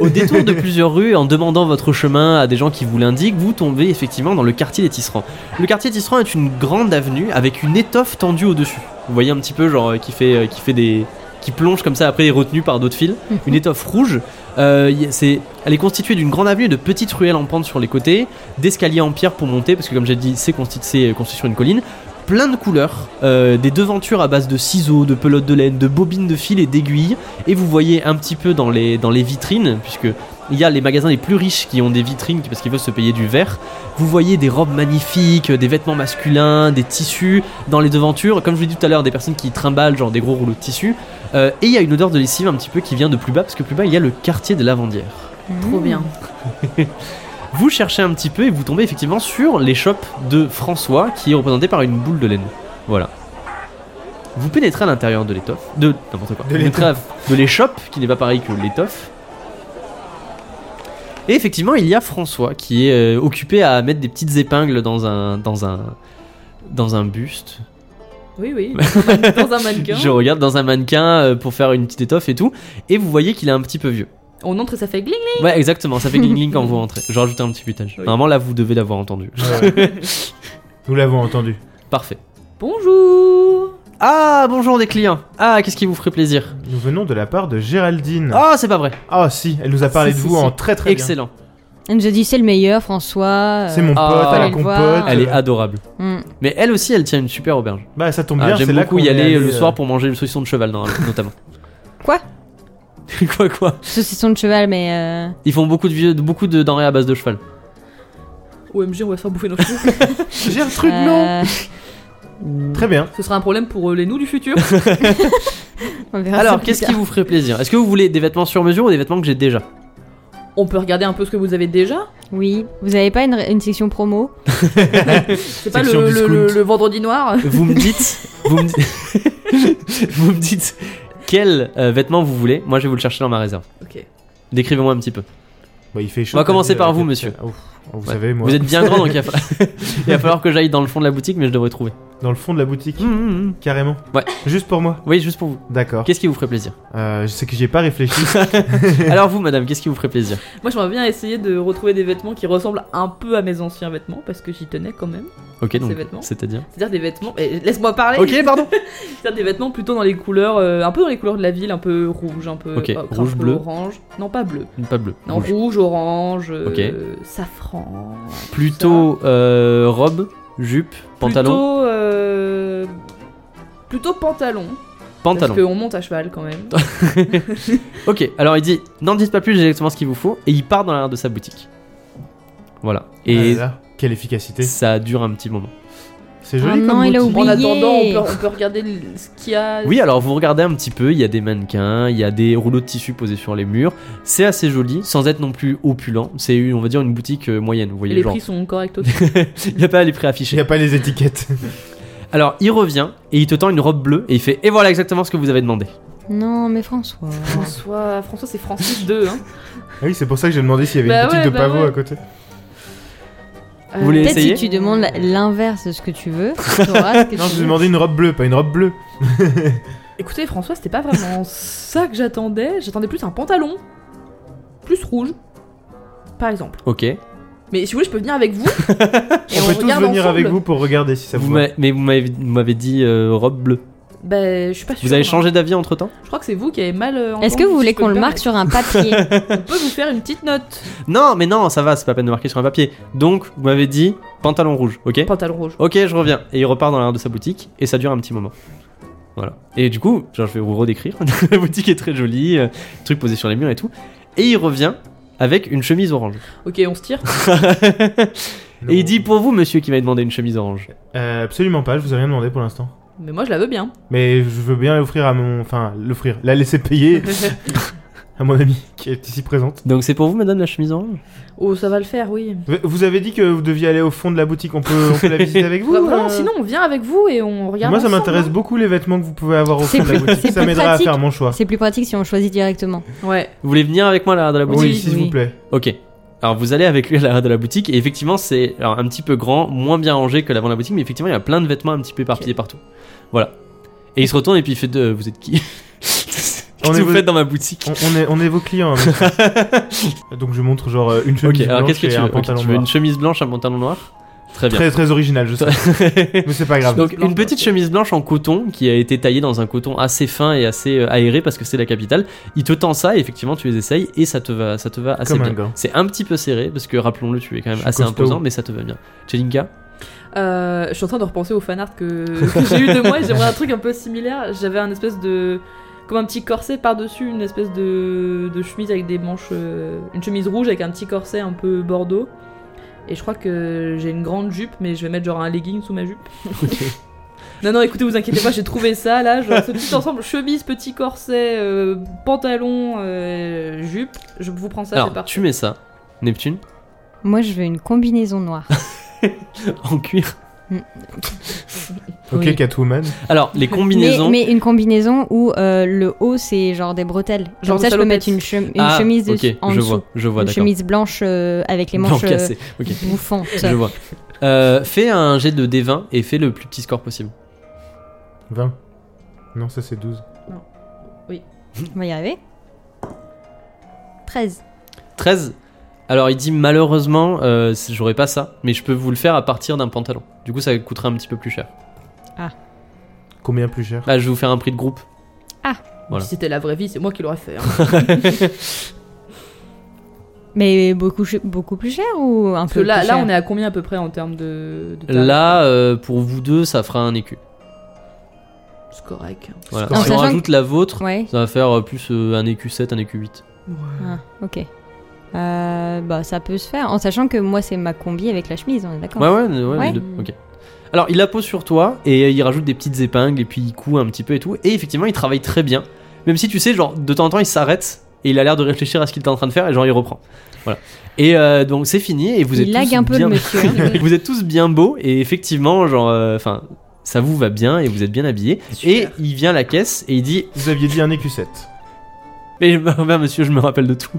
Speaker 1: Au détour de plusieurs rues, en demandant votre chemin à des gens qui vous l'indiquent, vous tombez effectivement dans le quartier des tisserands. Le quartier des tisserands est une grande avenue avec une étoffe tendue au-dessus. Vous voyez un petit peu, genre, euh, qui fait, euh, qui fait des. qui plonge comme ça après, retenue par d'autres fils. Une étoffe rouge. Euh, y- c'est, elle est constituée d'une grande avenue et de petites ruelles en pente sur les côtés, d'escaliers en pierre pour monter, parce que comme j'ai dit, c'est constitué, c'est, euh, construit sur une colline. Plein de couleurs, euh, des devantures à base de ciseaux, de pelotes de laine, de bobines de fil et d'aiguilles. Et vous voyez un petit peu dans les, dans les vitrines, puisque il y a les magasins les plus riches qui ont des vitrines parce qu'ils veulent se payer du verre. Vous voyez des robes magnifiques, des vêtements masculins, des tissus dans les devantures. Comme je vous l'ai dit tout à l'heure, des personnes qui trimballent genre des gros rouleaux de tissu. Euh, et il y a une odeur de lessive un petit peu qui vient de plus bas parce que plus bas il y a le quartier des lavandières.
Speaker 3: Trop
Speaker 4: Mmh.
Speaker 3: bien.
Speaker 1: Vous cherchez un petit peu et vous tombez effectivement sur l'échoppe de François qui est représentée par une boule de laine. Voilà. Vous pénétrez à l'intérieur de l'étoffe, de n'importe quoi,
Speaker 2: De
Speaker 1: Vous pénétrez à- de l'échoppe qui n'est pas pareil que l'étoffe. Et effectivement, il y a François qui est euh, occupé à mettre des petites épingles dans un dans un dans un buste.
Speaker 3: Oui, oui. Dans un mannequin.
Speaker 1: Je regarde dans un mannequin euh, pour faire une petite étoffe et tout, et vous voyez qu'il est un petit peu vieux.
Speaker 3: On entre et ça fait gling.
Speaker 1: Ouais, exactement, ça fait gling gling quand vous rentrez. Je rajoute un petit butage.
Speaker 3: Oui.
Speaker 1: Normalement, là, vous devez l'avoir entendu.
Speaker 2: Ouais. Nous l'avons entendu.
Speaker 1: Parfait.
Speaker 3: Bonjour.
Speaker 1: Ah, bonjour des clients. Ah, qu'est-ce qui vous ferait plaisir
Speaker 2: Nous venons de la part de Géraldine.
Speaker 1: Ah, c'est pas vrai.
Speaker 2: Ah si, elle nous a parlé
Speaker 4: Si,
Speaker 2: de
Speaker 4: si,
Speaker 2: vous
Speaker 4: si.
Speaker 2: en très très
Speaker 1: Excellent.
Speaker 4: Elle nous a dit c'est le meilleur, François. euh,
Speaker 2: bien. C'est mon pote,
Speaker 1: Ah.
Speaker 2: à la
Speaker 4: Allez le
Speaker 2: compote.
Speaker 4: voir.
Speaker 1: Elle est adorable.
Speaker 4: hmm.
Speaker 1: Ah, Mais elle aussi, elle tient une super auberge.
Speaker 2: Bah ça tombe
Speaker 1: Ah,
Speaker 2: bien, c'est
Speaker 1: J'aime
Speaker 2: là
Speaker 1: beaucoup
Speaker 2: qu'on
Speaker 1: y
Speaker 2: est
Speaker 1: aller
Speaker 2: allé,
Speaker 1: le
Speaker 2: euh,
Speaker 1: soir pour manger une saucisson de cheval, normalement, notamment.
Speaker 4: Quoi
Speaker 1: Quoi, quoi
Speaker 4: Saucisson de cheval, mais. euh,
Speaker 1: Ils font beaucoup de, vieux- de- beaucoup de denrées à base de cheval.
Speaker 3: OMG, on va se faire bouffer nos cheveux.
Speaker 2: Gertrude, non
Speaker 4: euh,
Speaker 2: Très bien.
Speaker 3: Ce sera un problème pour euh, les nous du futur.
Speaker 4: on verra ça
Speaker 1: Alors,
Speaker 4: plus
Speaker 1: qu'est-ce
Speaker 4: tard.
Speaker 1: qui vous ferait plaisir Est-ce que vous voulez des vêtements sur mesure ou des vêtements que j'ai déjà
Speaker 3: On peut regarder un peu ce que vous avez déjà.
Speaker 4: Oui, vous avez pas une, une section promo
Speaker 3: C'est pas le,
Speaker 2: Section
Speaker 3: le-
Speaker 2: discount.
Speaker 3: le- le vendredi noir.
Speaker 1: Vous me dites. vous, me dites vous me dites quel euh, vêtement vous voulez. Moi, je vais vous le chercher dans ma réserve.
Speaker 3: Ok.
Speaker 1: Décrivez-moi un petit peu.
Speaker 2: Bah, il fait chaud.
Speaker 1: On va commencer
Speaker 2: t'as dit,
Speaker 1: par
Speaker 2: euh,
Speaker 1: vous,
Speaker 2: qu'est-ce
Speaker 1: monsieur.
Speaker 2: que- Ah, ouf. Oh, vous
Speaker 1: Ouais.
Speaker 2: savez, moi,
Speaker 1: Vous êtes bien grand, donc il va, falloir... il va falloir que j'aille dans le fond de la boutique, mais je devrais trouver.
Speaker 2: dans le fond de la boutique,
Speaker 1: Hum, hum, hum.
Speaker 2: carrément.
Speaker 1: Ouais.
Speaker 2: Juste pour moi.
Speaker 1: Oui, juste pour vous.
Speaker 2: D'accord.
Speaker 1: Qu'est-ce qui vous ferait plaisir
Speaker 2: Euh, je sais que j'y ai pas réfléchi.
Speaker 1: Alors vous, madame, qu'est-ce qui vous ferait plaisir
Speaker 3: Moi, j'aimerais bien essayer de retrouver des vêtements qui ressemblent un peu à mes anciens vêtements parce que j'y tenais quand même.
Speaker 1: Ok, donc
Speaker 3: Ces vêtements
Speaker 1: c'est-à-dire
Speaker 3: C'est-à-dire des vêtements. eh, Laisse-moi parler.
Speaker 1: Ok, pardon.
Speaker 3: C'est-à-dire des vêtements plutôt dans les couleurs, euh, un peu dans les couleurs de la ville, un peu rouge, un peu
Speaker 1: Ok,
Speaker 3: ocre, un
Speaker 1: rouge,
Speaker 3: peu
Speaker 1: bleu.
Speaker 3: orange. Non, pas bleu.
Speaker 1: Pas bleu.
Speaker 3: Non,
Speaker 1: rouge.
Speaker 3: rouge, orange, euh, safran.
Speaker 1: Plutôt euh, robe, jupe, pantalon,
Speaker 3: Plutôt, euh, plutôt pantalon.
Speaker 1: pantalon.
Speaker 3: Parce qu'on monte à cheval quand même.
Speaker 1: Ok. Alors il dit, n'en dites pas plus, j'ai exactement ce qu'il vous faut, et il part dans l'arrière de sa boutique. Voilà.
Speaker 2: Ah
Speaker 1: Et
Speaker 2: là là, quelle efficacité.
Speaker 1: ça dure un petit moment.
Speaker 2: C'est joli
Speaker 4: Ah
Speaker 2: comme
Speaker 4: non, il a
Speaker 2: boutique.
Speaker 3: En
Speaker 4: Oublié.
Speaker 3: attendant, on peut, on peut regarder le- ce qu'il y a.
Speaker 1: Oui, alors vous regardez un petit peu, il y a des mannequins, il y a des rouleaux de tissu posés sur les murs. C'est assez joli, sans être non plus opulent. C'est, une- on va dire, une boutique euh, moyenne, vous voyez,
Speaker 3: les
Speaker 1: genre.
Speaker 3: prix sont corrects aussi.
Speaker 1: il n'y a pas les prix
Speaker 2: Il
Speaker 1: affichés.
Speaker 2: n'y a pas les étiquettes.
Speaker 1: Alors il revient et il te tend une robe bleue et il fait, et voilà exactement ce que vous avez demandé.
Speaker 4: Non, mais François.
Speaker 3: François, François c'est Francis 2. Hein.
Speaker 2: Ah oui, c'est pour ça que j'ai demandé s'il y avait
Speaker 3: Bah
Speaker 2: une boutique
Speaker 3: ouais,
Speaker 2: de
Speaker 3: bah
Speaker 2: pavots
Speaker 3: ouais.
Speaker 2: à côté.
Speaker 3: Euh,
Speaker 1: voulez
Speaker 4: Peut-être si
Speaker 1: essayer
Speaker 4: tu demandes la- l'inverse de ce que tu veux, t'auras ce que
Speaker 2: Non,
Speaker 4: tu
Speaker 2: je
Speaker 4: veux.
Speaker 2: demandais une robe bleue, pas une robe bleue.
Speaker 3: Écoutez, François, c'était pas vraiment ça que j'attendais. J'attendais plus un pantalon. Plus rouge. Par exemple.
Speaker 1: Ok.
Speaker 3: Mais si vous voulez, je peux venir avec vous. et
Speaker 2: on, peut tous
Speaker 3: regarde
Speaker 2: venir
Speaker 3: ensemble.
Speaker 2: avec vous pour regarder si ça
Speaker 1: Vous
Speaker 2: vous va.
Speaker 1: m'a- mais vous m'avez- vous m'avez dit euh, robe bleue.
Speaker 3: Ben, je suis pas sûre.
Speaker 1: Vous avez
Speaker 3: hein.
Speaker 1: changé d'avis entre temps
Speaker 3: Je crois que c'est vous qui avez mal. euh,
Speaker 4: Est-ce
Speaker 3: entendu,
Speaker 4: que vous
Speaker 3: si
Speaker 4: voulez
Speaker 3: je peux
Speaker 4: qu'on le marque
Speaker 3: permettre.
Speaker 4: sur un papier
Speaker 3: On peut vous faire une petite note.
Speaker 1: Non, mais non, ça va, c'est pas peine de marquer sur un papier. Donc, vous m'avez dit pantalon rouge, ok
Speaker 3: Pantalon rouge.
Speaker 1: Ok, je reviens. Et il repart dans l'arrière de sa boutique et ça dure un petit moment. Voilà. Et du coup, genre, je vais vous redécrire. la boutique est très jolie, euh, truc posé sur les murs et tout. Et il revient avec une chemise orange.
Speaker 3: Ok, on se tire.
Speaker 1: Et il dit pour vous, monsieur, qui m'a demandé une chemise orange.
Speaker 2: Euh, absolument pas, je vous ai rien demandé pour l'instant.
Speaker 3: Mais moi, je la veux bien.
Speaker 2: Mais je veux bien l'offrir à mon. Enfin, l'offrir. La laisser payer à mon amie, qui est ici présente.
Speaker 1: Donc c'est pour vous, madame, la chemise orange
Speaker 3: Oh, ça va le faire, oui.
Speaker 2: Vous- Vous avez dit que vous deviez aller au fond de la boutique, on peut, on peut la visiter avec vous
Speaker 3: Bah, vraiment,
Speaker 2: euh
Speaker 3: sinon, on vient avec vous et on regarde.
Speaker 2: Moi, ça
Speaker 3: ensemble,
Speaker 2: m'intéresse
Speaker 3: hein.
Speaker 2: beaucoup les vêtements que vous pouvez avoir au
Speaker 4: C'est
Speaker 2: fond de la
Speaker 4: plus-
Speaker 2: boutique.
Speaker 4: c'est
Speaker 2: Ça
Speaker 4: plus
Speaker 2: m'aidera à
Speaker 4: pratique.
Speaker 2: faire mon choix.
Speaker 4: C'est plus pratique si on choisit directement.
Speaker 3: Ouais.
Speaker 1: Vous voulez venir avec moi à l'arrière de la
Speaker 2: Oui,
Speaker 1: boutique
Speaker 2: s'il
Speaker 4: oui.
Speaker 2: vous plaît.
Speaker 1: Ok. Alors vous allez avec lui à l'arrière de la boutique et effectivement c'est alors, un petit peu grand, moins bien rangé que l'avant de la boutique, mais effectivement il y a plein de vêtements un petit peu éparpillés partout. Voilà. Et il se retourne et puis il fait de... Vous êtes qui Qu'est-ce
Speaker 2: On
Speaker 1: que
Speaker 2: est
Speaker 1: vous
Speaker 2: vos-
Speaker 1: faites dans ma boutique
Speaker 2: On, on est, on est vos clients. monsieur. Donc, je montre genre euh, une chemise
Speaker 1: Ok, alors
Speaker 2: blanche
Speaker 1: qu'est-ce que
Speaker 2: et
Speaker 1: tu
Speaker 2: un
Speaker 1: veux Ok,
Speaker 2: pantalon
Speaker 1: Tu veux
Speaker 2: noir.
Speaker 1: une chemise blanche, un pantalon noir Très bien.
Speaker 2: Très, très original, je sais. Mais c'est pas grave.
Speaker 1: Donc
Speaker 3: Blanche,
Speaker 1: une petite
Speaker 3: ok.
Speaker 1: chemise blanche en coton qui a été taillée dans un coton assez fin et assez euh, aéré parce que c'est la capitale. Il te tend ça et effectivement tu les essayes et ça te va, ça te va assez
Speaker 2: Comme un
Speaker 1: bien.
Speaker 2: gars.
Speaker 1: C'est un petit peu serré parce que rappelons-le, tu es quand
Speaker 2: Je
Speaker 1: même
Speaker 2: suis
Speaker 1: assez
Speaker 2: costaud.
Speaker 1: imposant mais ça te va bien. Chelinka
Speaker 3: Euh, je suis en train de repenser au fanart que, que j'ai eu de moi et j'aimerais un truc un peu similaire. J'avais un espèce de. Comme un petit corset par-dessus, une espèce de, de chemise avec des manches. euh, une chemise rouge avec un petit corset un peu bordeaux. Et je crois que j'ai une grande jupe, mais je vais mettre genre un legging sous ma jupe. Non, non, écoutez, vous inquiétez pas, j'ai trouvé ça là. Genre ce petit ensemble chemise, petit corset, euh, pantalon, euh, jupe. Je vous prends ça, c'est
Speaker 1: Alors
Speaker 3: parti.
Speaker 1: tu mets ça, Neptune,
Speaker 4: Moi, je veux une combinaison noire.
Speaker 1: en cuir.
Speaker 2: Ok,
Speaker 4: Oui.
Speaker 2: Catwoman.
Speaker 1: Alors les
Speaker 4: Mais,
Speaker 1: combinaisons.
Speaker 4: mais une combinaison où euh, le haut, c'est genre des bretelles. Comme
Speaker 3: Genre
Speaker 4: ça,
Speaker 3: des
Speaker 4: je peux mettre une, chem-
Speaker 3: salopettes.
Speaker 4: une
Speaker 1: Ah,
Speaker 4: chemise de-
Speaker 1: ok,
Speaker 4: en
Speaker 1: je
Speaker 4: dessous.
Speaker 1: vois, je vois,
Speaker 4: une
Speaker 1: d'accord.
Speaker 4: chemise blanche euh, avec les
Speaker 1: Blanc
Speaker 4: manches euh,
Speaker 1: cassé, ok,
Speaker 4: bouffantes.
Speaker 1: je vois. Euh, fais un jet de D20 et fais le plus petit score possible.
Speaker 2: 20. Non, ça c'est 12.
Speaker 4: On va y arriver. 13.
Speaker 1: 13. Alors il dit malheureusement, euh, c'est- j'aurais pas ça, mais je peux vous le faire à partir d'un pantalon. Du coup, ça coûtera un petit peu plus cher.
Speaker 2: Combien plus cher
Speaker 1: Bah, je vais vous faire un prix de groupe. voilà.
Speaker 3: Si c'était la vraie vie, c'est moi qui l'aurais fait. hein.
Speaker 4: Mais beaucoup, ch- beaucoup plus cher ou un
Speaker 3: Parce que
Speaker 4: peu
Speaker 3: là,
Speaker 4: plus
Speaker 3: là,
Speaker 4: cher
Speaker 3: on est à combien à peu près en termes de. de tarif
Speaker 1: Là, euh, pour vous deux, ça fera un écu.
Speaker 3: C'est correct.
Speaker 1: Voilà.
Speaker 2: Non,
Speaker 1: si on
Speaker 4: sachant
Speaker 1: rajoute la vôtre,
Speaker 4: Ouais,
Speaker 1: ça va faire euh, plus euh, un écu 7, un écu 8.
Speaker 4: ah, ok. Euh, bah, ça peut se faire. En sachant que moi, c'est ma combi avec la chemise, on est d'accord
Speaker 1: Ouais, ouais, ouais,
Speaker 4: Ouais.
Speaker 1: les deux. Ok. Alors, il la pose sur toi et euh, il rajoute des petites épingles et puis il coud un petit peu et tout. Et effectivement, il travaille très bien. Même si tu sais, genre, de temps en temps, il s'arrête et il a l'air de réfléchir à ce qu'il est en train de faire et genre, il reprend. Voilà. Et euh, donc, c'est fini et vous êtes
Speaker 4: Il lague
Speaker 1: tous
Speaker 4: un peu
Speaker 1: bien...
Speaker 4: le monsieur. hein.
Speaker 1: vous êtes tous bien beaux et effectivement, genre, euh, enfin, ça vous va bien et vous êtes bien habillés. Et
Speaker 3: Super.
Speaker 1: il vient à la caisse et il dit
Speaker 2: Vous aviez dit un EQ7.
Speaker 1: Mais ben, monsieur, je me rappelle de tout.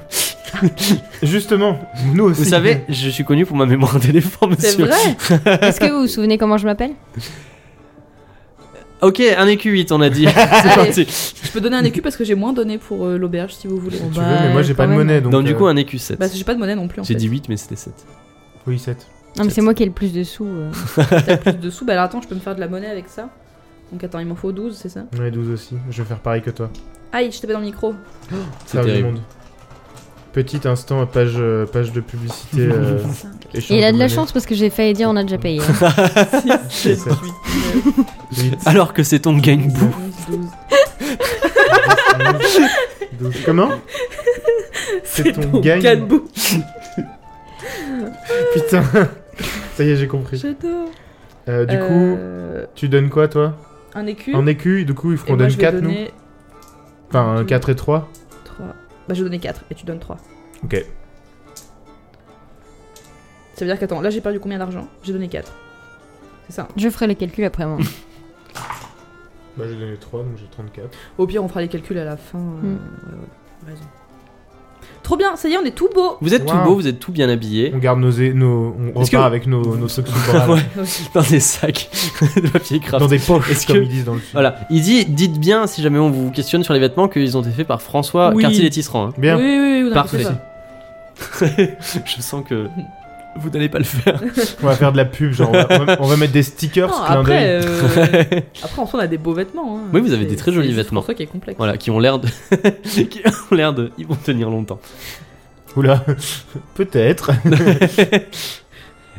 Speaker 2: Justement, nous aussi.
Speaker 1: Vous savez, je suis connu pour ma mémoire d'éléphant,
Speaker 3: C'est
Speaker 1: monsieur.
Speaker 3: vrai
Speaker 4: Est-ce que vous vous souvenez comment je m'appelle
Speaker 1: Ok, un écu 8, on a dit. C'est
Speaker 3: Allez.
Speaker 1: parti.
Speaker 3: Je peux donner un écu parce que j'ai moins donné pour euh, l'auberge si vous voulez.
Speaker 2: Tu veux, mais moi j'ai pas
Speaker 4: Bah, quand
Speaker 2: de
Speaker 4: même.
Speaker 2: monnaie donc.
Speaker 1: Donc, du
Speaker 2: euh,
Speaker 1: coup, un écu 7.
Speaker 3: Bah, j'ai pas de monnaie non plus en
Speaker 1: bah, J'ai
Speaker 3: fait.
Speaker 1: dit 8, mais c'était 7.
Speaker 2: Oui, 7.
Speaker 4: Non, mais
Speaker 1: C'est-
Speaker 4: c'est moi qui ai le plus de sous. euh.
Speaker 3: T'as plus de sous. Bah, alors attends, je peux me faire de la monnaie avec ça. Donc attends, il m'en faut 12, c'est ça
Speaker 2: Ouais, 12 aussi. Je vais faire pareil que toi.
Speaker 3: Aïe, je tapais dans le micro.
Speaker 1: Euh, C'est
Speaker 2: Serve du
Speaker 1: terrible.
Speaker 2: monde. Petit instant, page, euh, page de publicité. euh,
Speaker 4: Et
Speaker 2: échange
Speaker 4: il a de la
Speaker 2: monnaie.
Speaker 4: chance parce que j'ai failli dire on a déjà payé. hein.
Speaker 2: C'est ça. Huit,
Speaker 1: Alors que c'est ton gangbou.
Speaker 3: 12.
Speaker 2: douze, douze. Comment C'est ton gagne.
Speaker 3: gangbou.
Speaker 2: Putain. Ça y est, j'ai compris.
Speaker 3: J'adore.
Speaker 2: Euh, du coup,
Speaker 3: Euh,
Speaker 2: tu donnes quoi toi
Speaker 3: un écu.
Speaker 2: En écu, du coup, il faut
Speaker 3: et
Speaker 2: qu'on
Speaker 3: moi,
Speaker 2: donne
Speaker 3: je vais
Speaker 2: 4 nous.
Speaker 3: donner
Speaker 2: Enfin, 4 et 3.
Speaker 3: 3. Bah, je vais donner 4 et tu donnes 3.
Speaker 2: Ok.
Speaker 3: Ça veut dire qu'attends, là j'ai perdu combien d'argent J'ai donné 4. C'est ça.
Speaker 4: Je ferai le calcul après moi.
Speaker 2: Bah, j'ai donné 3, donc j'ai 34.
Speaker 3: Au pire, on fera les calculs à la fin. euh,
Speaker 4: Mm.
Speaker 3: ouais, ouais, raison. Trop bien, ça y est, on est tout beau.
Speaker 1: Vous êtes tout
Speaker 2: Wow.
Speaker 1: beau, vous êtes tout bien habillé.
Speaker 2: On garde nos. é- nos on repart
Speaker 1: que-
Speaker 2: avec nos, nos trucs sous bras, là.
Speaker 1: Ouais, dans des sacs de papier craft.
Speaker 2: Dans des poches,
Speaker 1: Est-ce
Speaker 2: comme
Speaker 1: que-
Speaker 2: ils disent dans le film.
Speaker 1: Voilà, il dit, dites bien si jamais on vous questionne sur les vêtements qu'ils ont été faits par François
Speaker 3: Oui.
Speaker 1: Cartier des Tisserands. hein.
Speaker 2: Bien.
Speaker 3: Oui, oui, oui, vous inquiétez
Speaker 1: Parfait.
Speaker 3: pas.
Speaker 1: Je sens que vous n'allez pas le faire.
Speaker 2: On va faire de la pub, genre on va, on va- on va mettre des stickers,
Speaker 3: Non,
Speaker 2: clin d'œil.
Speaker 3: après, euh, après, en soi, on a des beaux vêtements. hein.
Speaker 1: Oui, vous avez
Speaker 3: C'est-
Speaker 1: des très jolis
Speaker 3: c'est juste
Speaker 1: vêtements.
Speaker 3: François qui est complexe.
Speaker 1: Voilà, qui ont l'air de. qui ont l'air de. Ils vont tenir longtemps.
Speaker 3: euh,
Speaker 2: Oula, peut-être.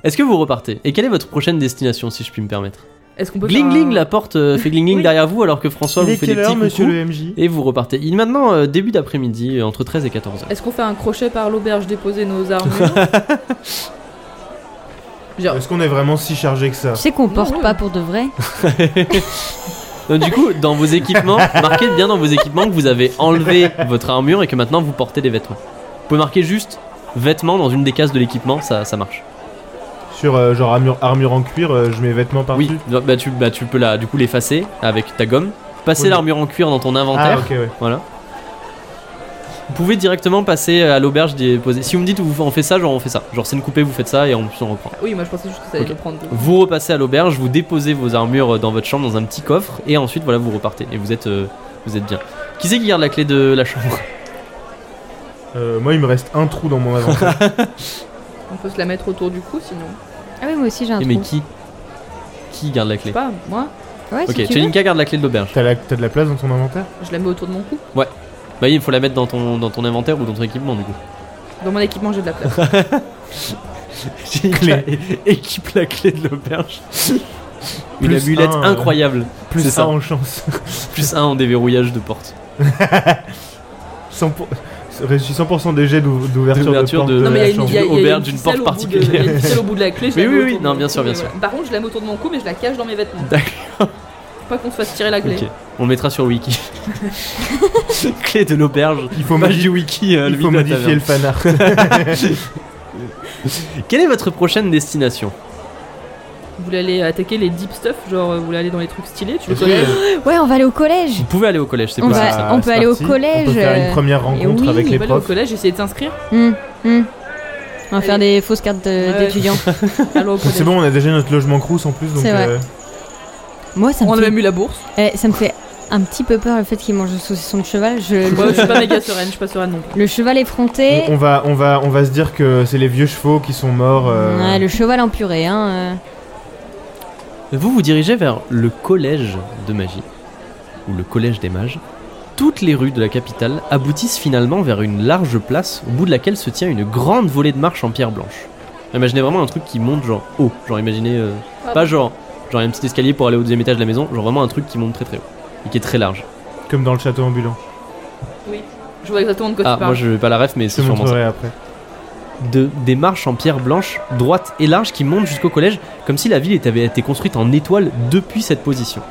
Speaker 1: Est-ce que vous repartez Et quelle est votre prochaine destination, si je puis me permettre
Speaker 3: Est-ce qu'on peut
Speaker 1: Gling
Speaker 3: faire
Speaker 1: gling,
Speaker 3: un-
Speaker 1: la porte euh, fait gling gling
Speaker 3: Oui.
Speaker 1: derrière vous, alors que François
Speaker 2: Il
Speaker 1: vous
Speaker 2: est
Speaker 1: fait des
Speaker 2: quelle
Speaker 1: petits
Speaker 2: heure, monsieur
Speaker 1: coucous,
Speaker 2: le MJ
Speaker 1: Et vous repartez. Il est maintenant euh, début d'après-midi, euh, entre 13 et 14 heures.
Speaker 3: Est-ce qu'on fait un crochet par l'auberge, déposer nos armures Genre,
Speaker 2: Est-ce qu'on est vraiment si chargé que ça
Speaker 1: Ah.
Speaker 4: tu sais qu'on
Speaker 3: Non,
Speaker 4: porte
Speaker 3: ouais.
Speaker 4: pas pour de vrai
Speaker 1: Donc, du coup, dans vos équipements, marquez bien dans vos équipements que vous avez enlevé votre armure et que maintenant vous portez des vêtements. Vous pouvez marquer juste vêtements dans une des cases de l'équipement, ça, ça marche.
Speaker 2: Sur euh, genre armure, armure en cuir, euh, je mets vêtements par-dessus.
Speaker 1: Oui, bah tu, bah, tu peux la, du coup l'effacer avec ta gomme, passer
Speaker 2: Oui.
Speaker 1: l'armure en cuir dans ton inventaire,
Speaker 2: Ah, ok, ouais.
Speaker 1: voilà. Vous pouvez directement passer à l'auberge des posés. Si vous me dites où on fait ça, genre on fait ça. Genre c'est une coupée, vous faites ça et on s'en reprend.
Speaker 3: Oui, moi je pensais juste que ça allait
Speaker 1: Ok.
Speaker 3: le prendre.
Speaker 1: Vous repassez à l'auberge, vous déposez vos armures dans votre chambre dans un petit coffre et ensuite voilà vous repartez et vous êtes euh, vous êtes bien. Qui c'est qui garde la clé de la chambre
Speaker 2: Euh, moi, il me reste un trou dans mon inventaire.
Speaker 3: On peut se la mettre autour du cou sinon.
Speaker 4: Ah oui, moi aussi j'ai un
Speaker 1: Et
Speaker 4: trou.
Speaker 1: Eh, Mais qui qui garde la
Speaker 3: Je sais
Speaker 1: clé
Speaker 3: pas, moi,
Speaker 4: Ouais,
Speaker 1: Ok,
Speaker 4: Bah, si tu veux.
Speaker 1: Chelinka garde la clé de l'auberge.
Speaker 2: T'as la- t'as de la place dans ton inventaire
Speaker 3: je la mets autour de mon cou.
Speaker 1: Bah oui, il faut la mettre dans ton dans ton inventaire ou dans ton équipement du coup.
Speaker 3: Dans mon équipement, j'ai de la place.
Speaker 1: Euh, Clé. Équipe la clé de l'auberge. Une
Speaker 2: Plus
Speaker 1: amulette
Speaker 2: un, euh,
Speaker 1: incroyable.
Speaker 2: Plus
Speaker 1: C'est
Speaker 2: ça
Speaker 1: ça.
Speaker 2: en chance.
Speaker 1: Plus 1 en déverrouillage de porte.
Speaker 2: 100 pour- Réussis 100% des jets d'ou- d'ouverture de
Speaker 1: D'ouverture
Speaker 2: porte
Speaker 1: de-
Speaker 2: de
Speaker 3: non, mais
Speaker 2: la
Speaker 3: il y a une-
Speaker 2: chambre.
Speaker 3: il y a- il y a
Speaker 1: Auberge
Speaker 3: une
Speaker 1: d'une porte
Speaker 3: ficelle au bout de-
Speaker 1: particulière.
Speaker 3: Il y a une ficelle au bout de la clé, je
Speaker 1: Oui,
Speaker 3: la mets
Speaker 1: oui,
Speaker 3: autour
Speaker 1: oui,
Speaker 3: de
Speaker 1: non,
Speaker 3: mon
Speaker 1: bien
Speaker 3: cou,
Speaker 1: sûr, bien
Speaker 3: mais
Speaker 1: sûr.
Speaker 3: voilà. Par contre, je la mets autour de mon cou, mais je la cache dans mes vêtements.
Speaker 1: D'accord.
Speaker 3: Faut Pas qu'on se fasse tirer la clé.
Speaker 1: Ok. On le mettra sur le wiki. clé de l'auberge.
Speaker 2: Il faut,
Speaker 1: Magie
Speaker 2: modi-
Speaker 1: wiki. euh,
Speaker 2: il
Speaker 1: le
Speaker 2: faut
Speaker 1: wiki de la
Speaker 2: modifier le fanart.
Speaker 1: taverne. Quelle est votre prochaine destination
Speaker 3: Vous voulez aller attaquer les deep stuff, genre euh, vous voulez aller dans les trucs stylés, tu le
Speaker 2: Est-ce que-
Speaker 3: connais
Speaker 4: Ouais, on va aller au collège.
Speaker 1: Vous pouvez aller au collège, bah, c'est
Speaker 4: On
Speaker 1: possible.
Speaker 4: va-
Speaker 1: ça.
Speaker 4: on peut
Speaker 2: c'est
Speaker 4: aller au
Speaker 2: parti.
Speaker 4: collège,
Speaker 2: On peut faire
Speaker 4: euh,
Speaker 2: une première
Speaker 4: et
Speaker 2: rencontre
Speaker 4: oui,
Speaker 2: avec
Speaker 3: Tu
Speaker 2: les
Speaker 3: peux aller au
Speaker 2: profs.
Speaker 3: collège, essayer de t'inscrire
Speaker 4: Hmm, hmm. On va faire
Speaker 3: Allez.
Speaker 4: des fausses cartes de-
Speaker 3: Ouais.
Speaker 4: d'étudiants.
Speaker 3: Allons au collège.
Speaker 2: C'est bon, on a déjà notre logement crous en plus, donc
Speaker 4: C'est vrai.
Speaker 2: euh,
Speaker 4: Moi, ça me,
Speaker 3: On a
Speaker 4: fait...
Speaker 3: même eu la bourse.
Speaker 4: eh, ça me fait un petit peu peur le fait qu'ils mangent le saucisson de cheval. Je...
Speaker 3: Moi, je
Speaker 4: Le...
Speaker 3: suis pas méga sereine, je suis pas sereine non plus.
Speaker 4: le cheval effronté.
Speaker 2: on, on va, on, va, on va se dire que c'est les vieux chevaux qui sont morts. euh,
Speaker 4: Ouais, le cheval en purée, hein.
Speaker 1: Vous vous dirigez vers le collège de magie, ou le collège des mages. Toutes les rues de la capitale aboutissent finalement vers une large place au bout de laquelle se tient une grande volée de marches en pierre blanche. Imaginez vraiment un truc qui monte genre haut, genre imaginez euh,
Speaker 3: Ah
Speaker 1: pas genre genre un petit escalier pour aller au deuxième étage de la maison, genre vraiment un truc qui monte très très haut et qui est très large.
Speaker 2: Comme dans le château ambulant.
Speaker 3: Je vois exactement de quoi
Speaker 1: Ah moi
Speaker 3: tu parles.
Speaker 1: je vais pas la ref mais
Speaker 2: Je te
Speaker 1: c'est sûrement ça.
Speaker 2: montrerai après.
Speaker 1: de, des marches en pierre blanche, droites et larges qui montent jusqu'au collège, comme si la ville était- avait été construite en étoile depuis cette position.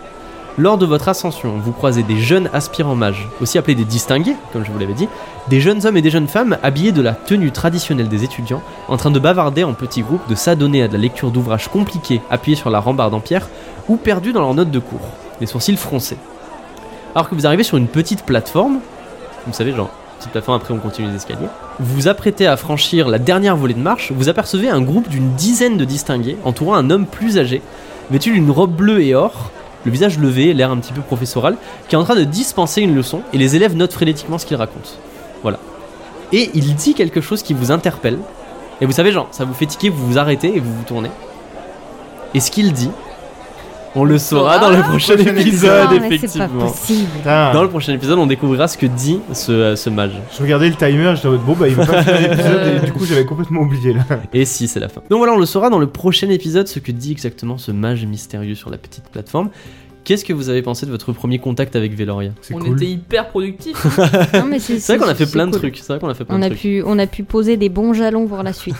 Speaker 1: Lors de votre ascension, vous croisez des jeunes aspirants mages, aussi appelés des distingués, comme je vous l'avais dit, des jeunes hommes et des jeunes femmes habillés de la tenue traditionnelle des étudiants, en train de bavarder en petits groupes, de s'adonner à de la lecture d'ouvrages compliqués appuyés sur la rambarde en pierre, ou perdus dans leurs notes de cours, les sourcils froncés. Alors que vous arrivez sur une petite plateforme, vous savez, genre, petite plateforme, après on continue les escaliers, vous vous apprêtez à franchir la dernière volée de marche, vous apercevez un groupe d'une dizaine de distingués entourant un homme plus âgé, vêtu d'une robe bleue et or, le visage levé, l'air un petit peu professoral, qui est en train de dispenser une leçon et les élèves notent frénétiquement ce qu'il raconte. Voilà. Et il dit quelque chose qui vous interpelle, et vous savez, genre, ça vous fait tiquer, vous vous arrêtez et vous vous tournez. Et ce qu'il dit, on le saura dans le prochain
Speaker 2: Prochain
Speaker 1: épisode,
Speaker 4: Non, mais c'est pas
Speaker 1: effectivement.
Speaker 4: possible.
Speaker 2: Putain,
Speaker 1: Dans le prochain épisode, on découvrira ce que dit ce, euh, ce mage.
Speaker 2: Je regardais le timer, j'étais en mode bon bah il va pas finir l'épisode et du coup j'avais complètement oublié là.
Speaker 1: Et si, c'est la fin. Donc voilà, on le saura dans le prochain épisode ce que dit exactement ce mage mystérieux sur la petite plateforme. Qu'est-ce que vous avez pensé de votre premier contact avec Veloria
Speaker 2: C'est
Speaker 3: On
Speaker 2: cool.
Speaker 3: était hyper productifs.
Speaker 4: Non, mais c'est
Speaker 1: C'est vrai qu'on a fait
Speaker 4: c'est
Speaker 1: plein de
Speaker 4: cool.
Speaker 1: trucs. C'est vrai qu'on a fait plein
Speaker 4: On
Speaker 1: de
Speaker 4: a,
Speaker 1: trucs.
Speaker 4: pu, on a pu poser des bons jalons pour la suite.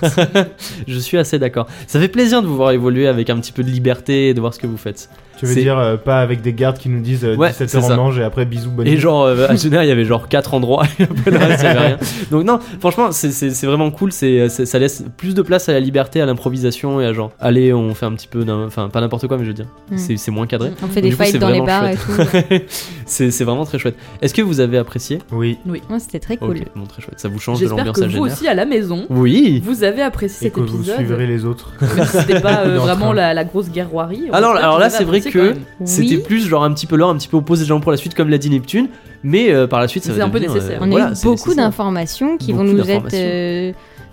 Speaker 1: Je suis assez d'accord. Ça fait plaisir de vous voir évoluer avec un petit peu de liberté et de voir ce que vous faites.
Speaker 2: Tu veux
Speaker 1: C'est-
Speaker 2: dire euh, pas avec des gardes qui nous disent euh,
Speaker 1: Ouais,
Speaker 2: 17h
Speaker 1: c'est ça.
Speaker 2: on mange et après bisous bonne
Speaker 1: Et
Speaker 2: nuit.
Speaker 1: genre, euh, à Genève, il y avait genre quatre endroits, et après le reste, il y avait rien. Donc, non, franchement, c'est- c'est c'est vraiment cool. c'est euh, c'est- ça laisse plus de place à la liberté, à l'improvisation et à genre, allez, on fait un petit peu, n'im- enfin, pas n'importe quoi, mais je veux dire,
Speaker 4: Mm.
Speaker 1: c'est c'est moins cadré.
Speaker 4: On fait des
Speaker 1: Du coup, c'est
Speaker 4: fights dans les
Speaker 1: vraiment
Speaker 4: bars et tout.
Speaker 1: c'est c'est vraiment très chouette. Est-ce que vous avez apprécié
Speaker 2: Oui.
Speaker 4: Ouais, C'était très cool.
Speaker 1: Ok, bon, très chouette. Ça vous change de
Speaker 3: J'espère
Speaker 1: l'ambiance,
Speaker 3: que
Speaker 1: ça
Speaker 3: vous
Speaker 1: génère.
Speaker 3: aussi à la maison,
Speaker 1: Oui.
Speaker 3: vous avez apprécié
Speaker 2: Et
Speaker 3: cet
Speaker 2: que vous suivrez
Speaker 3: épisode.
Speaker 2: les autres.
Speaker 3: Même si c'était pas euh,
Speaker 2: Dans le
Speaker 3: vraiment
Speaker 2: train.
Speaker 3: la, la grosse guerroirie. on
Speaker 1: Alors-
Speaker 3: espère
Speaker 1: alors
Speaker 3: vous
Speaker 1: là,
Speaker 3: avez
Speaker 1: c'est vrai
Speaker 3: apprécié
Speaker 1: que
Speaker 3: quand même.
Speaker 1: C'était
Speaker 4: Oui,
Speaker 1: plus genre un petit peu l'or, un petit peu opposé genre pour la suite comme l'a dit Neptune, mais euh, par la suite ça
Speaker 3: C'est
Speaker 1: va
Speaker 3: un peu
Speaker 1: devenir, euh,
Speaker 3: nécessaire.
Speaker 4: on
Speaker 1: voilà,
Speaker 4: a eu
Speaker 1: c'est
Speaker 4: beaucoup
Speaker 1: nécessaire.
Speaker 4: d'informations qui vont
Speaker 1: Beaucoup
Speaker 4: nous être
Speaker 1: d'informations.
Speaker 4: euh,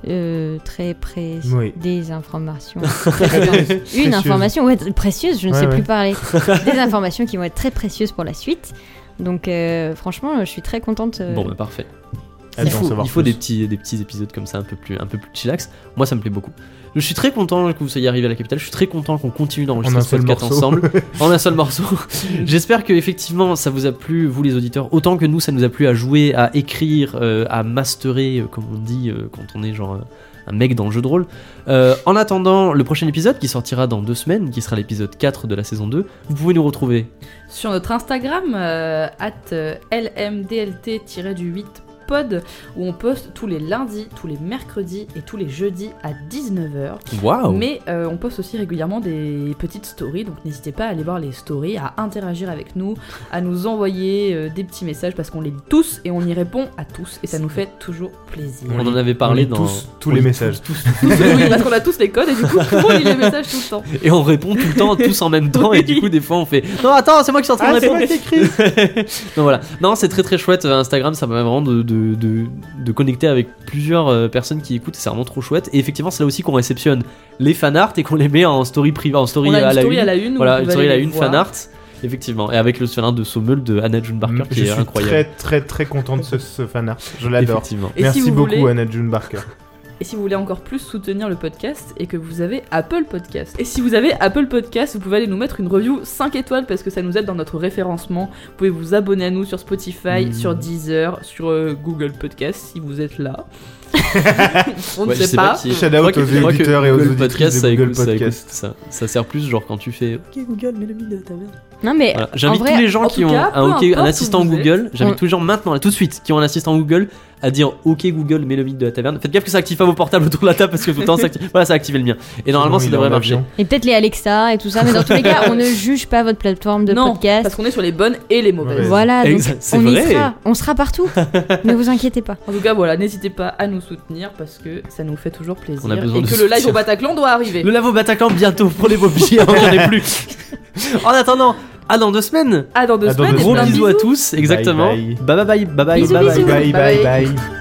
Speaker 4: euh, très précieuses.
Speaker 2: Oui.
Speaker 4: Des informations.
Speaker 2: Précieuse.
Speaker 4: Une information, ouais, très précieuse, je ne
Speaker 2: Ouais,
Speaker 4: sais
Speaker 2: ouais.
Speaker 4: plus parler. Des informations qui vont être très précieuses pour la suite. Donc, euh, franchement, je suis très contente. euh,
Speaker 1: Bon, bah parfait.
Speaker 2: Ah,
Speaker 1: Il
Speaker 2: d'en
Speaker 1: faut,
Speaker 2: savoir
Speaker 1: il faut des
Speaker 2: plus.
Speaker 1: petits, des petits épisodes comme ça, un peu plus, un peu plus chillax. Moi, ça me plaît beaucoup. Je suis très content que vous soyez arrivé à la capitale. Je suis très content qu'on continue
Speaker 2: En
Speaker 1: d'enregistrer
Speaker 2: un
Speaker 1: ce
Speaker 2: seul
Speaker 1: podcast
Speaker 2: morceau.
Speaker 1: ensemble en un seul morceau. J'espère que effectivement, ça vous a plu, vous les auditeurs, autant que nous, ça nous a plu à jouer, à écrire, euh, à masterer, euh, comme on dit euh, quand on est genre euh, un mec dans le jeu de rôle. Euh, en attendant le prochain épisode qui sortira dans deux semaines, qui sera l'épisode 4 de la saison 2, vous pouvez nous retrouver
Speaker 3: Sur notre Instagram, at lmdlt-du8pod, où on poste tous les lundis, tous les mercredis et tous les jeudis à 19h.
Speaker 1: Waouh
Speaker 3: Mais euh, on poste aussi régulièrement des petites stories, donc n'hésitez pas à aller voir les stories, à interagir avec nous, à nous envoyer euh, des petits messages parce qu'on les lit tous et on y répond à tous et ça nous fait toujours plaisir.
Speaker 1: On en avait parlé
Speaker 2: On lit
Speaker 1: dans.
Speaker 2: tous, tous
Speaker 1: on
Speaker 2: les
Speaker 1: lit
Speaker 2: messages.
Speaker 3: oui, parce qu'on a tous les codes et du coup tout le monde lit les messages tout le temps.
Speaker 1: tous. Et on répond tout le temps, tous en même temps, et du coup, des fois, on fait Non, attends, c'est moi qui suis en train de
Speaker 2: Ah,
Speaker 1: répondre. non, voilà. Non, c'est très très chouette. euh, Instagram, ça permet vraiment de, de, de, de connecter avec plusieurs euh, personnes qui écoutent, et c'est vraiment trop chouette. Et effectivement, c'est là aussi qu'on réceptionne les fanarts et qu'on les met en story privée, en story
Speaker 3: on a une
Speaker 1: à la
Speaker 3: story
Speaker 1: une.
Speaker 3: à la une. où
Speaker 1: Voilà,
Speaker 3: vous
Speaker 1: une
Speaker 3: pouvez
Speaker 1: story à la
Speaker 3: aller
Speaker 1: une
Speaker 3: voir.
Speaker 1: fanart. Effectivement, et avec le fanart de Sommel de Anna June Barker qui
Speaker 2: Mmh. Je
Speaker 1: est
Speaker 2: suis
Speaker 1: incroyable.
Speaker 2: très très très content de ce, ce fanart, je l'adore.
Speaker 1: Effectivement.
Speaker 3: Et si
Speaker 2: Merci
Speaker 3: vous
Speaker 2: beaucoup
Speaker 3: voulez-
Speaker 2: Anna June Barker.
Speaker 3: Et si vous voulez encore plus soutenir le podcast et que vous avez Apple Podcast. Et si vous avez Apple Podcast, vous pouvez aller nous mettre une review 5 étoiles parce que ça nous aide dans notre référencement. Vous pouvez vous abonner à nous sur Spotify,
Speaker 1: Hmm.
Speaker 2: Mm.
Speaker 3: sur Deezer, sur euh, Google Podcast si vous êtes là. On
Speaker 1: Ouais,
Speaker 3: ne
Speaker 1: je
Speaker 3: sait pas.
Speaker 1: qui-
Speaker 2: Shout out
Speaker 1: je crois que-
Speaker 2: aux
Speaker 1: je crois que
Speaker 2: éditeurs et aux
Speaker 1: Google
Speaker 2: auditrices
Speaker 1: Podcast,
Speaker 2: de
Speaker 1: ça,
Speaker 2: Google
Speaker 1: écoute- ça écoute
Speaker 2: Podcast.
Speaker 1: ça. Ça sert plus, genre quand tu fais
Speaker 4: Non, mais
Speaker 1: Voilà.
Speaker 4: en
Speaker 1: J'invite
Speaker 4: vrai,
Speaker 1: tous les gens
Speaker 3: en
Speaker 1: qui
Speaker 3: tout
Speaker 1: ont
Speaker 3: cas,
Speaker 1: un,
Speaker 3: peu
Speaker 1: OK- un
Speaker 3: importe où
Speaker 1: assistant
Speaker 3: vous Mm.
Speaker 1: Google, j'invite
Speaker 4: on-
Speaker 1: tous les gens maintenant, là, tout de suite, qui ont un assistant Google, à dire OK Google, mets le mythe de la taverne. Faites gaffe que ça active pas vos portables autour de la table parce que tout le temps ça active. Voilà, ça a activé le mien. Et normalement,
Speaker 2: Sinon,
Speaker 1: ça
Speaker 2: il est
Speaker 1: devrait
Speaker 2: en
Speaker 1: marcher.
Speaker 2: avion.
Speaker 4: Et peut-être les Alexa et tout ça, mais dans tous les cas, on ne juge pas votre plateforme de
Speaker 3: non, parce
Speaker 4: podcast.
Speaker 3: qu'on est sur les bonnes et les mauvaises.
Speaker 2: Ouais.
Speaker 4: Voilà, donc
Speaker 1: Exact, c'est
Speaker 4: on y
Speaker 1: vrai.
Speaker 4: sera, on sera partout. ne vous inquiétez pas.
Speaker 3: En tout cas, voilà, n'hésitez pas à nous soutenir parce que ça nous fait toujours plaisir.
Speaker 1: On a besoin
Speaker 3: et
Speaker 1: de
Speaker 3: que le live
Speaker 1: soutien.
Speaker 3: au Bataclan doit arriver.
Speaker 1: Le lave au Bataclan bientôt pour les bobiers, on en est plus. en attendant, à dans deux semaines.
Speaker 3: Ah, dans deux
Speaker 2: À dans
Speaker 3: semaines,
Speaker 2: deux
Speaker 3: et
Speaker 1: Gros
Speaker 3: plein
Speaker 2: semaines.
Speaker 3: de
Speaker 1: bisous à tous, exactement.
Speaker 2: Bye
Speaker 1: bye bye bye bye
Speaker 3: Bisous,
Speaker 1: bye. bye.
Speaker 3: bisous.
Speaker 2: Bye bye
Speaker 3: Bye
Speaker 2: bye bye.